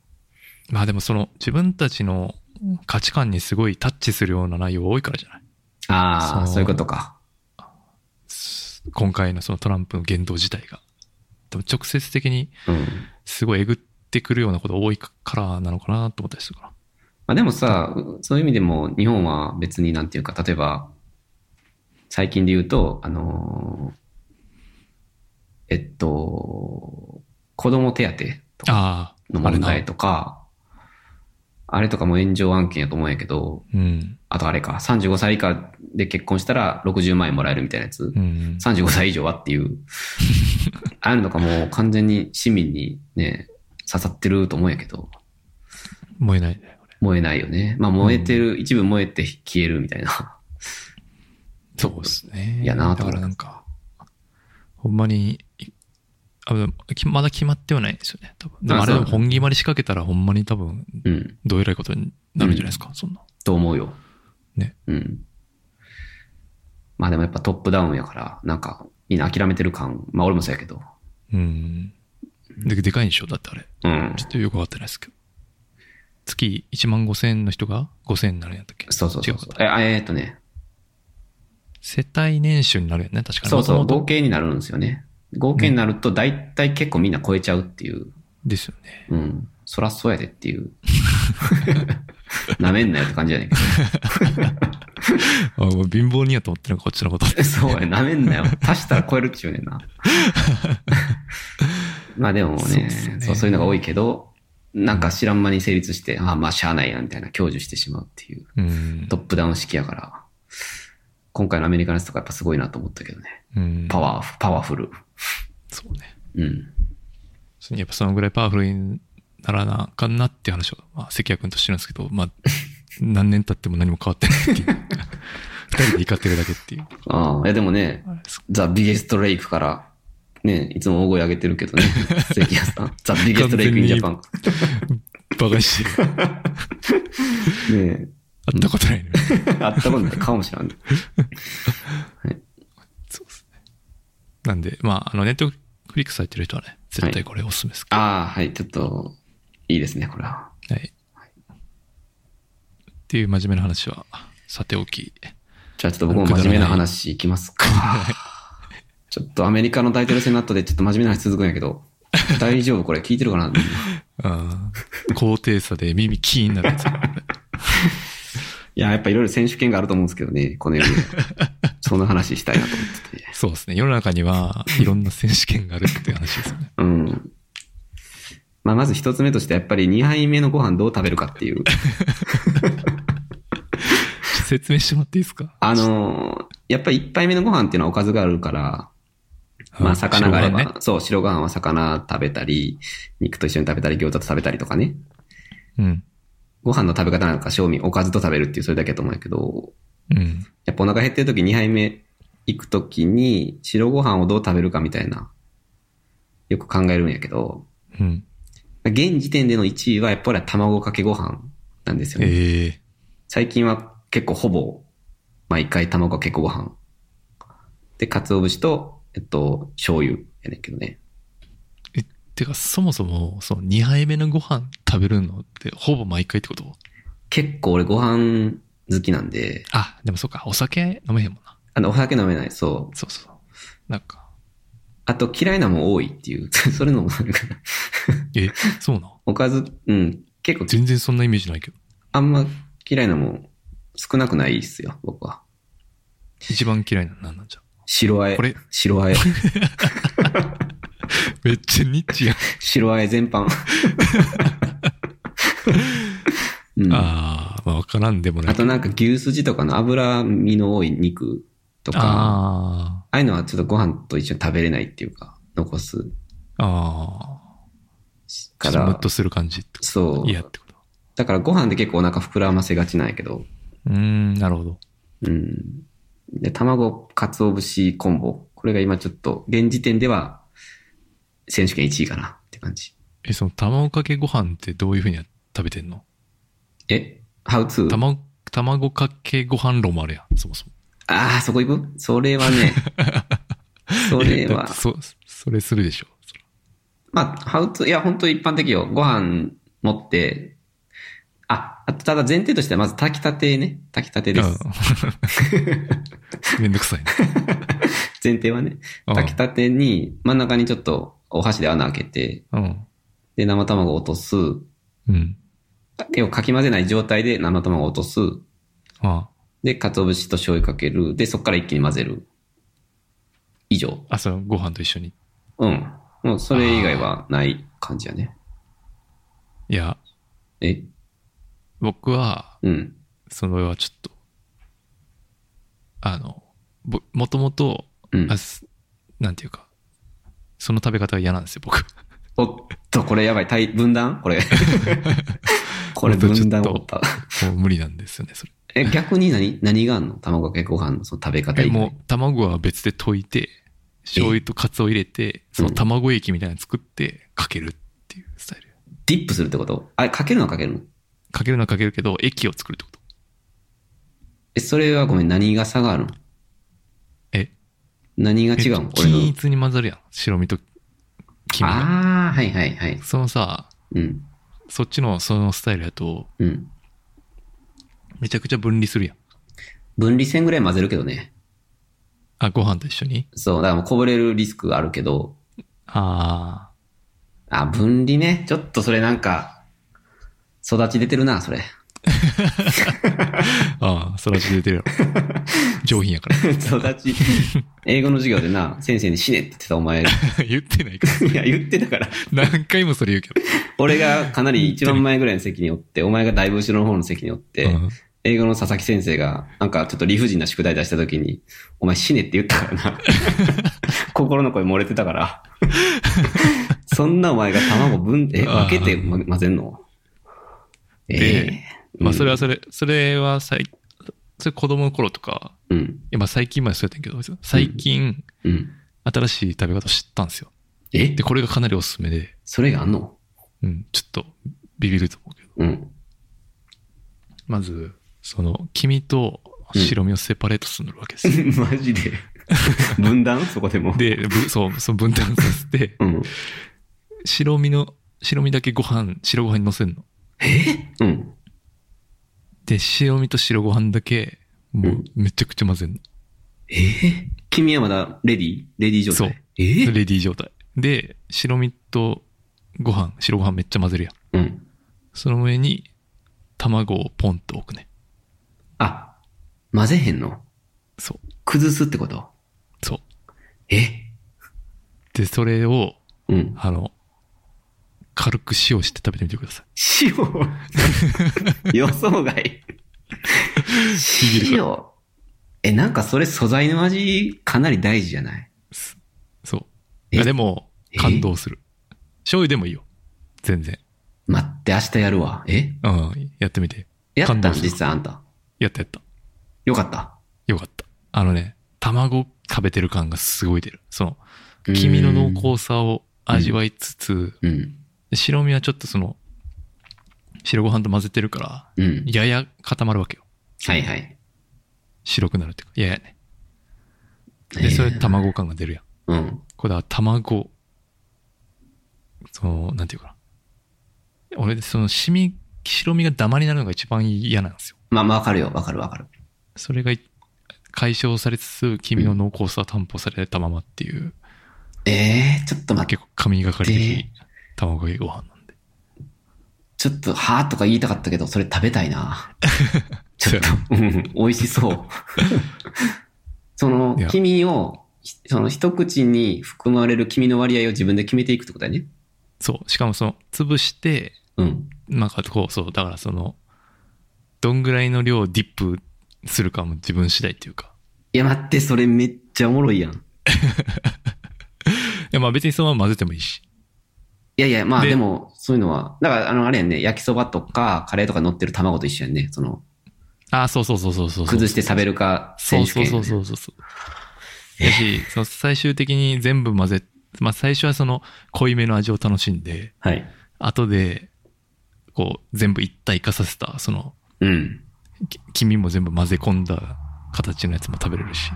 Speaker 2: まあでもその自分たちの価値観にすごいタッチするような内容が多いからじゃない
Speaker 4: ああ、
Speaker 2: そう
Speaker 4: そういうことか。
Speaker 2: す今回のそのトランプの言動自体が。多分直接的に
Speaker 4: うん。
Speaker 2: すごいえぐってくるようなことが多いからなのかなと思ったりするか
Speaker 4: まあでもさ、そういう意味でも日本は別になんていうか、例えば、最近で言うと、あのーえっと、子供手当と
Speaker 2: ら。あ
Speaker 4: か
Speaker 2: あ
Speaker 4: の、
Speaker 2: あれ
Speaker 4: 問
Speaker 2: な。
Speaker 4: 題とか、あれとかも炎上案件やと思うんやけど、
Speaker 2: うん。
Speaker 4: あとあれか、35歳以下で結婚したら60万円もらえるみたいなやつ。
Speaker 2: うん。
Speaker 4: 35歳以上はっていう。ああいうのとかもう完全に市民にね、刺さってると思うんやけど、
Speaker 2: 燃えないね。
Speaker 4: 燃えないよね。まあ燃えてる、一部燃えて消えるみたいな。
Speaker 2: そうですね。
Speaker 4: いやな
Speaker 2: だ
Speaker 4: と
Speaker 2: か
Speaker 4: 思う
Speaker 2: らなんか、ほんまに、いあでもきまだ決まってはないんですよね。多分でも
Speaker 4: あ
Speaker 2: あれでも
Speaker 4: そう
Speaker 2: 本気まで仕掛けたらほんまに多分、
Speaker 4: うん。
Speaker 2: どうえらいことになるんじゃないですか、そんな。
Speaker 4: と思うよ。
Speaker 2: ね。
Speaker 4: うん。まあでもやっぱトップダウンやから、なんかみんな諦めてる感、まあ俺もそうやけど。
Speaker 2: うん。ででかいんでしょだってあれ。
Speaker 4: うん
Speaker 2: ち。ょっとよくわかってないですけど。月1万5千の人が5千になるんやったっけ
Speaker 4: そうそうそう
Speaker 2: 違
Speaker 4: そうう。
Speaker 2: か
Speaker 4: え、あえーっとね、
Speaker 2: 世帯年収になるよね、確かに。
Speaker 4: そうそ
Speaker 2: 元
Speaker 4: う、
Speaker 2: 々
Speaker 4: 合計になるんですよね。合計になると大体結構みんな超えちゃうっていう。
Speaker 2: ですよ ね。
Speaker 4: うん。そらそうやでっていう。なめんなよって感じやねんけ
Speaker 2: あ、もう貧乏にやと思ってるのか、こっちの こと。
Speaker 4: ど。そうや、なめんなよ。足したら超えるっちゅうねんな。 まあでもね
Speaker 2: そうっすね
Speaker 4: そう、そういうのが多いけど、なんか知らん間に成立して、ああまあしゃあないや、みたいな享受してしまうっていう、
Speaker 2: うん
Speaker 4: ト。ップダウン式やから、今回のアメリカのやつとかやっぱすごいなと思ったけどね。
Speaker 2: うん。
Speaker 4: パワー、パワフル。
Speaker 2: そうね。
Speaker 4: うん。
Speaker 2: やっぱそのぐらいパワフルにならなあかんなっていう話を、まあ、関谷君としてるんですけど、まあ、何年経っても何も変わってないっていう。二人で怒ってるだけっていう。
Speaker 4: ああ、いやでもね、
Speaker 2: あれです
Speaker 4: ザ・ビゲスト・レイクから、ね、いつも大声上げてるけどね、関谷さん。ザ・ビゲスト・レイク・イン・ジャパン。
Speaker 2: バカにしてる。
Speaker 4: ね
Speaker 2: 会ったことないのに。
Speaker 4: え、あったことないかもしれん。
Speaker 2: そうですね。なんで、まあ、あの、ネットフリックス入ってる人はね、絶対これおすすめです。は
Speaker 4: ああ、はい、ちょっと、いいですね、これは。
Speaker 2: い。っていう真面目な話は、さておき。
Speaker 4: じゃあちょっと僕も真面目な話いきますか。ちょっとアメリカの大統領選の後でちょっと真面目な話続くんやけど、大丈夫これ聞いてるかなみ
Speaker 2: うん。高低差で耳キーンになるやつ。これ
Speaker 4: んないや、やっぱいろいろ選手権があると思うんですけどね、この世には。その話したいなと思ってて。
Speaker 2: そうですね。世の中には、いろんな選手権があるっていう話ですよね。
Speaker 4: うん。まあ、まず一つ目として、やっぱり2杯目のご飯どう食べるかっていう。
Speaker 2: 説明してもらっていいですか
Speaker 4: あのーやっぱり1杯目のご飯っていうのはおかずがあるから、まあ、魚があれば、
Speaker 2: 白ご飯ね
Speaker 4: そう、白ご飯は魚食べたり、肉と一緒に食べたり、餃子と食べたりとかね。
Speaker 2: うん。
Speaker 4: ご飯の食べ方なんか、賞味、おかずと食べるっていう、それだけだと思うんやけど、
Speaker 2: うん。
Speaker 4: やっぱお腹減ってる時2杯目行く時に、白ご飯をどう食べるかみたいな、よく考えるんやけど、
Speaker 2: うん。
Speaker 4: 現時点での1位は、やっぱり卵かけご飯なんですよね。
Speaker 2: ええ
Speaker 4: 最近は結構ほぼ、毎回卵かけご飯。で、鰹節と、えっと、醤油やねんけどね。
Speaker 2: え、てか、そもそも、その2杯目のご飯食べるのって、ほぼ毎回ってこと
Speaker 4: 結構俺ご飯好きなんで、
Speaker 2: あ、でもそうか、お酒飲めへんもんな。
Speaker 4: あの、お酒飲めない、そう。
Speaker 2: そうそう。なんか、
Speaker 4: あと嫌いなもん多いっていう、 それのもなんか、
Speaker 2: え、そうなん
Speaker 4: おかず、うん、結構、
Speaker 2: 全然そんなイメージないけど。
Speaker 4: あんま嫌いなもん少なくないっすよ、僕は。
Speaker 2: 一番嫌いなのなんなんじゃ。
Speaker 4: 白あえ
Speaker 2: これ、
Speaker 4: 白あえ、
Speaker 2: めっちゃニッチやん。
Speaker 4: 白あえ全般。う ん
Speaker 2: ああ、まあわからんでもない。
Speaker 4: あとなんか牛すじとかの脂身の多い肉とか、あ
Speaker 2: あ
Speaker 4: あいうのはちょっとご飯と一緒に食べれないっていうか、残す
Speaker 2: あ、ああ、
Speaker 4: か
Speaker 2: ちょっとム
Speaker 4: ら
Speaker 2: ッと、する感じってこ
Speaker 4: そ
Speaker 2: と。
Speaker 4: う
Speaker 2: 嫌。ってこと。
Speaker 4: だからご飯で結構お腹膨らませがちなんやけど、
Speaker 2: うーん、なるほど。
Speaker 4: うん。で、卵、鰹節、コンボ。これが今ちょっと、現時点では、選手権1位かなって感じ。
Speaker 2: え、その卵かけご飯ってどういうふうに食べてんの
Speaker 4: え ?How to?
Speaker 2: 卵、卵かけご飯論もあるやん、そもそも。
Speaker 4: ああ、そこ行くそれはね、それ
Speaker 2: いやだっ
Speaker 4: は
Speaker 2: て、そ、それするでしょ。
Speaker 4: まあ、ハウト、いや、本当一般的よ。ご飯持って、あ、あとただ前提としては、まず炊きたてね。炊きたてです。
Speaker 2: うん めんどく さいね。
Speaker 4: 前提はね。
Speaker 2: うん
Speaker 4: 炊きたてに、真ん中にちょっとお箸で穴開けて、
Speaker 2: うん。
Speaker 4: で、生卵を落とす。
Speaker 2: うん。
Speaker 4: 要はかき混ぜない状態で生卵を落とす。
Speaker 2: あ
Speaker 4: で、鰹節と醤油かける。で、そこから一気に混ぜる。以上。
Speaker 2: あ。あ、そう、ご飯と一緒に。
Speaker 4: うん。もうそれ以外はない感じやね。
Speaker 2: いや、
Speaker 4: え、
Speaker 2: 僕は、
Speaker 4: うん。
Speaker 2: それはちょっと、あの、ぼもともと、
Speaker 4: うん
Speaker 2: あ。すなんていうか、その食べ方が嫌なんですよ、僕。
Speaker 4: おっと、これやばい。対分断これ。これ
Speaker 2: ほんとちょ
Speaker 4: 分
Speaker 2: っと
Speaker 4: 断起こった。
Speaker 2: もう無理なんですよね、それ。
Speaker 4: え、逆に何何があんの卵かけご飯のその食べ方
Speaker 2: え
Speaker 4: 以外
Speaker 2: もう、卵は別で溶いて、醤油とカツを入れて、その卵液みたいなの作って、かけるっていうスタイル。
Speaker 4: ディップするってことあれ、かけるのはかけるの
Speaker 2: かけるのはかけるけど、液を作るってこと。
Speaker 4: え、それはごめん、何が差があるの
Speaker 2: え
Speaker 4: 何が違うの
Speaker 2: え
Speaker 4: 俺の
Speaker 2: 均。一に混ざるやん。白身と黄身が。
Speaker 4: ああ、はいはいはい。
Speaker 2: そのさ、
Speaker 4: うん。
Speaker 2: そっちのそのスタイルやと、
Speaker 4: うん。
Speaker 2: めちゃくちゃ分離するやん。
Speaker 4: 分離線ぐらい混ぜるけどね。
Speaker 2: あ、ご飯と一緒に
Speaker 4: そう、だからもうこぼれるリスクがあるけど、
Speaker 2: あ
Speaker 4: あ、分離ね。ちょっとそれなんか、育ち出てるな、それ。
Speaker 2: あ。 ああ、そらち出てるやろ。 上品やから。
Speaker 4: 育ち。英語の授業でな、先生に死ねって言ってたお前。い
Speaker 2: 言ってないから。
Speaker 4: や、言ってたから。
Speaker 2: 何回もそれ言うけど。
Speaker 4: 俺がかなり一番前ぐらいの席におって、お前がだいぶ後ろの方の席におって、
Speaker 2: うん
Speaker 4: 英語の佐々木先生が、なんかちょっと理不尽な宿題出した時に、お前死ねって言ったか らな。心の声漏れてたから。そんなお前が卵分、え、
Speaker 2: あー
Speaker 4: 分けて混混ぜんの
Speaker 2: で
Speaker 4: ええ
Speaker 2: まあそれはそれ、それはさい、それ子供の頃とか、
Speaker 4: うん、
Speaker 2: いやまあ最近までそうやったんやけど、最近、
Speaker 4: うん。
Speaker 2: 新しい食べ方知ったんですよ。
Speaker 4: え
Speaker 2: で、これがかなりおすすめで、
Speaker 4: それがあんの
Speaker 2: うん、ちょっとビビると思うけど。
Speaker 4: うん。
Speaker 2: まず、その、黄身と白身をセパレートするわけですよ。
Speaker 4: マ ジで。分断そこでも。
Speaker 2: で、ぶそう、その分担させて、
Speaker 4: うん。
Speaker 2: 白身の、白身だけご飯、白ご飯に乗せるの。
Speaker 4: うん。
Speaker 2: で、白身と白ご飯だけ、もうめちゃくちゃ混ぜるの。
Speaker 4: ええ君はまだレディーレディー状態
Speaker 2: そう
Speaker 4: ええ
Speaker 2: レディー状態。で、白身とご飯、白ご飯めっちゃ混ぜるやん。
Speaker 4: うん。
Speaker 2: その上に、卵をポンと置くね。
Speaker 4: あ、混ぜへんの
Speaker 2: そう。
Speaker 4: 崩すってこと
Speaker 2: そう。
Speaker 4: え
Speaker 2: で、それを、
Speaker 4: うん。
Speaker 2: あの、軽く塩して食べてみてください。
Speaker 4: 塩 予想外。塩え、なんかそれ素材の味かなり大事じゃない
Speaker 2: そう。
Speaker 4: え
Speaker 2: いや、でも、
Speaker 4: え
Speaker 2: 感動する。醤油でもいいよ。全然。
Speaker 4: 待って、明日やるわ。え
Speaker 2: うん。やってみて。
Speaker 4: やっ
Speaker 2: 感
Speaker 4: た
Speaker 2: 動
Speaker 4: ん
Speaker 2: する
Speaker 4: 実はあんた。
Speaker 2: やったやった。
Speaker 4: よかった。
Speaker 2: よかった。あのね、卵食べてる感がすごい出る。その、黄身の濃厚さを味わいつつ、
Speaker 4: うん。
Speaker 2: 白身はちょっとその、白ご飯と混ぜてるから、
Speaker 4: うん。
Speaker 2: やや固まるわけよ。
Speaker 4: はいはい。
Speaker 2: 白くなるっていうか、ややね。
Speaker 4: え
Speaker 2: で、
Speaker 4: ー
Speaker 2: それ卵感が出るやん。
Speaker 4: うん。
Speaker 2: これだ、卵、その、なんていうかな。俺、その、しみ、白身がダマになるのが一番嫌なんですよ。
Speaker 4: まあ、まあわかるよ。わかるわかる。
Speaker 2: それがい解消されつつ、黄身の濃厚さは担保されたままっていう、
Speaker 4: ええちょっと待って。
Speaker 2: 結構神がかり的
Speaker 4: で
Speaker 2: 卵かけご飯なんで。
Speaker 4: ちょっと、はーとか言いたかったけど、それ食べたいな。 ちょっと、うん美味しそう。 その
Speaker 2: いや、
Speaker 4: 黄身を、ひその一口に含まれる黄身の割合を自分で決めていくってことだよね。
Speaker 2: そう。しかもその、潰して、
Speaker 4: うん。
Speaker 2: なんかこう、そう、だからその、どんぐらいの量をディップするかも自分次第っていうか。
Speaker 4: いや、待って、それめっちゃおもろいやん。い
Speaker 2: いや、まあ別にそのまま混ぜてもいいし。
Speaker 4: やいや、まあ
Speaker 2: で
Speaker 4: でも、そういうのは、だから、あの、あれやんね、焼きそばとか、カレーとか乗ってる卵と一緒やんね。その、
Speaker 2: ああ、そうそうそうそうそうそう。
Speaker 4: 崩して食べるか
Speaker 2: そ
Speaker 4: 選
Speaker 2: う
Speaker 4: 手
Speaker 2: そう
Speaker 4: 権。
Speaker 2: そうそうそうそう。やし、その最終的に全部混ぜ、まあ最初はその濃いめの味を楽しんで、
Speaker 4: はい。
Speaker 2: 後で、こう、全部一体化させた、その、
Speaker 4: うん。
Speaker 2: き黄身も全部混ぜ込んだ形のやつも食べれるし。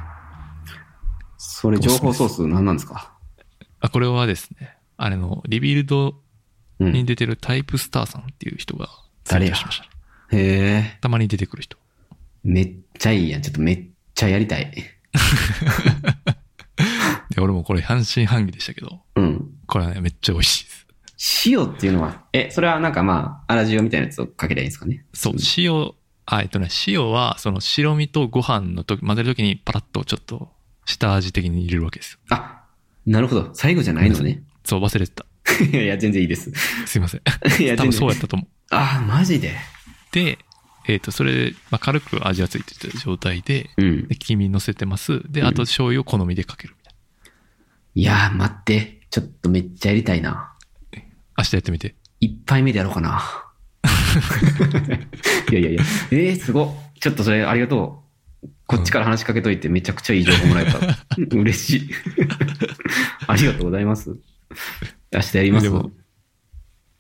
Speaker 4: それ、情報ソース何なんですか
Speaker 2: あ、これはですね、あれの、リビルド
Speaker 4: う
Speaker 2: に
Speaker 4: ん。
Speaker 2: 出てるタイプスターさんっていう人がツイ
Speaker 4: 誰
Speaker 2: ー
Speaker 4: や
Speaker 2: トしました。
Speaker 4: へえ。
Speaker 2: たまに出てくる人。
Speaker 4: めっちゃいいやん。ちょっとめっちゃやりたい。
Speaker 2: で、俺もこれ半信半疑でしたけど、
Speaker 4: うん。
Speaker 2: これはね、めっちゃ美味しいです。
Speaker 4: 塩っていうのは、え、それはなんかまあ、粗塩みたいなやつをかけりゃいいんですかね。
Speaker 2: そう、塩、あ、えっとね、塩は、その白身とご飯のとき混ぜるときにパラッとちょっと下味的に入れるわけですよ。
Speaker 4: あ、なるほど。最後じゃないのね。
Speaker 2: そう、忘れてた。
Speaker 4: いや、全然いいです。
Speaker 2: すいません。
Speaker 4: いや、
Speaker 2: 多
Speaker 4: 全
Speaker 2: 分そうやっ。
Speaker 4: 然
Speaker 2: たと思う。
Speaker 4: あ、マジで。
Speaker 2: で、えっ、と、それで、まあ、軽く味がついてた状態で、
Speaker 4: うん
Speaker 2: で。黄身乗せてます。で、あと醤油を好みでかけるみたい
Speaker 4: いやー、待って。ちょっとめっちゃやりたいな。
Speaker 2: な。明日やってみて。
Speaker 4: 一杯目でやろう かな。いやいやいや。えー、すご。ちょっとそれありがとう。こっちから話しかけといてめちゃくちゃいい情報もらえた。嬉し い。ありがとうございます。明日やります。
Speaker 2: でも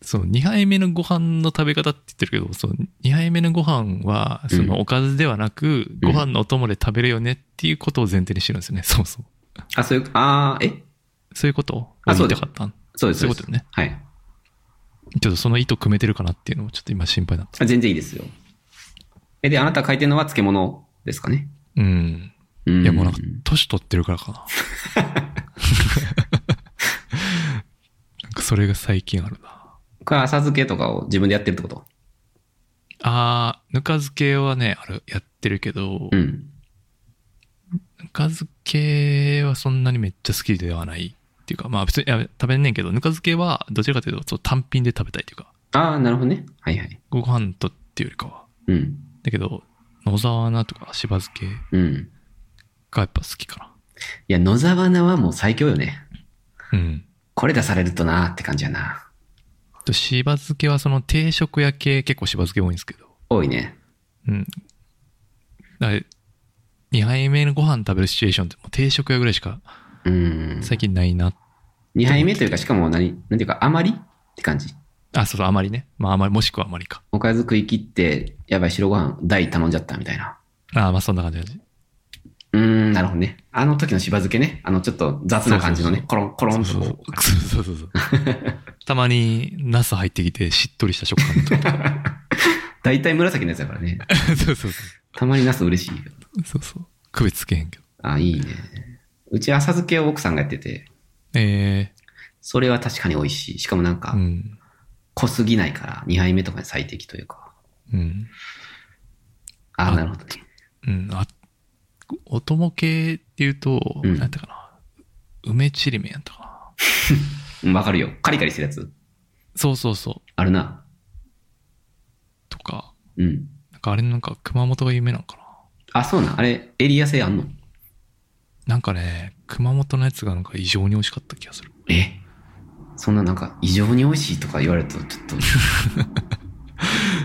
Speaker 2: その2杯目のご飯の食べ方って言ってるけど、その2杯目のご飯は、そ
Speaker 4: うん
Speaker 2: のおかずではなく、ご飯のお供で食べるよねっていうことを前提にしてるんですよね。そうそう。
Speaker 4: あ、そういう、あーえ
Speaker 2: そういうことを
Speaker 4: あ
Speaker 2: 言いたかったん
Speaker 4: そうです。
Speaker 2: そういう
Speaker 4: で
Speaker 2: こ
Speaker 4: す
Speaker 2: とね。
Speaker 4: はい。
Speaker 2: ちょっとその意図組めてるかなっていうのもちょっと今心配になって。
Speaker 4: あ全然いいですよ。え、で、あなた書いてるのは漬物ですかね。
Speaker 2: うん。
Speaker 4: うん
Speaker 2: いやもうなんか、年取ってるからかな。 なんかそれが最近あるな。
Speaker 4: これ浅漬けとかを自分でやってるってこと
Speaker 2: あー、ぬか漬けはね、ある、やってるけど、
Speaker 4: うん。
Speaker 2: ぬか漬けはそんなにめっちゃ好きではないっていうか、まあ別にいや食べんねんけど、ぬか漬けはどちらかというとそう単品で食べたいというか、
Speaker 4: ああ、なるほどね。はいはい。
Speaker 2: ご飯とっていうよりかは。
Speaker 4: うん。
Speaker 2: だけど、野沢菜とかしば漬け
Speaker 4: うん。
Speaker 2: がやっぱ好きか
Speaker 4: いや、野沢菜はもう最強よね。
Speaker 2: な。うん。
Speaker 4: これ出されるとなーって感じやな。
Speaker 2: としば漬けはその定食屋系結構しば漬け多いんですけど、
Speaker 4: 多いね。
Speaker 2: うん。だから2杯目のご飯食べるシチュエーションってもう定食屋ぐらいしか
Speaker 4: うん。
Speaker 2: 最近ないな。
Speaker 4: 2杯目というか、しかも何、なんていうか、あまりって感じ。
Speaker 2: あ、そうそう、あまりね。まああまり、もしくはあまりか。
Speaker 4: おかず食い切って、やばい白ご飯、大頼んじゃったみたいな。
Speaker 2: ああ、まあそんな感じだね。
Speaker 4: うーん、なるほどね。あの時のしば漬けね。あの、ちょっと雑な感じのね、コロン、コロンと
Speaker 2: そう
Speaker 4: こ
Speaker 2: そう そうそうたまに、ナス入ってきて、しっとりした食感 とか。
Speaker 4: う。大体紫のやつやからね。
Speaker 2: そうそうそ
Speaker 4: たまにナス嬉しいよ。
Speaker 2: う。そうそう。区別つけへんけど。
Speaker 4: あ、いいね。うち浅漬けを奥さんがやってて、
Speaker 2: え
Speaker 4: それは確かに美味しい。しかもなん
Speaker 2: ー
Speaker 4: か
Speaker 2: う、ん。
Speaker 4: 濃すぎないから、2杯目とかに最適というか。
Speaker 2: うん。
Speaker 4: あ
Speaker 2: あ
Speaker 4: あ、なるほどね。
Speaker 2: うん。あ、お供系っていうと、
Speaker 4: うん
Speaker 2: なんやったかな。梅ちりめんやったかな。
Speaker 4: うんわかるよ。カリカリしてるやつ。
Speaker 2: そうそうそう。
Speaker 4: あるな。
Speaker 2: とか、
Speaker 4: うん。
Speaker 2: なんかあれなんか熊本が有名なんか
Speaker 4: あ、そうなん。あれ、エリア性あんの
Speaker 2: な。なんかね、熊本のやつがなんか異常に美味しかった気がする。
Speaker 4: えそんななんか、異常に美味しいとか言われると、ち ょっと、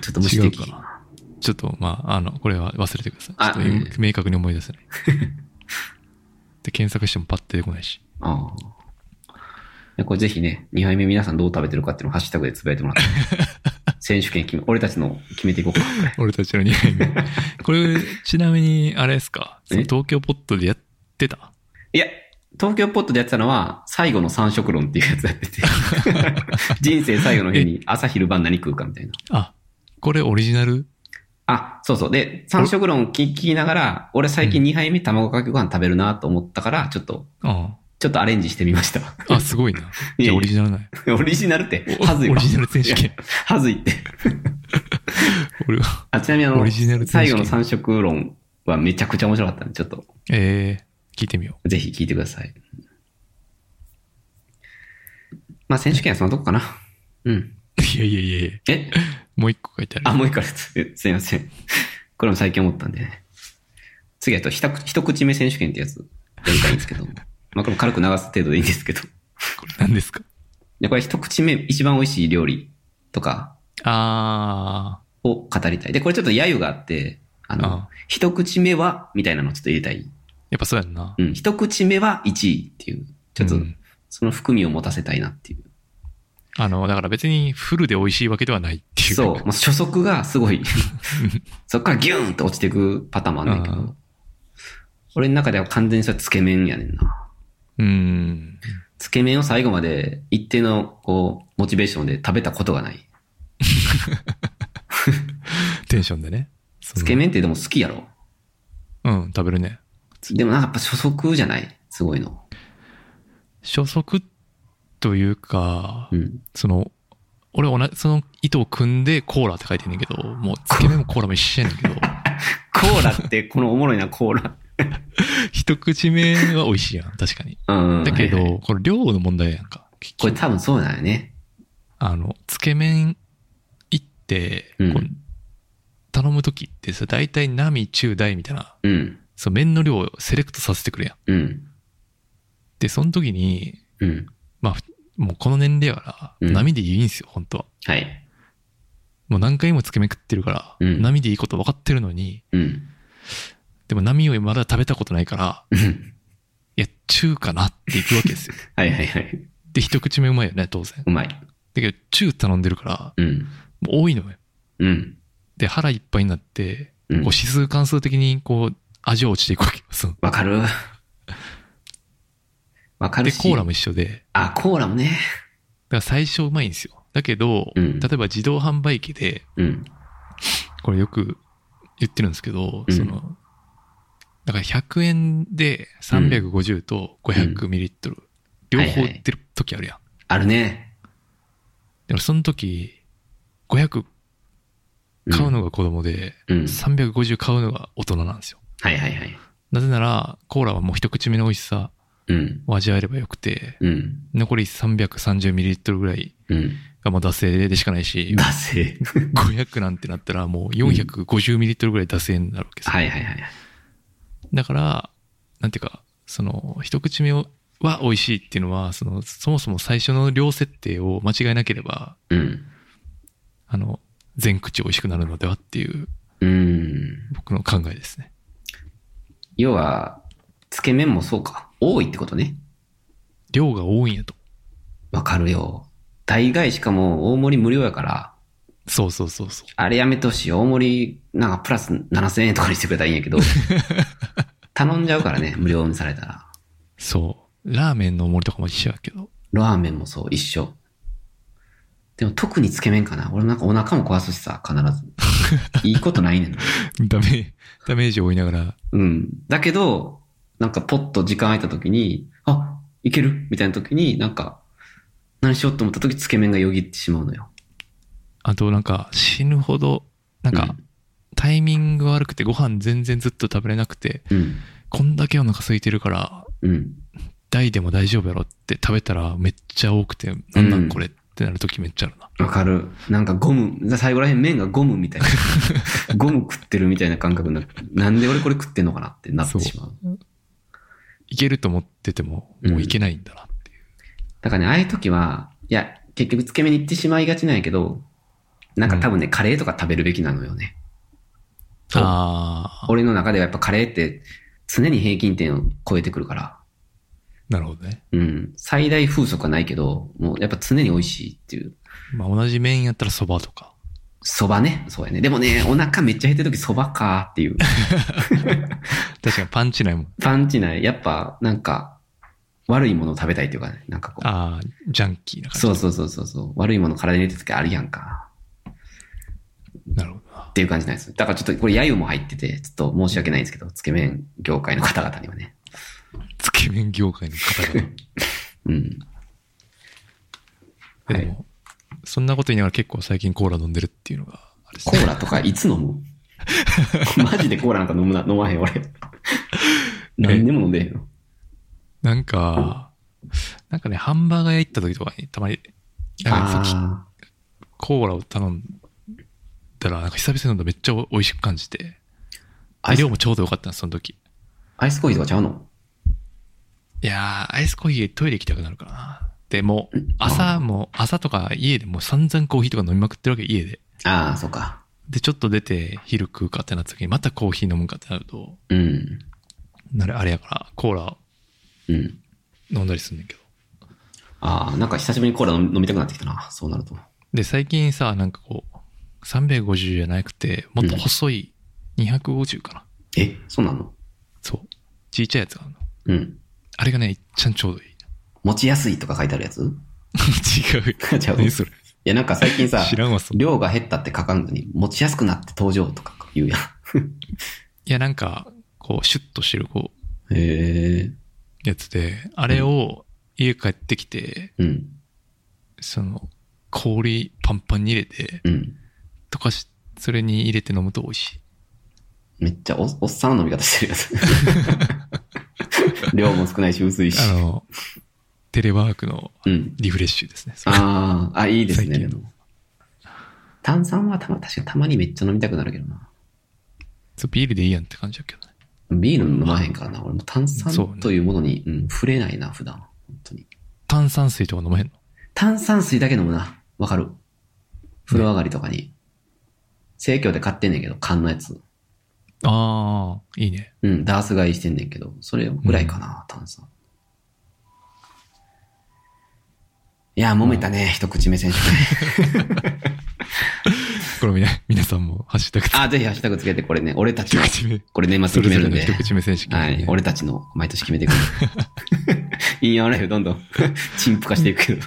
Speaker 4: ちょっと無視的
Speaker 2: 違うか。なちょっと、まあ、あの、これは忘れてください。
Speaker 4: あ
Speaker 2: ちょっと今
Speaker 4: うん
Speaker 2: 明確に思い出 せない。で、検索してもパッて出てこないし。
Speaker 4: ああ。いやこれぜひね、2杯目皆さんどう食べてるかっていうのをハッシュタグでつぶやいてもら って。選手権決め、俺たちの決めていこうか。
Speaker 2: 俺たちの2杯目。これ、ちなみに、あれですかその
Speaker 4: え
Speaker 2: 東京ポットでやってた
Speaker 4: いや、東京ポットでやってたのは、最後の三食論っていうやつやっ てて。人生最後の日に朝昼晩何食うかみたいな。
Speaker 2: あ、これオリジナル
Speaker 4: あ、そうそう。で、三食論聞きながら、俺最近2杯目卵かけご飯食べるなと思ったから、ちょっと、
Speaker 2: あ
Speaker 4: ちょっとアレンジしてみました。
Speaker 2: ああ、すごいな。じゃあオリジナルない。
Speaker 4: オリジナルって、
Speaker 2: お
Speaker 4: はずいわ
Speaker 2: オリジナル選手権
Speaker 4: いやはずいって。
Speaker 2: 俺は。
Speaker 4: あ、ちなみにあ
Speaker 2: オリジナル
Speaker 4: の、
Speaker 2: 選手権
Speaker 4: 最後の三食論はめちゃくちゃ面白かったんで、ちょっと、
Speaker 2: えー、聞いてみよ
Speaker 4: ぜひ聞いてください。まあ、選手権はそのとこかな。うん。
Speaker 2: う。いやいやいやいや
Speaker 4: え
Speaker 2: もう一個書いてあ
Speaker 4: あ、
Speaker 2: る。
Speaker 4: もう一回です。すいません。これも最近思ったんでね。次はと、ひた一口目選手権ってやつ、やりたいんで すけど。まあ、これも軽く流す程度でいいんですけど。
Speaker 2: これ何ですか
Speaker 4: で、これ一口目、一番美味しい料理とか
Speaker 2: あ
Speaker 4: を語りたい。で、これちょっと揶揄があって、あの、
Speaker 2: ああ
Speaker 4: 一口目は、みたいなのをちょっと入れたい。
Speaker 2: ー、やっぱそうやんな。
Speaker 4: うん、一口目は1位っていう。ちょっと
Speaker 2: うん、
Speaker 4: その含みを持たせたいなっていう。
Speaker 2: あの、だから別にフルで美味しいわけではないっていう。
Speaker 4: そう。まあ、初速がす ごい。そっからギューンって落ちていくパターンもあんねんけ
Speaker 2: あー
Speaker 4: ど。俺の中では完全にそれつけ麺やねんな。
Speaker 2: うーん。
Speaker 4: つけ麺を最後まで一定の、こう、モチベーションで食べたことがない。
Speaker 2: テンションでね。その
Speaker 4: つけ麺ってでも好きやろ。
Speaker 2: うん、食べるね。
Speaker 4: でもなんかやっぱ初速じゃないすごいの。
Speaker 2: 初速というか
Speaker 4: う、ん。
Speaker 2: その、俺同じ、その糸を組んでコーラって書いてんねんけど、もう、つけ麺もコーラも一緒やねんけ ど、
Speaker 4: コーラって、このおもろいな、コーラ。
Speaker 2: 一口目は美味しいやん、確かに。
Speaker 4: うん。
Speaker 2: だけど、
Speaker 4: はいはい
Speaker 2: これ量の問題やんか。結
Speaker 4: これ
Speaker 2: 局
Speaker 4: 多分そうだよね。
Speaker 2: あの、つけ麺行って、
Speaker 4: うん
Speaker 2: こう頼むときってさ、大体並中大みたいな、
Speaker 4: うん。
Speaker 2: その麺の量をセレクトさせてくれやん。
Speaker 4: うん。
Speaker 2: で、その時に、
Speaker 4: うん。
Speaker 2: まあ、ふもうこの年齢やから、
Speaker 4: うん
Speaker 2: 並でいいんすよ、本当は。
Speaker 4: はい。
Speaker 2: もう何回もつけ麺食ってるから、
Speaker 4: うん
Speaker 2: 並でいいこと分かってるのに、
Speaker 4: うん。
Speaker 2: でも並をまだ食べたことないから、
Speaker 4: うん
Speaker 2: いや、中かなっていくわけ ですよ。
Speaker 4: はいはいはい。
Speaker 2: で、一口目うまいよね、当然。
Speaker 4: うまい。
Speaker 2: だけど、中頼んでるから、
Speaker 4: うん。
Speaker 2: もう多いのよ。
Speaker 4: うん。
Speaker 2: で、腹いっぱいになって、
Speaker 4: うん
Speaker 2: こう指数関数的にこう、味は落ちていくわけよ。そう
Speaker 4: わ かる。わかる
Speaker 2: で、
Speaker 4: し。
Speaker 2: コーラも一緒で、だか
Speaker 4: あ、コーラもね。
Speaker 2: ら最初うまいんですよ。だけど、
Speaker 4: うん
Speaker 2: 例えば自動販売機で、
Speaker 4: うん。
Speaker 2: これよく言ってるんですけど、
Speaker 4: うん
Speaker 2: その、だから100円で350と500ミリリットル、両方売ってる時あるやん。
Speaker 4: あるね。
Speaker 2: でもその時、500
Speaker 4: うん
Speaker 2: 買うのが子供で、
Speaker 4: うん。
Speaker 2: 350買うのが大人なんですよ。
Speaker 4: はいはいはい。
Speaker 2: なぜなら、コーラはもう一口目の美味しさ
Speaker 4: うん。
Speaker 2: を味わえればよくて、
Speaker 4: うん。
Speaker 2: 残り 330ml ぐらい
Speaker 4: うん。
Speaker 2: がもう惰性でしかないし、
Speaker 4: だ せ。
Speaker 2: 500なんてなったらもう 450ml ぐらい惰性になるわけですよ、
Speaker 4: はいはいはい。
Speaker 2: だから、なんていうか、その、一口目は美味しいっていうのは、その、そもそも最初の量設定を間違えなければ、
Speaker 4: うん。
Speaker 2: あの、全口美味しくなるのではっていう
Speaker 4: うん。
Speaker 2: 僕の考えですね。
Speaker 4: 要は、つけ麺もそうか。多いってことね。
Speaker 2: 量が多いんやと。
Speaker 4: わかるよ。大概しかも大盛り無料やから、
Speaker 2: そうそうそうそう。
Speaker 4: あれやめてほしい。大盛り、なんかプラス7000円とかにしてくれたらいいん やけど、頼んじゃうからね、無料にされたら。
Speaker 2: そう。ラーメンのおもりとかも一緒やけど。
Speaker 4: ラーメンもそう、一緒。でも特につけ麺かな。俺もなんかお腹も壊すしさ、必 ず。いいことないねんな。
Speaker 2: ダメ、ダメージを負いながら、
Speaker 4: うん。だけど、なんかポッと時間空いた時に、あ、いけるみたいな時に、なんか、何しようと思った時、つけ麺がよぎってしまうのよ。
Speaker 2: あとなんか死ぬほど、なん
Speaker 4: う
Speaker 2: かタイミング悪くてご飯全然ずっと食べれなくて、
Speaker 4: うん。
Speaker 2: こんだけお腹空いてるから、
Speaker 4: うん。
Speaker 2: 大でも大丈夫やろって食べたらめっちゃ多くて、なんなんこれってなるときめっちゃあるな。
Speaker 4: わかる。なんかゴム、最後らへん麺がゴムみたい な。ゴム食ってるみたいな感覚になる。なんで俺これ食ってんのかなってなってしまう。
Speaker 2: いけると思ってても、もういけないんだなっていう。
Speaker 4: だからね、ああいう時は、いや、結局つけ麺に行ってしまいがちなんやけど、なんか多分ね、カレーとか食べるべきなのよね。そう
Speaker 2: ああ、
Speaker 4: 俺の中ではやっぱカレーって常に平均点を超えてくるから、
Speaker 2: なるほどね。
Speaker 4: うん、最大風速はないけど、もうやっぱ常に美味しいっていう。
Speaker 2: まあ同じ麺やったら蕎麦とか。
Speaker 4: 蕎麦ね、そうやね。でもね、お腹めっちゃ減ってる時蕎麦かーって いう。
Speaker 2: 確かにパンチないも ん。
Speaker 4: パンチない。やっぱ、なんか、悪いものを食べたいっていうかね、なんかこう。
Speaker 2: ああ、ジャンキーな感じ。
Speaker 4: そうそうそうそうそう。悪いもの体に入れてる時あるやんか。
Speaker 2: なるほどな
Speaker 4: っ。ていう感じなんです。だからちょっとこれ、揶揄も入ってて、ちょっと申し訳ないんですけど、つけ麺業界の方々にはね。
Speaker 2: つけ麺業界の方々。
Speaker 4: うん。 はい
Speaker 2: でも、そんなこと言いながら結構最近コーラ飲んでるっていうのが、あれです
Speaker 4: コ
Speaker 2: ね
Speaker 4: ーラとかいつ飲む マジでコーラなんか飲むな、飲まへん俺。何でも飲んでへんよ。
Speaker 2: なんか、なんかね、ハンバーガー屋行った時とかにたまに、なんかさっき
Speaker 4: あ
Speaker 2: コーラを頼んだら、なんか久々に飲んだらめっちゃ美味しく感じて、
Speaker 4: アイス
Speaker 2: 量もちょうどよかったんです、その時。
Speaker 4: あ、アイスコーヒーとかちゃうの
Speaker 2: いやー、アイスコーヒートイレ行きたくなるからな。でもう、朝も、朝とか家でもう散々コーヒーとか飲みまくってるわけ、家で。
Speaker 4: ああ、そうか。
Speaker 2: で、ちょっと出て昼食うかってなった時に、またコーヒー飲むかってなると、
Speaker 4: うん。
Speaker 2: なれあれやから、コーラ
Speaker 4: うん。
Speaker 2: 飲んだりすんねんけど。
Speaker 4: ああ、なんか久しぶりにコーラ飲み飲みたくなってきたな。そうなると。
Speaker 2: で、最近さ、なんかこう、350じゃなくて、もっと細い250かな。
Speaker 4: え、そうなの
Speaker 2: そう。ちいちゃいやつがあるの。
Speaker 4: うん。
Speaker 2: あれがね、いっちゃんちょうどいい。
Speaker 4: 持ちやすいとか書いてあるやつ
Speaker 2: 違う。
Speaker 4: 違う
Speaker 2: 何それ。
Speaker 4: いや、なんか最近さ、
Speaker 2: 知らんわ、それ。
Speaker 4: 量が減ったって書かんのに、持ちやすくなって登場とか言うや
Speaker 2: いや、なんか、こう、シュッとしてる、こう、
Speaker 4: ん。へえ。
Speaker 2: やつで、あれを家帰ってきて、
Speaker 4: うん。
Speaker 2: その、氷パンパンに入れて、
Speaker 4: うん。
Speaker 2: 溶かし、それに入れて飲むと美味しい。
Speaker 4: めっちゃおおっさんの飲み方してる やつ。量も少ないし、薄いし。
Speaker 2: あの、テレワークの
Speaker 4: うん。
Speaker 2: リフレッシュですね。それ
Speaker 4: ああ、あ、いいですね。
Speaker 2: 最
Speaker 4: で
Speaker 2: 近
Speaker 4: も炭酸はたま、確かたまにめっちゃ飲みたくなるけどな。
Speaker 2: そうビールでいいやんって感じだけどね。
Speaker 4: ビール飲まへんからな。俺も炭
Speaker 2: そうね
Speaker 4: 酸というものに、うん、触れないな、普段。本当に。
Speaker 2: 炭酸水とか飲まへんの
Speaker 4: 炭酸水だけ飲むな。わかる。風呂上がりとかに。生協で買ってんねんけど、缶のやつ。
Speaker 2: ああ、いいね。
Speaker 4: うん、ダース買いしてんねんけど、それぐらいかな、炭酸。いや、揉めたね、一口 目選手権。
Speaker 2: これもね、皆さんもハッシュタグつ
Speaker 4: あ、ぜひハッシュタグつけて、これね、俺たち
Speaker 2: 一
Speaker 4: の、
Speaker 2: 口目。
Speaker 4: これ年
Speaker 2: そ
Speaker 4: 末
Speaker 2: れ
Speaker 4: 決
Speaker 2: ぞ
Speaker 4: め
Speaker 2: れ
Speaker 4: るん
Speaker 2: の
Speaker 4: で
Speaker 2: 一。口目選手権、
Speaker 4: は
Speaker 2: ね
Speaker 4: い、俺たちの、毎年決めていくる。 引用ライフどんど ん、陳腐化していくけど。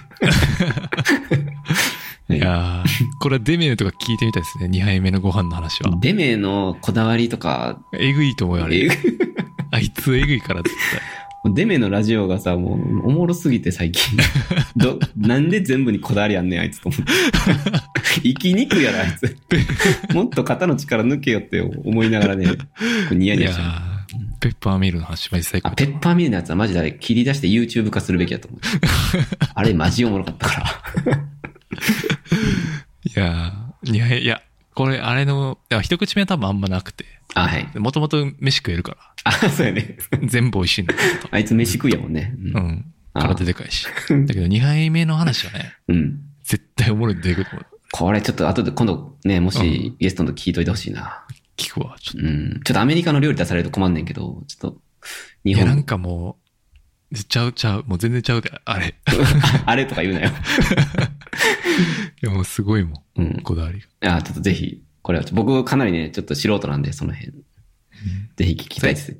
Speaker 2: いやーこれはデメとか聞いてみたいですね。2杯目のご飯の話は。
Speaker 4: デメのこだわりとか、
Speaker 2: えぐいと思うよ、あれ。あいつえぐいから絶対。
Speaker 4: デメのラジオがさ、もう、おもろすぎて最近。 ど、なんで全部にこだわりあんねん、あいつと思って。生きにくいやろ、あいつ。もっと肩の力抜けよって思いながらね、こうニヤニ
Speaker 2: い
Speaker 4: ヤ
Speaker 2: や
Speaker 4: して
Speaker 2: ーペッパーミルの話マジ最
Speaker 4: あ、
Speaker 2: 高
Speaker 4: ペッパーミルのやつはマジであれ切り出して YouTube 化するべきだと思う。あれマジおもろかったから。
Speaker 2: いやーいや、いや、これあれの、いや一口目は多分あんまなくて。
Speaker 4: あ、はい。
Speaker 2: もともと飯食えるか
Speaker 4: あ、そうやね。
Speaker 2: ら。全部美味しいんだけ
Speaker 4: あいつ飯食いやもんね。
Speaker 2: ど。うん。体でかいし。だけど2杯目の話はね、
Speaker 4: うん。うん。
Speaker 2: 絶対おもろいの出てくると思う。
Speaker 4: これちょっと後で、今度ね、も
Speaker 2: う
Speaker 4: しゲストの時聞いといてほしいな。
Speaker 2: 聞くわ。ちょっと
Speaker 4: うん。ちょっとアメリカの料理出されると困んねんけど、ちょっと、日
Speaker 2: いや、なん
Speaker 4: 本、
Speaker 2: かもう、ちゃうちゃう。もう全然ちゃうで、あれ。い
Speaker 4: あれとか言うなよ。
Speaker 2: や、もうすごいも
Speaker 4: うん
Speaker 2: ん。。こだわりが。
Speaker 4: あ、ちょっとぜひ、これは、僕かなりね、ちょっと素人なんで、その辺。ぜひ聞きたいです。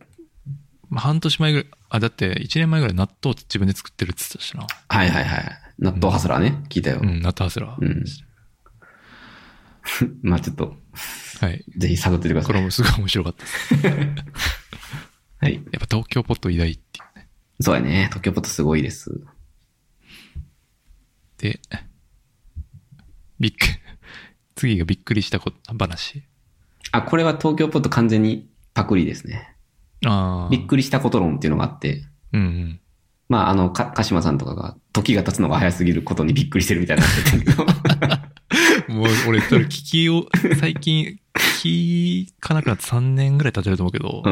Speaker 2: まあ、半年前ぐらい、あ、だって1年前ぐらい納豆自分で作ってるって言ってたしな。
Speaker 4: はいはいはい。納豆ハスラーね、聞いたよ
Speaker 2: う。ん、納豆ハスラー。
Speaker 4: うん まあちょっと、
Speaker 2: はい。
Speaker 4: ぜひ探っててくだ
Speaker 2: こ
Speaker 4: さい。
Speaker 2: れもすごい面白かったです。
Speaker 4: はい。
Speaker 2: やっぱ東京ポット偉大っていうね。
Speaker 4: そうやね。東京ポットすごいです。
Speaker 2: で、びっく、 次がびっくりしたこと、話。
Speaker 4: あ、これは東京ポット完全にパクリですね。
Speaker 2: ああ。
Speaker 4: びっくりしたこと論っていうのがあって、
Speaker 2: うんうん。
Speaker 4: まああの、か、鹿島さんとかが、時が経つのが早すぎることにびっくりしてるみたいになってたんだけ ど。
Speaker 2: もう俺、それ聞きを、 最近、聞かなくなって3年ぐらい経ってると思うけど、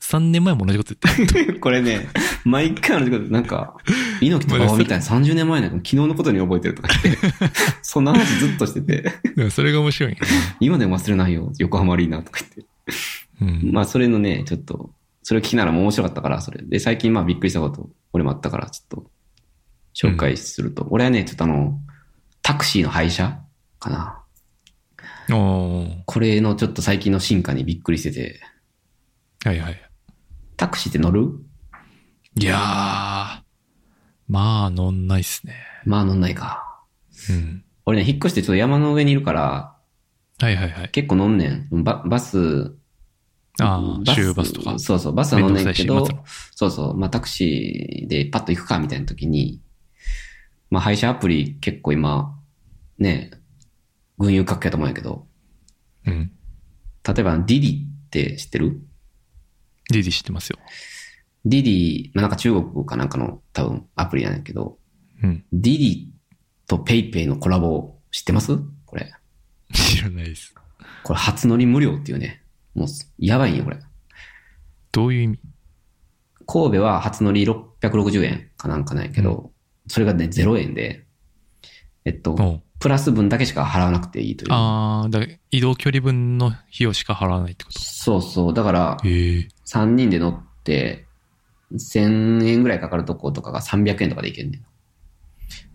Speaker 2: 3年前も同じこと言ってた。
Speaker 4: うん。これ ね、毎回のこと、なん か、猪木とかみたいな30年前なの昨日のことに覚えてるとか言 って、そんな話ずっとしてて、
Speaker 2: でもそれが面白いね。
Speaker 4: 今でも忘れないよ、横浜アリーナとか言って。
Speaker 2: うん。
Speaker 4: まあそれのね、ちょっと、それを聞きながらも面白かったから、それ。で、最近まあびっくりしたこと、俺もあったから、ちょっと、紹介すると。俺はね、ちょっとあの、タクシーの廃車かな。
Speaker 2: おー
Speaker 4: これのちょっと最近の進化にびっくりしてて、
Speaker 2: はいはい。
Speaker 4: タクシーって乗る
Speaker 2: いやー、まあ、乗んないっすね。
Speaker 4: まあ乗んないか。
Speaker 2: うん。
Speaker 4: 俺ね、引っ越してちょっと山の上にいるから、
Speaker 2: はいはいはい。
Speaker 4: 結構乗んねん。ババス、
Speaker 2: ああ、週バスとか。
Speaker 4: そうそう、バスは乗んねんけ
Speaker 2: 面
Speaker 4: ど
Speaker 2: 倒くさい、
Speaker 4: そうそう、まあタクシーでパッと行くかみたいな時に、まあ配車アプリ結構今、ね、群雄割拠やと思うんやけど、
Speaker 2: うん。
Speaker 4: 例えばディディって知ってる
Speaker 2: ディディ知ってますよ。
Speaker 4: ディディ、まあなんか中国かなんかの多分アプリなんやけど、
Speaker 2: うん。
Speaker 4: ディディとペイペイのコラボ知ってますこれ。
Speaker 2: 知らないです。
Speaker 4: これ初乗り無料っていうね。もう、やばいんよ、これ。
Speaker 2: どういう意味
Speaker 4: 神戸は初乗り660円かなんかなんやけど、それがね、0円で、えっと、
Speaker 2: うん。
Speaker 4: プラス分だけしか払わなくていいという。
Speaker 2: ああ、だから移動距離分の費用しか払わないってこと。
Speaker 4: そうそう。だから、
Speaker 2: ええ。
Speaker 4: 3人で乗って、1000円ぐらいかかるとことかが300円とかでいけんねん。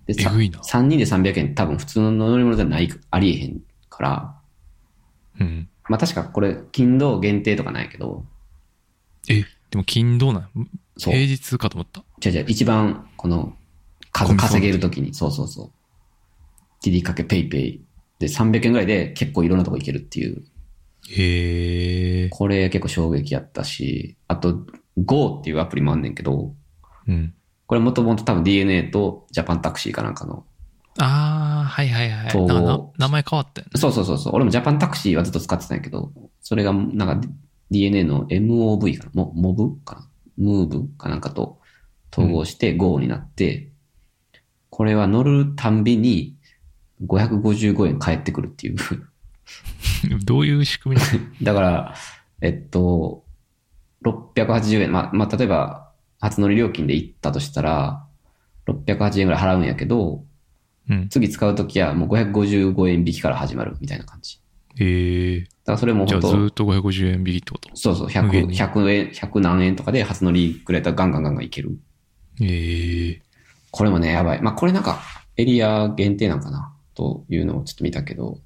Speaker 4: で、
Speaker 2: えぐいな
Speaker 4: 3人で300円多分普通の乗り物じゃない、ありえへんから、
Speaker 2: うん。
Speaker 4: まあ確かこれ、金土限定とかなんやけど、
Speaker 2: え、でも金どうなん
Speaker 4: そう。
Speaker 2: 平
Speaker 4: 違
Speaker 2: 日かと思った。
Speaker 4: う違う、一番、この、か
Speaker 2: コミソン
Speaker 4: 稼げるときに、そうそうそう。ディディかけペイペイで300円ぐらいで結構いろんなとこ行けるっていう。
Speaker 2: へえ。
Speaker 4: これ結構衝撃やったし、あと、Go っていうアプリもあんねんけど、
Speaker 2: うん。
Speaker 4: これもともと多分 DNA とジャパンタクシーかなんかの。
Speaker 2: ああ、はいはいはい。
Speaker 4: と
Speaker 2: なな名前変わったよね。
Speaker 4: そうそうそうそう。俺もジャパンタクシーはずっと使ってたんやけど、それがなんか DNA の MOV かなモモブかなムーブかなんかと統合して Go になって、これは乗るたんびに555円返ってくるっていう。
Speaker 2: どういう仕組みな
Speaker 4: だから、えっと、680円、まあ、まあ、例えば、初乗り料金で行ったとしたら、680円ぐらい払うんやけど、
Speaker 2: のうん。
Speaker 4: 次使うときはもう555円引きから始まるみたいな感じ。
Speaker 2: へえ。
Speaker 4: だからそれも
Speaker 2: じゃ
Speaker 4: 本
Speaker 2: あずー
Speaker 4: 当
Speaker 2: っと550円引きってこと
Speaker 4: そうそう、
Speaker 2: 無限
Speaker 4: 100、
Speaker 2: に
Speaker 4: 100円、100何円とかで初乗りくれたらガンガンガンガンいける。
Speaker 2: へえ。
Speaker 4: これもね、やばい。まあ、これなんか、エリア限定なんかな、というのをちょっと見たけど、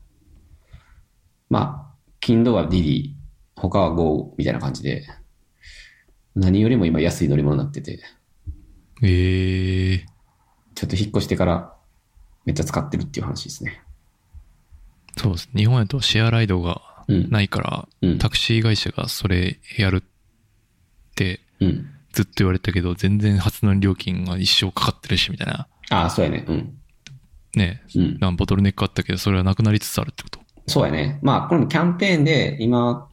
Speaker 4: まあ、金土はディディ、他は GO みたいな感じで、何よりも今安い乗り物になってて、
Speaker 2: へえ。
Speaker 4: ちょっと引っ越してからめっちゃ使ってるっていう話ですね。
Speaker 2: そうです。日本やとシェアライドが
Speaker 4: うん。
Speaker 2: ないから、
Speaker 4: うん。
Speaker 2: タクシー会社がそれやるって
Speaker 4: うん。
Speaker 2: ずっと言われたけど、全然初乗り料金が一生かかってるし、みたいな。
Speaker 4: ああ、そうやね。うん。
Speaker 2: ね
Speaker 4: うん。
Speaker 2: なんかボトルネックあったけど、それはなくなりつつあるってこと。
Speaker 4: そうやね。まあ、これもキャンペーンで今、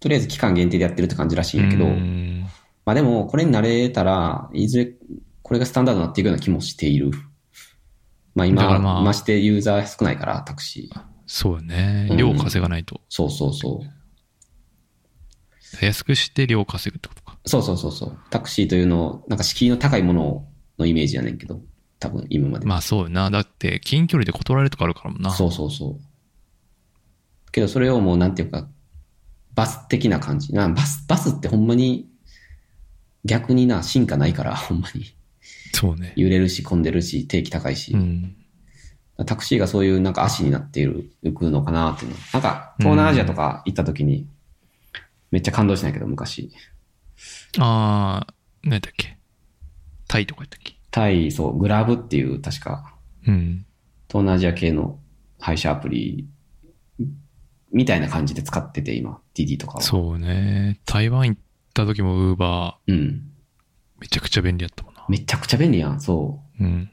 Speaker 4: とりあえず期間限定でやってるって感じらしいんやけど、
Speaker 2: うん
Speaker 4: まあでも、これに慣れたら、いずれ、これがスタンダードになっていくような気もしている。まあ
Speaker 2: だか
Speaker 4: 今、
Speaker 2: らまあ
Speaker 4: ましてユーザー少ないから、タクシー。
Speaker 2: そうよね
Speaker 4: う。ん
Speaker 2: 量稼がないと。
Speaker 4: そうそうそう。
Speaker 2: 安くして量稼ぐってことか。
Speaker 4: そうそうそうそう。タクシーというのを、なんか敷居の高いもののイメージやねんけど、多分今まで。
Speaker 2: まあそうよな。だって、近距離で断られるとかあるからもんな。
Speaker 4: そうそうそう。けどそれをもうなんていうか、バス的な感じ。なバス、バスってほんまに、逆にな、進化ないから、ほんまに。
Speaker 2: そうね。
Speaker 4: 揺れるし、混んでるし、定期高いし。
Speaker 2: うん。
Speaker 4: タクシーがそういうなんか足になっている、行くのかなっていうの。なんか、東南アジアとか行った時に、めっちゃ感動したんやけど、昔。
Speaker 2: ああ、何やったっけ。タイとかやったっけ。
Speaker 4: タイ、そう、グラブっていう、確か、
Speaker 2: うん。
Speaker 4: 東南アジア系の配車アプリ、みたいな感じで使ってて、今、DD とかは。
Speaker 2: そうね。台湾行った時もウーバ
Speaker 4: う。ん。
Speaker 2: ーめちゃくちゃ便利やったもんな。
Speaker 4: めちゃくちゃ便利やん、そう。
Speaker 2: うん。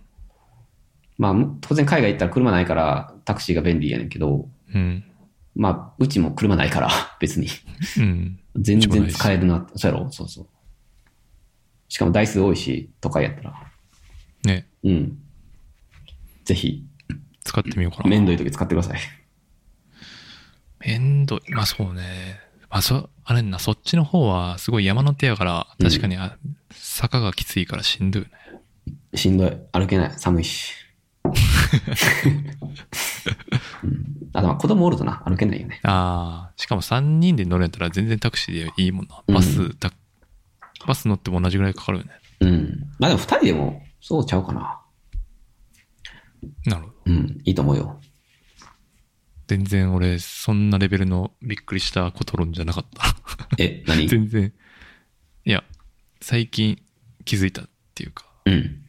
Speaker 4: まあ、当然海外行ったら車ないから、タクシーが便利やねんけど、
Speaker 2: うん。
Speaker 4: まあ、うちも車ないから、 別に。
Speaker 2: うん。
Speaker 4: 全然使えるなって。そうやろそうそう。しかも台数多いし、都会やったら。
Speaker 2: ね。
Speaker 4: うん。ぜひ、
Speaker 2: 使ってみようかな。
Speaker 4: 面倒い時使ってください。
Speaker 2: めんどい。まあそうね。まあそ、あれんな、そっちの方はすごい山の手やから、
Speaker 4: うん
Speaker 2: 確かに、あ坂がきついからしんどいよね。
Speaker 4: しんどい。歩けない。寒いし。うん、あとまあ子供おるとな、歩けないよね。
Speaker 2: ああ、しかも3人で乗れたら全然タクシーでいいもんな。
Speaker 4: うん
Speaker 2: バス、タバス乗っても同じぐらいかかるよね。
Speaker 4: うん。まあでも二人でも、そうちゃうかな。
Speaker 2: なるほど。
Speaker 4: うん。いいと思うよ。
Speaker 2: 全然俺、そんなレベルのびっくりしたコトロンじゃなかった。
Speaker 4: え、何
Speaker 2: 全然。いや、最近気づいたっていうか、
Speaker 4: うん。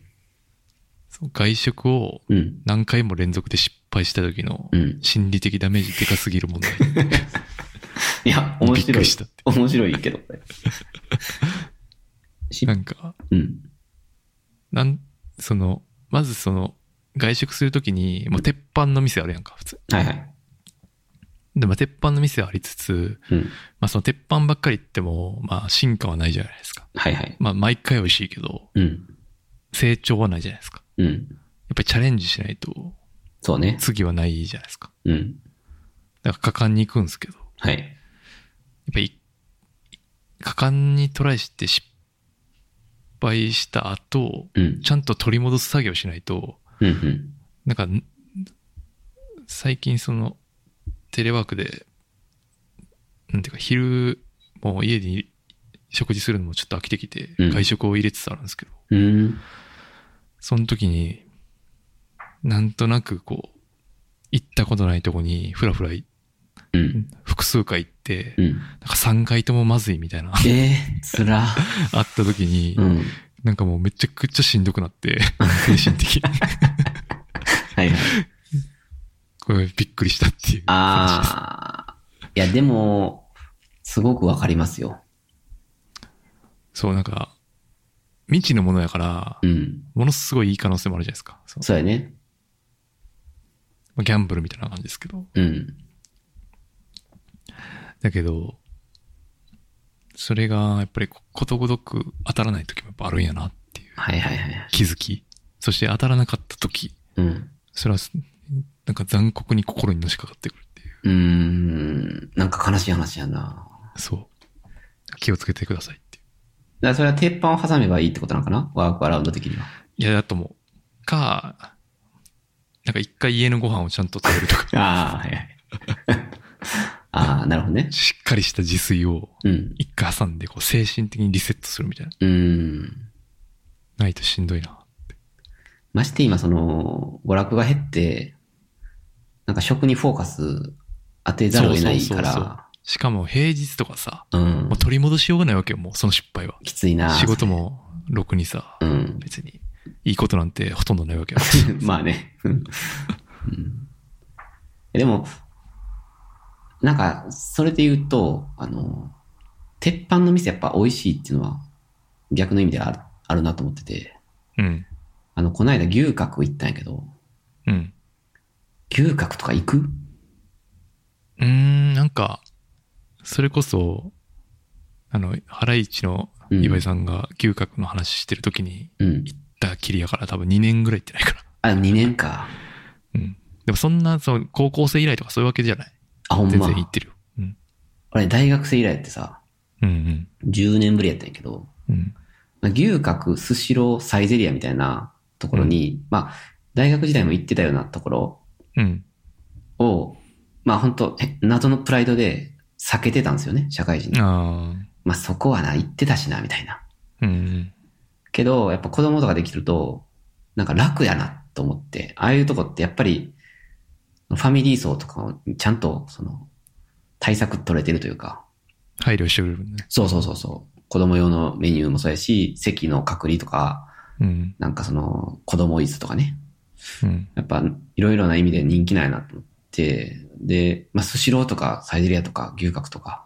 Speaker 2: そう外食を
Speaker 4: うん。
Speaker 2: 何回も連続で失敗した時の
Speaker 4: うん
Speaker 2: 心理的ダメージでかすぎる問題。
Speaker 4: いや、 面
Speaker 2: びっく
Speaker 4: 白い
Speaker 2: りしたって。
Speaker 4: 面白いけど。し
Speaker 2: なんか、
Speaker 4: うん。
Speaker 2: なん、その、まずその、外食するときに、もう鉄板の店あるやんか、普通。
Speaker 4: はいはい。
Speaker 2: で、まあ鉄板の店ありつつ、
Speaker 4: うん。
Speaker 2: まあその鉄板ばっかり行っても、まあ進化はないじゃないですか。
Speaker 4: はいはい。
Speaker 2: まあ毎回美味しいけど、
Speaker 4: うん。
Speaker 2: 成長はないじゃないですか。
Speaker 4: うん。
Speaker 2: やっぱりチャレンジしないと、
Speaker 4: そうね。
Speaker 2: 次はないじゃないですか。
Speaker 4: うん。
Speaker 2: だから果敢に行くんですけど、やっ
Speaker 4: はい。
Speaker 2: ぱり、果敢にトライして失敗した後、
Speaker 4: うん。
Speaker 2: ちゃんと取り戻す作業しないと、
Speaker 4: うん。うん。
Speaker 2: なんか、ん最近その、テレワークで、なんていうか、昼、もう家で食事するのもちょっと飽きてきて、
Speaker 4: うん
Speaker 2: 外食を入れつつあるんですけど、
Speaker 4: うん。
Speaker 2: その時に、なんとなくこう、行ったことないとこに、ふらふらい
Speaker 4: うん。
Speaker 2: 複数回行って、
Speaker 4: うん。
Speaker 2: なんか3回ともまずいみたいな、
Speaker 4: ええー、つら。
Speaker 2: あった時に、
Speaker 4: うん。
Speaker 2: なんかもうめちゃくちゃしんどくなっ て、精神的に。
Speaker 4: はいはい。
Speaker 2: これびっくりしたっていう。
Speaker 4: ああ。いや、でも、すごくわかりますよ。
Speaker 2: そう、なんか、未知のものやから
Speaker 4: う、ん。
Speaker 2: ものすごいいい可能性もあるじゃないですか。そう
Speaker 4: そうやね。
Speaker 2: まあギャンブルみたいな感じですけど。
Speaker 4: うん。
Speaker 2: だけど、それがやっぱりこことごとく当たらない時もやっぱあるんやなっていう
Speaker 4: はいはいはいはい。
Speaker 2: 気づき。そして当たらなかった時、
Speaker 4: うん。
Speaker 2: それはすなんか残酷に心にのしかかってくるっていう。
Speaker 4: うーん。なんか悲しい話やな。
Speaker 2: そう。気をつけてくださいってい
Speaker 4: だからそれは鉄板を挟めばいいってことなのかなワークアラウンド的には。、
Speaker 2: う。いや、だともう。か、なんか一回家のご飯をちゃんと食べるとか
Speaker 4: ああ、はいはい。 ああ、なるほどね。
Speaker 2: しっかりした自炊を
Speaker 4: うん。
Speaker 2: 一回挟んでこう精神的にリセットするみたいな。
Speaker 4: うーん。
Speaker 2: ないとしんどいな。
Speaker 4: まして今その、娯楽が減って、なんか食にフォーカス当てざるを得ないか
Speaker 2: そうそう
Speaker 4: ら、
Speaker 2: しかも平日とかさ、
Speaker 4: うん
Speaker 2: もう。取り戻しようがないわけよ、もうその失敗は。
Speaker 4: きついな
Speaker 2: 仕事もろくにさ、
Speaker 4: うん。
Speaker 2: 別にいいことなんてほとんどないわけ よ。
Speaker 4: まあね。うんでも、なんか、それで言うと、あの、鉄板の店やっぱ美味しいっていうのは、逆の意味であるあるなと思ってて、
Speaker 2: うん。
Speaker 4: あの、この間牛角行ったんやけど、
Speaker 2: うん。
Speaker 4: 牛角とか行く
Speaker 2: うーん、なんか、それこそ、あの、ハライチの岩井さんが牛角の話してる時に
Speaker 4: うん。
Speaker 2: 行ったきりやから多分2年ぐらい行ってないから。
Speaker 4: あ、2年か。
Speaker 2: うん。でもそんな、その高校生以来とかそういうわけじゃない。
Speaker 4: あ、ほん
Speaker 2: 全
Speaker 4: ま
Speaker 2: 然。行ってるよ。うん。
Speaker 4: 俺大学生以来ってさ、
Speaker 2: うん
Speaker 4: 10年ぶりやったんやけど、
Speaker 2: うん。うん。
Speaker 4: まあ牛角、スシロー、サイゼリアみたいなところに、まあ、大学時代も行ってたようなところ
Speaker 2: うん。
Speaker 4: を、まあ本当え謎のプライドで避けてたんですよね、社会人。
Speaker 2: あ
Speaker 4: まあそこはな、行ってたしな、みたいな。
Speaker 2: あ。うん。
Speaker 4: けど、やっぱ子供とかできると、なんか楽やなと思って、ああいうとこってやっぱり、ファミリー層とかをちゃんと、その、対策取れてるというか、
Speaker 2: 配慮してくれるね。
Speaker 4: そうそうそうそう。子供用のメニューもそうやし、席の隔離とか、
Speaker 2: うん。
Speaker 4: なんかその、子供椅子とかね。
Speaker 2: うん。
Speaker 4: やっぱ、いろいろな意味で人気なんやなと思って、で、まあ、スシローとか、サイゼリアとか、牛角とか、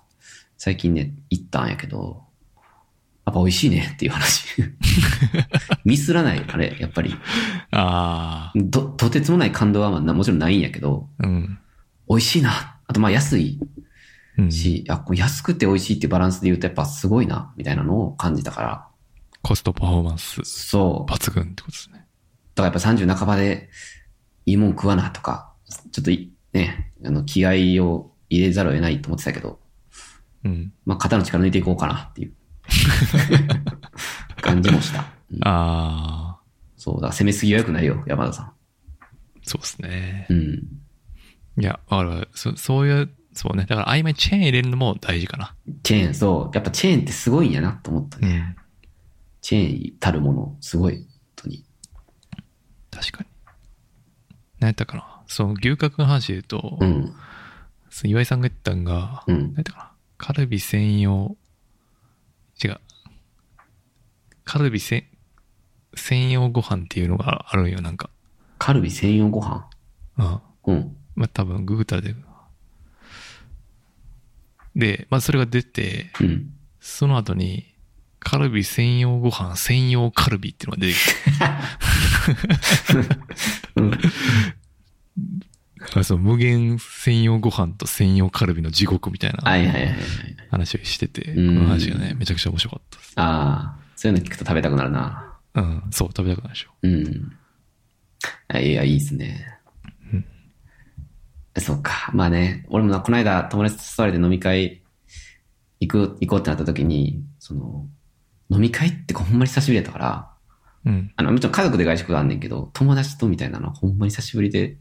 Speaker 4: 最近ね、行ったんやけど、やっぱ美味しいねっていう話。 ミスらない、あれ、やっぱり。
Speaker 2: あ
Speaker 4: ど、とてつもない感動は、まあな、もちろんないんやけど、
Speaker 2: あ。うん。
Speaker 4: 美味しいな。あと、まあ、安い
Speaker 2: うん。
Speaker 4: し、あ、こう安くて美味しいってバランスで言うと、やっぱすごいな、みたいなのを感じたから。
Speaker 2: コストパフォーマンス
Speaker 4: そう。
Speaker 2: 抜群ってことですね。
Speaker 4: だからやっぱ30半ばでいいもん食わなとか、ちょっといね、あの気合を入れざるを得ないと思ってたけど、
Speaker 2: うん。
Speaker 4: まあ肩の力抜いていこうかなっていう感じもした。うん
Speaker 2: ああ、
Speaker 4: そう、だから攻めすぎは良くないよ、山田さ
Speaker 2: そうですね
Speaker 4: ん。。うん。
Speaker 2: いや、わかるわかるそ。そういう、そうね。だから曖昧チェーン入れるのも大事かな。
Speaker 4: チェーン、そう、やっぱチェーンってすごいんやなと思ったね。
Speaker 2: ん。
Speaker 4: チェーンたるもの、すごい、本当に。
Speaker 2: 確かに。何やったかな。その牛角の話で言うと、
Speaker 4: うん、
Speaker 2: その岩井さんが言ったんが、
Speaker 4: う
Speaker 2: 何
Speaker 4: ん
Speaker 2: や、ったかな。カルビ専用、違う。カルビ専専用ご飯っていうのがあるんよ、なんか。
Speaker 4: カルビ専用ご飯。
Speaker 2: うん。
Speaker 4: うん、
Speaker 2: まあ多分ググったら出るなで、まあそれが出て、
Speaker 4: うん。
Speaker 2: その後に、カルビ専用ご飯専用カルビっていうのが出てき て、そう無限専用ご飯と専用カルビの地獄みたい
Speaker 4: は
Speaker 2: ない
Speaker 4: はいはいはい。
Speaker 2: 話をしてて、こ
Speaker 4: ん
Speaker 2: の話がね、めちゃくちゃ面白かったです。
Speaker 4: ああ、そういうの聞くと食べたくなるな。
Speaker 2: うん、そう、食べたくないでしょ。
Speaker 4: うん。あいや、いいですね。そうか。まあね、俺もな、この間友達と誘われて飲み会行く、行こうってなった時に、その、飲み会ってほんまに久しぶりやったから、
Speaker 2: うん、
Speaker 4: あの、もちろん家族で外食があんねんけど、友達とみたいなのはほんまに久しぶりで、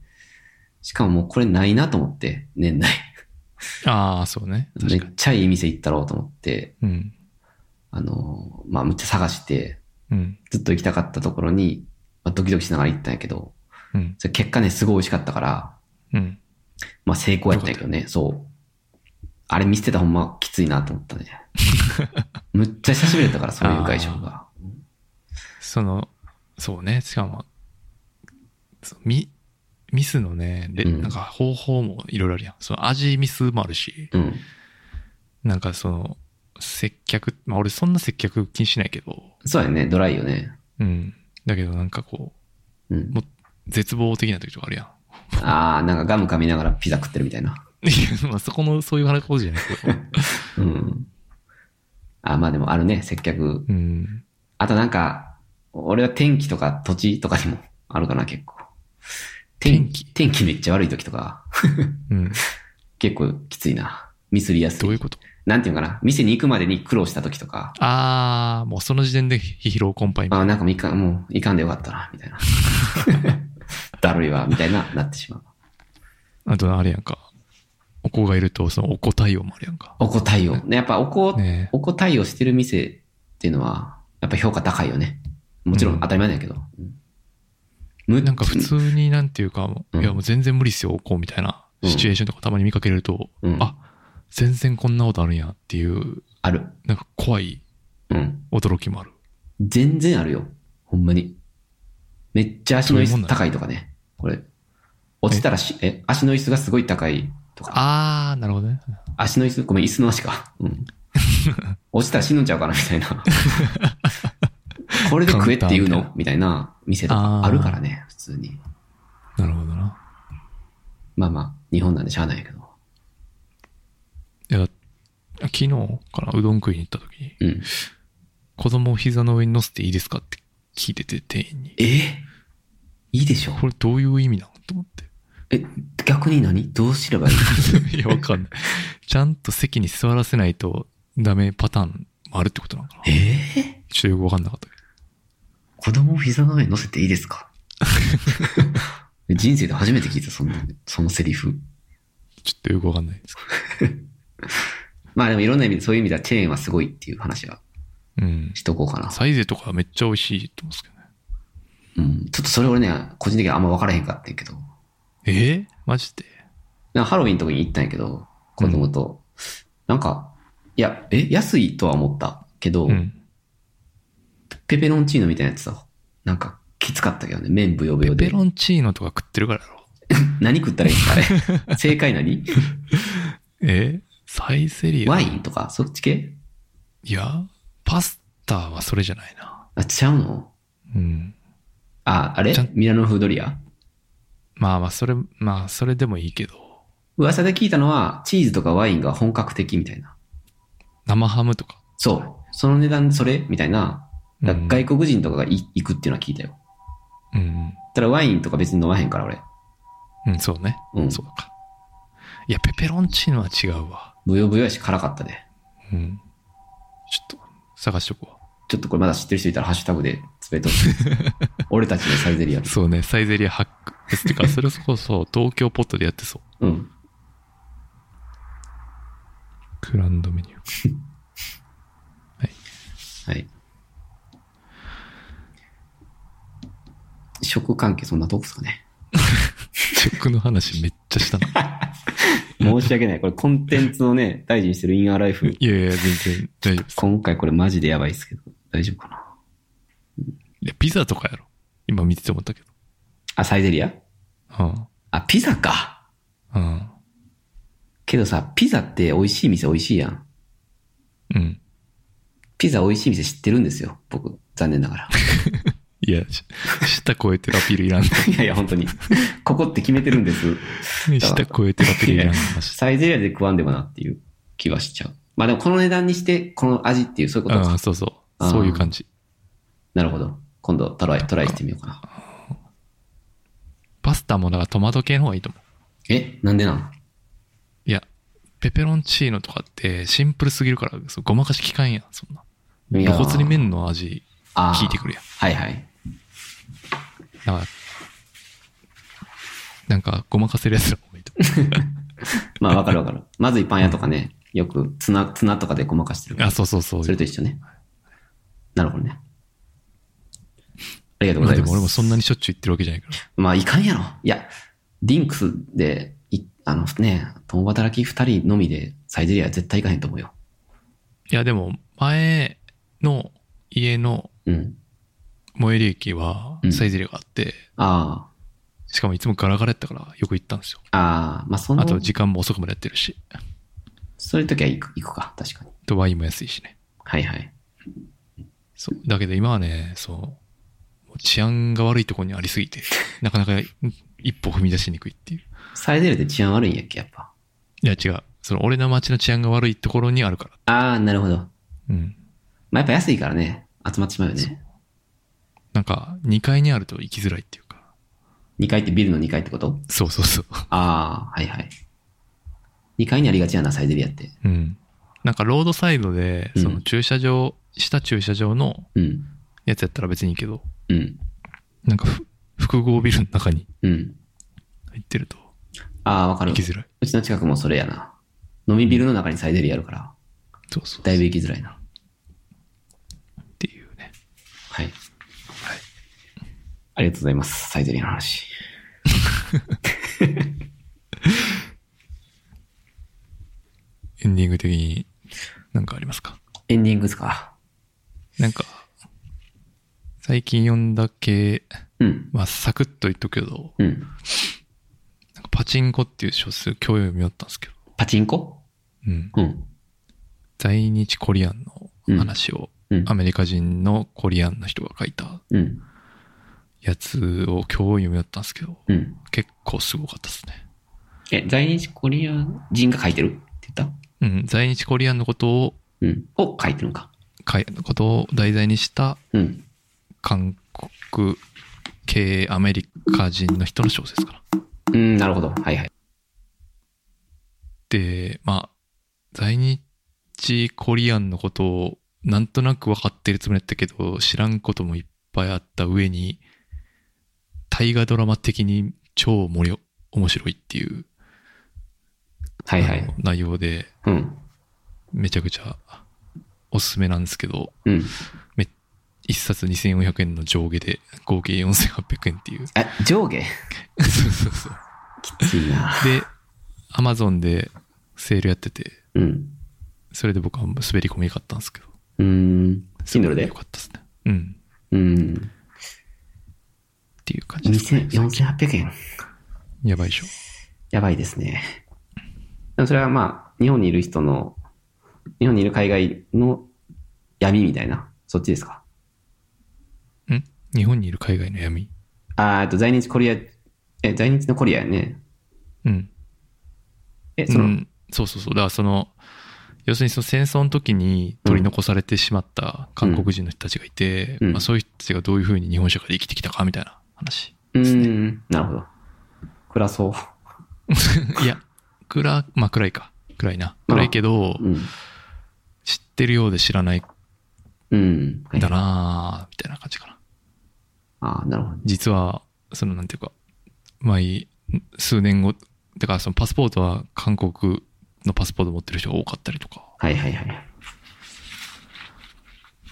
Speaker 4: しかももうこれないなと思って、年内。
Speaker 2: ああ、そうね。
Speaker 4: め
Speaker 2: 確かに。
Speaker 4: っちゃいい店行ったろうと思って、
Speaker 2: うん、
Speaker 4: あの、まあむっちゃ探して、
Speaker 2: うん、
Speaker 4: ずっと行きたかったところに、まあ、ドキドキしながら行ったんやけど、
Speaker 2: うん、
Speaker 4: それ結果ね、すごい美味しかったから、
Speaker 2: うん。
Speaker 4: まあ成功やったんやけどね、そう。あれ見捨てたほんまきついなと思ったね。 むっちゃ久しぶりだったから、そういう外食が。
Speaker 2: その、そうね、しかも、そうミミスのね、で、
Speaker 4: うん
Speaker 2: なんか方法もいろいろあるやん。その味ミスもあるし、
Speaker 4: うん。
Speaker 2: なんかその、接客、まあ俺そんな接客気にしないけど、
Speaker 4: そうやね、ドライよね。
Speaker 2: うん。だけどなんかこ
Speaker 4: うん
Speaker 2: も。う、絶望的な時とかあるやん。
Speaker 4: ああ、なんかガム噛みながらピザ食ってるみたいな。
Speaker 2: いや、まあそこの、そういう話じゃないけど。
Speaker 4: うん。あーまあでもあるね、接客。
Speaker 2: うん。
Speaker 4: あとなんか、俺は天気とか土地とかにもあるかな、結構。天気天気めっちゃ悪い時とか、
Speaker 2: うん。
Speaker 4: 結構きついな。ミスりやすい。
Speaker 2: どういうこと
Speaker 4: なんていうのかな。店に行くまでに苦労した時とか、
Speaker 2: あー、もうその時点で疲労困憊みたい
Speaker 4: あ
Speaker 2: な。
Speaker 4: あ、なんかもういかん、もういかんでよかったな、みた いな。だるいわ、みたいな、なってしまう。
Speaker 2: あとあれやんか。お子がいると、そのお子対応もあるやんか。
Speaker 4: おこ対応。ねやっぱおこ、
Speaker 2: ねえ
Speaker 4: おこ対応してる店っていうのは、やっぱ評価高いよね。もちろ
Speaker 2: うん
Speaker 4: ん当たり前だけど。うんむ
Speaker 2: なんか普通になんていうか、
Speaker 4: うん
Speaker 2: いやもう全然無理っすよ、お子みたいな
Speaker 4: うん
Speaker 2: シチュエーションとかたまに見かけると、
Speaker 4: うん
Speaker 2: あ、全然こんなことあるんやっていう、
Speaker 4: ある。
Speaker 2: なんか怖い
Speaker 4: うん。
Speaker 2: 驚きもある。
Speaker 4: 全然あるよ。ほんまに。めっちゃ足の椅
Speaker 2: そういうもんな
Speaker 4: 子
Speaker 2: の
Speaker 4: 高いとかね。これ。落ちたらし、え、足の椅子がすごい高いとか。
Speaker 2: あー、なるほどね。
Speaker 4: 足の椅子、ごめん、椅子の足か。 うん。落ちたら死ぬんちゃうかな、みたいな。これで食えって言うのみたいな店とかあるからね、普通に。
Speaker 2: なるほどな。
Speaker 4: まあまあ、日本なんでしゃあないけど。
Speaker 2: いや、昨日かな、うどん食いに行った時に、
Speaker 4: うん。
Speaker 2: 子供を膝の上に乗せていいですかって聞いてて、店員に。
Speaker 4: えいいでしょ
Speaker 2: これどういう意味なのと思って。
Speaker 4: え、逆に何どうすれ ばいい
Speaker 2: いや、わかんない。ちゃんと席に座らせないとダメパターンもあるってことなのかな
Speaker 4: えー、
Speaker 2: ちょっとよくわかんなかったけ
Speaker 4: 子供を膝の上に乗せていいですか 人生で初めて聞いた、その、そのセリフ。
Speaker 2: ど。ちょっとよくわかんないですけ
Speaker 4: まあでもいろんな意味で、そういう意味ではチェーンはすごいっていう話は
Speaker 2: ど。うん。
Speaker 4: しとこうかな。
Speaker 2: サイゼとかめっちゃ美味しいと思うんですけどね。
Speaker 4: うん。ちょっとそれ俺ね、個人的にはあんま分からへんかったんやけど。
Speaker 2: えーマジで
Speaker 4: なんかハロウィンの時に行ったんやけど、子供と。なんか、いや、え、安いとは思ったけど、
Speaker 2: うん。
Speaker 4: ペペロンチーノみたいなやつさ、なんかきつかったけどね、麺ぶよぶ
Speaker 2: ペ
Speaker 4: よ
Speaker 2: ペ
Speaker 4: で。
Speaker 2: ロンチーノとか食ってるからやろ。
Speaker 4: 何食ったらいいんです かね正解何
Speaker 2: えーサイゼリア
Speaker 4: ワインとか、そっち系
Speaker 2: いや、パスタはそれじゃないな。
Speaker 4: あ、ちゃうの
Speaker 2: うん。
Speaker 4: あ、あれ
Speaker 2: ちゃん
Speaker 4: ミラノフードリア
Speaker 2: まあまあ、それ、まあ、それでもいいけど、
Speaker 4: 噂で聞いたのは、チーズとかワインが本格的みたいな。
Speaker 2: 生ハムとか。
Speaker 4: そう。その値段でそれみたいな。だ
Speaker 2: うん
Speaker 4: 外国人とかがい行くっていうのは聞いたよ。
Speaker 2: うん。
Speaker 4: ただワインとか別に飲まへんから俺。
Speaker 2: うん、そうね。
Speaker 4: うん。
Speaker 2: そうか。いや、ペペロンチーノは違うわ。
Speaker 4: ブヨブヨやし辛かったで。
Speaker 2: うん。ちょっと、探しとこ
Speaker 4: ちょっとこれまだ知ってる人いたらハッシュタグでつぶやいてほしい。俺たちのサイゼリア
Speaker 2: う。。そうね、サイゼリアハック。てか、それこそ東京ポットでやってそう。
Speaker 4: うん。
Speaker 2: グランドメニュー。
Speaker 4: はい。食関係そんなとこですかね。
Speaker 2: チェックの話めっちゃしたな。
Speaker 4: 申し訳ない。これコンテンツをね、大事にしてるインアライフ。
Speaker 2: いやいや、全然大丈夫です。
Speaker 4: 今回これマジでやばいですけど、大丈夫かな。
Speaker 2: いや、ピザとかやろ。今見てて思ったけど。
Speaker 4: あ、サイゼリア
Speaker 2: うん。
Speaker 4: あ、ピザか。
Speaker 2: うん。
Speaker 4: けどさ、ピザって美味しい店美味しいやん。
Speaker 2: うん。
Speaker 4: ピザ美味しい店知ってるんですよ。僕、残念ながら。
Speaker 2: いや、し舌超えてるアピールいら ん。
Speaker 4: いやいや、本当に。ここって決めてるんです。
Speaker 2: 舌超えてるアピールいらん話。
Speaker 4: サイゼリアで食わんでもなっていう気はしちゃう。まあでもこの値段にして、この味っていう、そういうこと
Speaker 2: う
Speaker 4: か
Speaker 2: ん、。そうそう。そういう感じ。
Speaker 4: なるほど。今度トライ、トライしてみようかな。
Speaker 2: パスタもだからトマト系の方がいいと思う。
Speaker 4: えなんでなん
Speaker 2: いや、ペペロンチーノとかってシンプルすぎるから、そうごまかしきかんやん、そんな。
Speaker 4: い
Speaker 2: 露
Speaker 4: やー
Speaker 2: 骨に麺の味、
Speaker 4: あー
Speaker 2: 効いてくるやん。
Speaker 4: はいはい。
Speaker 2: だから、なんか、ごまかせるやつらもいいと思
Speaker 4: まあわかるわかる。まずいパン屋とかね、よくツナ、ツナとかでごまかしてる
Speaker 2: う。あ、そうそうそう。
Speaker 4: それと一緒ね。なるほどね。ありがとうご
Speaker 2: まあ
Speaker 4: ざい
Speaker 2: で
Speaker 4: ます。
Speaker 2: も俺もそんなにしょっちゅう言ってるわけじゃないから。
Speaker 4: まあ、いかんやろ。いや、ディンクスでいあのね、共働き二人のみでサイゼリア絶対行かへんと思うよ。
Speaker 2: いや、でも、前の家の
Speaker 4: うん。
Speaker 2: 最寄り駅は
Speaker 4: うん
Speaker 2: サイゼリヤがあって、
Speaker 4: あ
Speaker 2: しかもいつもガラガラやったからよく行ったんですよ。
Speaker 4: あ、ああ、まあその
Speaker 2: あ、と時間も遅くまでやってるし、
Speaker 4: そういう時は行く行くか、確かに。
Speaker 2: あとワインも安いしね。
Speaker 4: はいはい。
Speaker 2: そう。だけど今はね、そう、もう治安が悪いところにありすぎて、 なかなかうん一歩踏み出しにくいっていう。
Speaker 4: サイゼリアって治安悪いんやっけ、やっぱ。
Speaker 2: いや違う。その俺の街の治安が悪いところにあるから。
Speaker 4: ああ、なるほど。
Speaker 2: うん。
Speaker 4: まあやっぱ安いからね、集まってしまうよね。
Speaker 2: なんか、2階にあると行きづらいっていうか。
Speaker 4: 2階ってビルの2階ってこと
Speaker 2: そうそうそう。
Speaker 4: ああ、はいはい。2階にありがちやな、サイゼリアって。
Speaker 2: うん。なんか、ロードサイドで、
Speaker 4: うん
Speaker 2: その駐車場、下駐車場の
Speaker 4: うん。
Speaker 2: やつやったら別にいいけど、
Speaker 4: うん。
Speaker 2: なんかふ、複合ビルの中に
Speaker 4: うん。
Speaker 2: 入ってると
Speaker 4: ああ、わかる
Speaker 2: 行き。づらい。
Speaker 4: うちの近くもそれやな。飲みビルの中にサイゼリアあるから、
Speaker 2: そうそう。
Speaker 4: だいぶ行きづらいな。
Speaker 2: っていうね。
Speaker 4: はい。はい。ありがとうございます。サイゼリアの話。
Speaker 2: エンディング的になんかありますか
Speaker 4: エンディングですか。
Speaker 2: なんか、最近読んだ系、
Speaker 4: うん。
Speaker 2: まあ、サクッと言っとくけど、
Speaker 4: うん。
Speaker 2: なんかパチンコっていう小数今日読みよったんですけど、
Speaker 4: パチンコ
Speaker 2: うん。
Speaker 4: うん。
Speaker 2: 在日コリアンの話を、
Speaker 4: うん
Speaker 2: ア。メリカ人のコリアンの人が書いた
Speaker 4: うん。
Speaker 2: やつを今日読みよったんですけど、
Speaker 4: うん。
Speaker 2: 結構すごかったですね。
Speaker 4: え、在日コリアン人が書いてるって言った
Speaker 2: うん、在日コリアンのことを、
Speaker 4: うん。を書いてるのか。
Speaker 2: かいことを題材にした
Speaker 4: うん。
Speaker 2: 韓国系アメリカ人の人の小説かな。
Speaker 4: うん、なるほど。はいはい。
Speaker 2: で、まあ、在日コリアンのことをなんとなく分かってるつもりだったけど、知らんこともいっぱいあった上に、大河ドラマ的に超盛り面白いっていう、
Speaker 4: はいは
Speaker 2: あの
Speaker 4: い。
Speaker 2: 内容で、
Speaker 4: うん。
Speaker 2: めちゃくちゃおすすめなんですけど、
Speaker 4: うん。
Speaker 2: 1冊2400円の上下で合計4800円 っていう。
Speaker 4: え、上下
Speaker 2: そうそうそう。
Speaker 4: きついな。
Speaker 2: で、Amazon でセールやってて、
Speaker 4: うん。
Speaker 2: それで僕は滑り込み買ったんですけど。
Speaker 4: うーん。Kindle で
Speaker 2: よかったですね。うん。
Speaker 4: うん。
Speaker 2: っていう感じですね
Speaker 4: 2000。4800円。
Speaker 2: やばいでしょ。
Speaker 4: やばいですね。でもそれはまあ、日本にいる人の、日本にいる海外の闇みたいな、そっちですか。
Speaker 2: ん日本にいる海外の闇。
Speaker 4: あーえっと、在日コリア、え、在日のコリアやね。
Speaker 2: うん。
Speaker 4: え、その、
Speaker 2: うん、そうそうそう。だからその、要するにその戦争の時に取り残されてしまった韓国人の人たちがいて、
Speaker 4: うん
Speaker 2: まあ、そういう人たちがどういうふうに日本社会で生きてきたかみたいな話。
Speaker 4: うーん、なるほど。暗そ
Speaker 2: いや、暗、まあ暗いか。暗いな。暗いけど
Speaker 4: う。、うん。
Speaker 2: 知ってるようで知らないん
Speaker 4: うん。はい
Speaker 2: だなぁみたいな感じかな。
Speaker 4: ああ、なるほど。
Speaker 2: 実は、そのなんていうか、毎数年後、だからそのパスポートは韓国のパスポート持ってる人が多かったりとか、
Speaker 4: はいはいはい。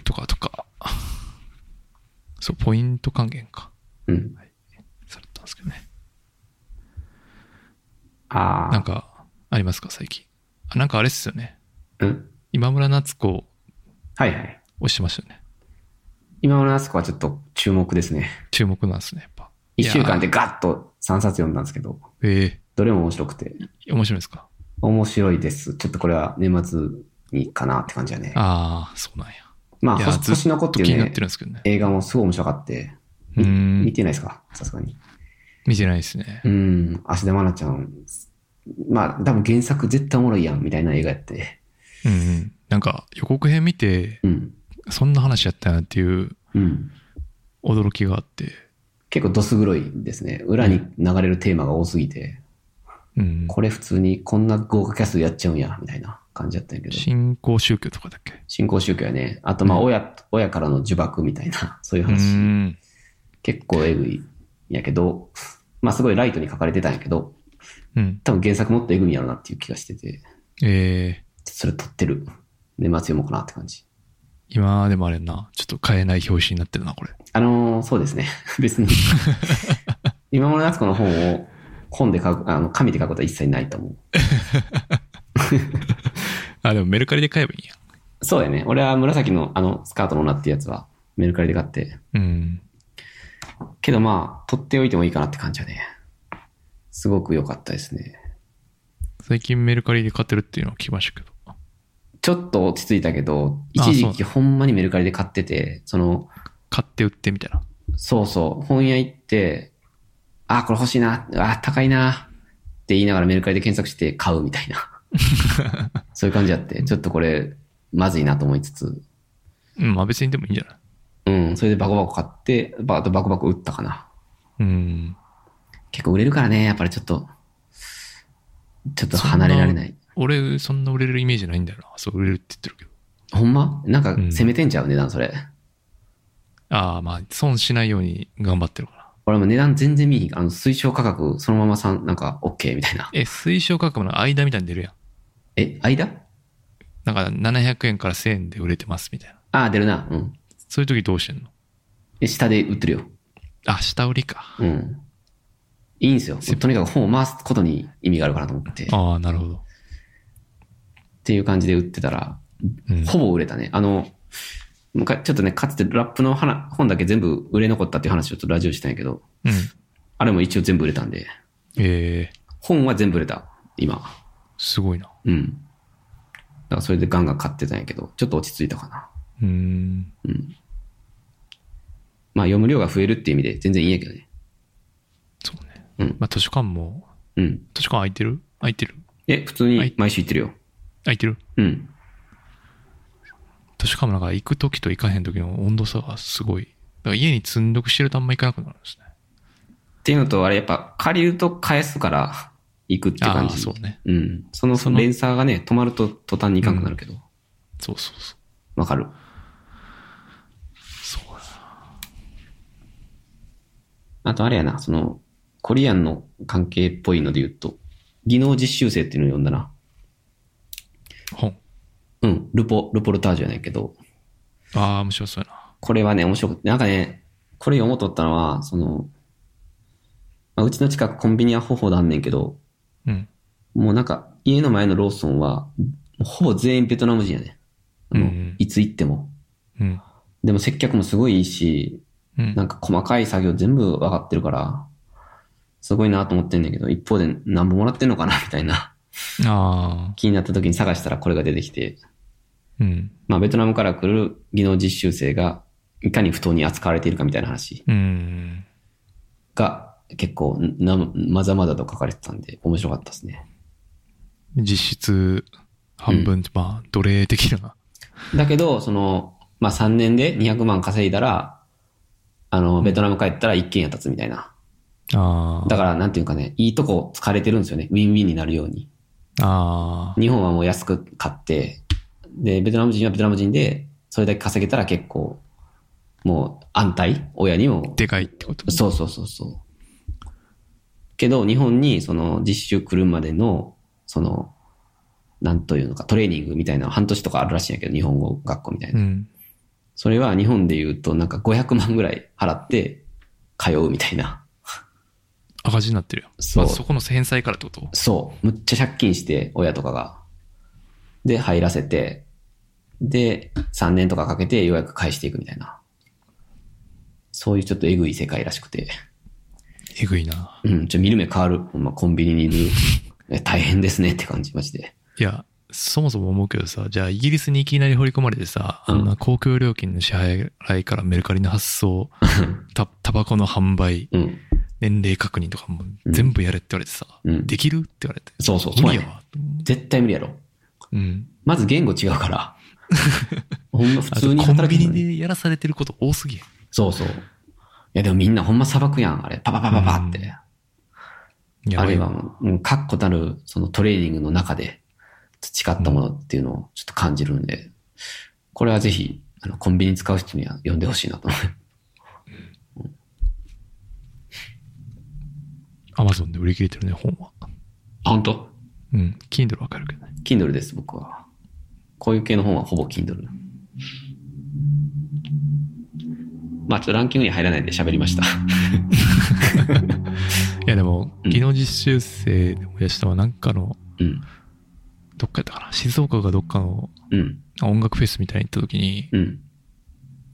Speaker 2: とかとか、そう、ポイント還元か、
Speaker 4: うん。
Speaker 2: されたんですけどね。
Speaker 4: ああ。
Speaker 2: なんか、ありますか、最近。あ、なんかあれっすよね。
Speaker 4: うん。
Speaker 2: 今村夏子、
Speaker 4: はいはい。
Speaker 2: 押してましたよね。
Speaker 4: 今村夏子はちょっと注目ですね。
Speaker 2: 注目なんですね、やっぱ。
Speaker 4: 一週間
Speaker 2: い
Speaker 4: で
Speaker 2: や。
Speaker 4: ガッと3冊読んだんですけど、
Speaker 2: え
Speaker 4: どれも面白くて、
Speaker 2: え面白いですか。
Speaker 4: 面白いです。ちょっとこれは年末にかなって感じだね。
Speaker 2: ああ、そうなんや。
Speaker 4: まあ、
Speaker 2: いや、
Speaker 4: 星星の
Speaker 2: ず
Speaker 4: 子っ
Speaker 2: ってと
Speaker 4: い
Speaker 2: 気に
Speaker 4: う
Speaker 2: なって
Speaker 4: ね
Speaker 2: るん、ですけどね。
Speaker 4: 映画もすごい面白かって、
Speaker 2: うーん
Speaker 4: 見、てないですかさすがに。
Speaker 2: 見てないですね
Speaker 4: う。ん、芦田愛菜ちゃん、まあ、多分原作絶対おもろいやん、みたいな映画やって。
Speaker 2: うんうん。なんか、予告編見て、
Speaker 4: うん、
Speaker 2: そんな話やったなっていう
Speaker 4: うん。
Speaker 2: 驚きがあって、
Speaker 4: 結構どす黒いですね。裏に流れるテーマが多すぎて、
Speaker 2: うん。
Speaker 4: これ普通にこんな豪華キャストやっちゃうんや、みたいな感じだったんやけど。
Speaker 2: 新興宗教とかだっけ
Speaker 4: 新興宗教やね。あと、まあ、
Speaker 2: うん
Speaker 4: 親、親からの呪縛みたいな、そういう
Speaker 2: うー
Speaker 4: 話。
Speaker 2: ん。
Speaker 4: 結構エグいんやけど、まあ、すごいライトに書かれてたんやけど、
Speaker 2: うん。
Speaker 4: 多分原作もっとエグいんやろなっていう気がしてて、
Speaker 2: え
Speaker 4: それ撮ってる。年末読もうかなって感じ。
Speaker 2: ー、今でもあれやな、ちょっと買えない表紙になってるな、これ。
Speaker 4: あのーそうですね。別に。今村夏子の本を本で書く、あの、紙で書くことは一切ないと思う。
Speaker 2: あ、でもメルカリで買えばいいんや。
Speaker 4: そうやね。俺は紫のあのスカートの女っていうやつはメルカリで買って。
Speaker 2: うん。
Speaker 4: けどまあ、取っておいてもいいかなって感じやね。すごく良かったですね。
Speaker 2: 最近メルカリで買ってるっていうのは聞きましたけど。
Speaker 4: ちょっと落ち着いたけど、
Speaker 2: あ
Speaker 4: 一時
Speaker 2: そう
Speaker 4: 期ほんまにメルカリで買ってて、その、
Speaker 2: 買って売ってみたいな。
Speaker 4: そうそう、本屋行って、あ、これ欲しいな、あ、高いな、って言いながらメルカリで検索して買うみた いな。そういう感じやって、ちょっとこれ、まずいなと思いつつ、
Speaker 2: うん、まあ別にでもいいんじゃない
Speaker 4: うん、それでバコバコ買って、ババコバコ売ったかな。
Speaker 2: うん。
Speaker 4: 結構売れるからね、やっぱりちょっと、ちょっと離れられない。
Speaker 2: 俺、そんな売れるイメージないんだよな。そう、売れるって言ってるけど。
Speaker 4: ほんまなんか
Speaker 2: ん
Speaker 4: 攻めてんちゃう、値段それ。
Speaker 2: ああ、まあ、損しないように頑張ってるから。
Speaker 4: 俺も値段全然見えひんあの、推奨価格そのままさん、なんか OK みたいな。
Speaker 2: え、推奨価格の間みたいに出るやん。
Speaker 4: え、間
Speaker 2: なんか700円から1000円で売れてますみたいな。
Speaker 4: ああ、出るな。うん。
Speaker 2: そういう時どうしてんの
Speaker 4: え下で売ってるよ。
Speaker 2: あ、下売りか。
Speaker 4: うん。いいんすよ。とにかく本を回すことに意味があるかなと思って。っ
Speaker 2: ああ、なるほど。
Speaker 4: ていう感じで売ってたら、
Speaker 2: うん。
Speaker 4: ほぼ売れたね。あの、むかちょっとね、かつてラップの花本だけ全部売れ残ったっていう話をちょっとラジオしたんやけど、
Speaker 2: うん。
Speaker 4: あれも一応全部売れたんで、
Speaker 2: ええ
Speaker 4: 本は全部売れた。今。
Speaker 2: すごいな。
Speaker 4: うん。だからそれでガンガン買ってたんやけど、ちょっと落ち着いたかな。
Speaker 2: うーん。
Speaker 4: まあ読む量が増えるっていう意味で全然いいんやけどね。
Speaker 2: そうね。
Speaker 4: うん
Speaker 2: まあ、図書館も、
Speaker 4: うん。
Speaker 2: 図書館空いてる空いてる
Speaker 4: え、普通
Speaker 2: はい
Speaker 4: に毎週行ってるよ。
Speaker 2: 空いてる
Speaker 4: うん。
Speaker 2: 図書館もなんか行く時と行かへん時の温度差がすごい。だから家に積んどくしてるとあんま行かなくなるんですね。
Speaker 4: っていうのと、あれやっぱ借りると返すから行くって
Speaker 2: あ
Speaker 4: 感
Speaker 2: あ、
Speaker 4: じ。
Speaker 2: そうね。
Speaker 4: うん。その
Speaker 2: その
Speaker 4: 連鎖がね、止まると途端にいかんくなるけど。わ、
Speaker 2: そうそうそう。
Speaker 4: かる。
Speaker 2: そうだ
Speaker 4: あとあれやな、その、コリアンの関係っぽいので言うと、技能実習生っていうのを呼んだな。
Speaker 2: な本。
Speaker 4: うん。ルポ、ルポルタージュやねんけど、
Speaker 2: ああ、面白そうやな。
Speaker 4: これはね、面白くて、なんかね、これ読もうとったのは、その、まあ、うちの近くコンビニはほほだんねんけど、
Speaker 2: うん。
Speaker 4: もうなんか、家の前のローソンは、もうほぼ全員ベトナム人やね。あの
Speaker 2: うん
Speaker 4: いつ行っても。
Speaker 2: うん。
Speaker 4: でも接客もすごいいいし、
Speaker 2: うん
Speaker 4: な。んか細かい作業全部わかってるから、すごいなと思ってんねんけど、一方で何本もらってんのかなみたいな。
Speaker 2: ああ、
Speaker 4: 気になった時に探したらこれが出てきて、
Speaker 2: うん。
Speaker 4: まあベトナムから来る技能実習生が、いかに不当に扱われているかみたいな話。
Speaker 2: うん。
Speaker 4: が結構な、まざまざと書かれてたんで、面白かったですね。
Speaker 2: 実質、半分、まあ、奴隷的な。
Speaker 4: だけど、その、まあ3年で200万稼いだら、あの、ベトナム帰ったら一軒家建つみたいな。
Speaker 2: あ
Speaker 4: だから、なんていうかね、いいとこ疲れてるんですよね。ウィンウィンになるように。
Speaker 2: あ、ああ、
Speaker 4: 日本はもう安く買って、で、ベトナム人はベトナム人で、それだけ稼げたら結構、もう安泰親にも
Speaker 2: でかいってこと。
Speaker 4: そうそうそうそう。けど、日本にその実習来るまでの、その、なんというのか、トレーニングみたいな半年とかあるらしいんやけど、日本語学校みたいうな。
Speaker 2: ん。
Speaker 4: それは日本で言うと、なんか500万ぐらい払って通うみたいな。
Speaker 2: 赤字になってるよ。
Speaker 4: そう
Speaker 2: まあそこの返済からってこと
Speaker 4: そう。むっちゃ借金して、親とかが。で、入らせて、で、3年とかかけてようやく返していくみたいな。そういうちょっとエグい世界らしくて。
Speaker 2: えぐいな。
Speaker 4: うん、ちょ、見る目変わる。ほんま、コンビニにいる。 え大変ですねって感じ、マジで。
Speaker 2: いや、そもそも思うけどさ、じゃあイギリスにいきなり放り込まれてさ、
Speaker 4: うん
Speaker 2: あんな公共料金の支払いからメルカリの発送、たタバコの販売、
Speaker 4: うん。
Speaker 2: 年齢確認とかも全部やれって言われてさ、
Speaker 4: うん
Speaker 2: できるって言われて。
Speaker 4: そうそう、
Speaker 2: 無
Speaker 4: そう
Speaker 2: 理
Speaker 4: や
Speaker 2: や
Speaker 4: ね。
Speaker 2: わ。
Speaker 4: 絶対無理やろ。
Speaker 2: うん。
Speaker 4: まず言語違うから。ほんま、普
Speaker 2: あ
Speaker 4: 通
Speaker 2: と
Speaker 4: に
Speaker 2: コン
Speaker 4: 働
Speaker 2: ビ
Speaker 4: け
Speaker 2: ニ
Speaker 4: るのに。
Speaker 2: でやらされてること多すぎやん。
Speaker 4: そうそう。いや、でもみんなほんま砂漠やん、あれ。パパパパパって。
Speaker 2: うんや
Speaker 4: あ
Speaker 2: ば
Speaker 4: る
Speaker 2: い
Speaker 4: い
Speaker 2: わ
Speaker 4: はもう、うん、確固たる、そのトレーニングの中で培ったものっていうのをちょっと感じるんで、これはぜひ、あの、コンビニ使う人には呼んでほしいなと思う。
Speaker 2: アマゾンで売り切れてるね、本は。
Speaker 4: 本当
Speaker 2: うん。Kindle わかるけどね。
Speaker 4: Kindle です、僕は。こういう系の本はほぼ Kindle。まあ、ちょっとランキングに入らないで喋りました。
Speaker 2: いや、でも、技能実習生で思い出したのは、なんかの、
Speaker 4: うん。
Speaker 2: どっかやったかな、静岡がどっかの
Speaker 4: うん。
Speaker 2: 音楽フェスみたいに行った時に、
Speaker 4: うん。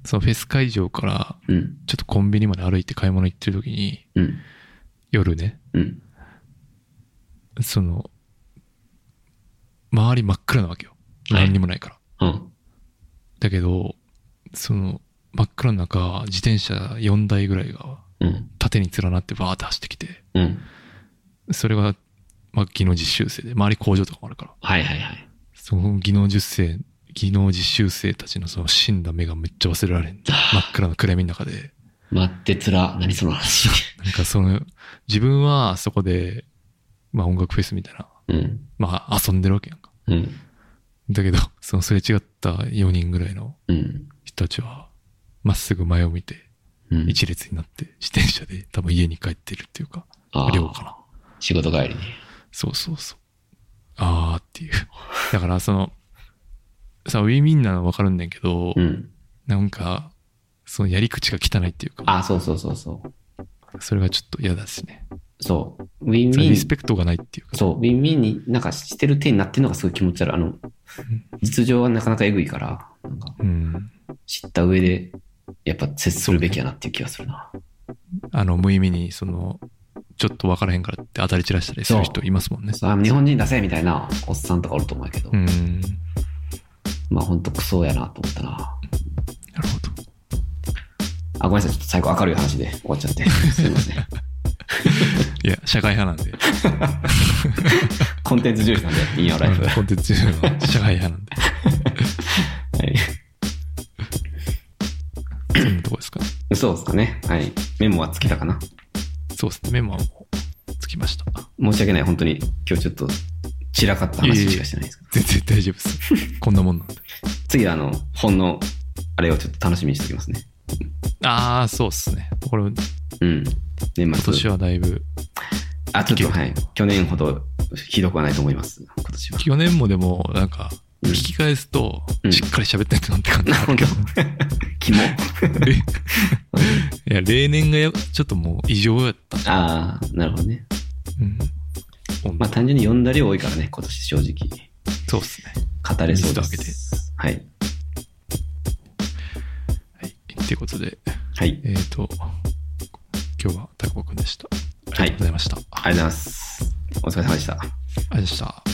Speaker 2: そのフェス会場から、
Speaker 4: うん。
Speaker 2: ちょっとコンビニまで歩いて買い物行ってる時に、
Speaker 4: うん。
Speaker 2: 夜ね、
Speaker 4: うん。
Speaker 2: その、周り真っ暗なわけよ。
Speaker 4: はい
Speaker 2: 何にもないから。
Speaker 4: うん。
Speaker 2: だけど、その、真っ暗の中、自転車4台ぐらいが
Speaker 4: うん。
Speaker 2: 縦に連なってバーって走ってきて、
Speaker 4: うん。
Speaker 2: それが、まあ、技能実習生で、周り工場とかもあるから、
Speaker 4: はいはいはい。
Speaker 2: その技能実生、技能実習生たちのその死んだ目がめっちゃ忘れられん。真っ暗の暗闇の中で、
Speaker 4: 待ってつら。何その話。
Speaker 2: なんかその、自分はそこで、まあ音楽フェスみたいな、
Speaker 4: うん。
Speaker 2: まあ遊んでるわけやんか。
Speaker 4: うん。
Speaker 2: だけど、そのすれ違った4人ぐらいの
Speaker 4: うん。
Speaker 2: 人たちは、まっすぐ前を見て、
Speaker 4: うん。
Speaker 2: 一列になって、自転車で多分家に帰ってるっていうか、
Speaker 4: あー
Speaker 2: 寮かな。
Speaker 4: 仕事帰りに。
Speaker 2: そうそうそう。あーっていう。だからその、さ、ウィンウィンなのわかるんだけど、
Speaker 4: うん。
Speaker 2: なんか、そのやり口が汚いっていうか、
Speaker 4: あ、そうそうそうそう。
Speaker 2: それがちょっと嫌だしね。
Speaker 4: そう。ウィンウ
Speaker 2: その
Speaker 4: ィ
Speaker 2: リス
Speaker 4: ン。
Speaker 2: ペクトがないっていうか。
Speaker 4: そう、ウィンウィンになんかしてる手になってるのがすごい気持ち悪い。あの、実情はなかなかエグいから、なんか
Speaker 2: うん。
Speaker 4: 知った上で、やっぱ接するべきやなっていう気がするな。
Speaker 2: あの、無意味に、その、ちょっと分からへんからって当たり散らしたりする人いますもんね。
Speaker 4: そうあ日本人出せみたいなおっさんとかおると思うけど、
Speaker 2: うん。な
Speaker 4: まあほんとクソやなと思った
Speaker 2: る
Speaker 4: な。
Speaker 2: ほど。
Speaker 4: あ、ごめんなさい、ちょっと最後明るい話で終わっちゃって。すいま せん。
Speaker 2: いや、社会派なんで。
Speaker 4: コンテンツ重視なんで、インヨーライフ。は
Speaker 2: コンテンツ中の社会派なんで。そんなとこですかね。
Speaker 4: い。そうですかね。はい。メモはつけたかな。
Speaker 2: そうですね。メモはもうつきました。
Speaker 4: 申し訳ない、本当に今日ちょっと散らかった話しかしてないですけど。
Speaker 2: 全然大丈夫です。こんなもんなんで。
Speaker 4: 次はあの、本の、あれをちょっと楽しみにしておきますね。
Speaker 2: ああ、そうですね。これ、今
Speaker 4: うん。年末。
Speaker 2: 年はだいぶ、
Speaker 4: あ、ちょっと、はい。去年ほどひどくはないと思います。今年は。
Speaker 2: 去年もでも、なんか、
Speaker 4: うん
Speaker 2: 聞き返すと
Speaker 4: う、ん
Speaker 2: しっかり喋ってんなって感じ
Speaker 4: な
Speaker 2: ある
Speaker 4: る
Speaker 2: けど。
Speaker 4: ほど。キ
Speaker 2: い
Speaker 4: モ。
Speaker 2: や、例年がやちょっともう異常やった。
Speaker 4: ああ、なるほどね。
Speaker 2: うん。
Speaker 4: まあ単純に読んだ量多いからね、今年正直。
Speaker 2: そうっすね。
Speaker 4: 語れそう
Speaker 2: 水だ
Speaker 4: で。
Speaker 2: けです
Speaker 4: はい。
Speaker 2: はい。ということで、
Speaker 4: はい。
Speaker 2: えっ、と、今日はタコくんでした。ありがとうございました。ありがとう
Speaker 4: ありがとうございます。お疲れ様でした。
Speaker 2: ございました。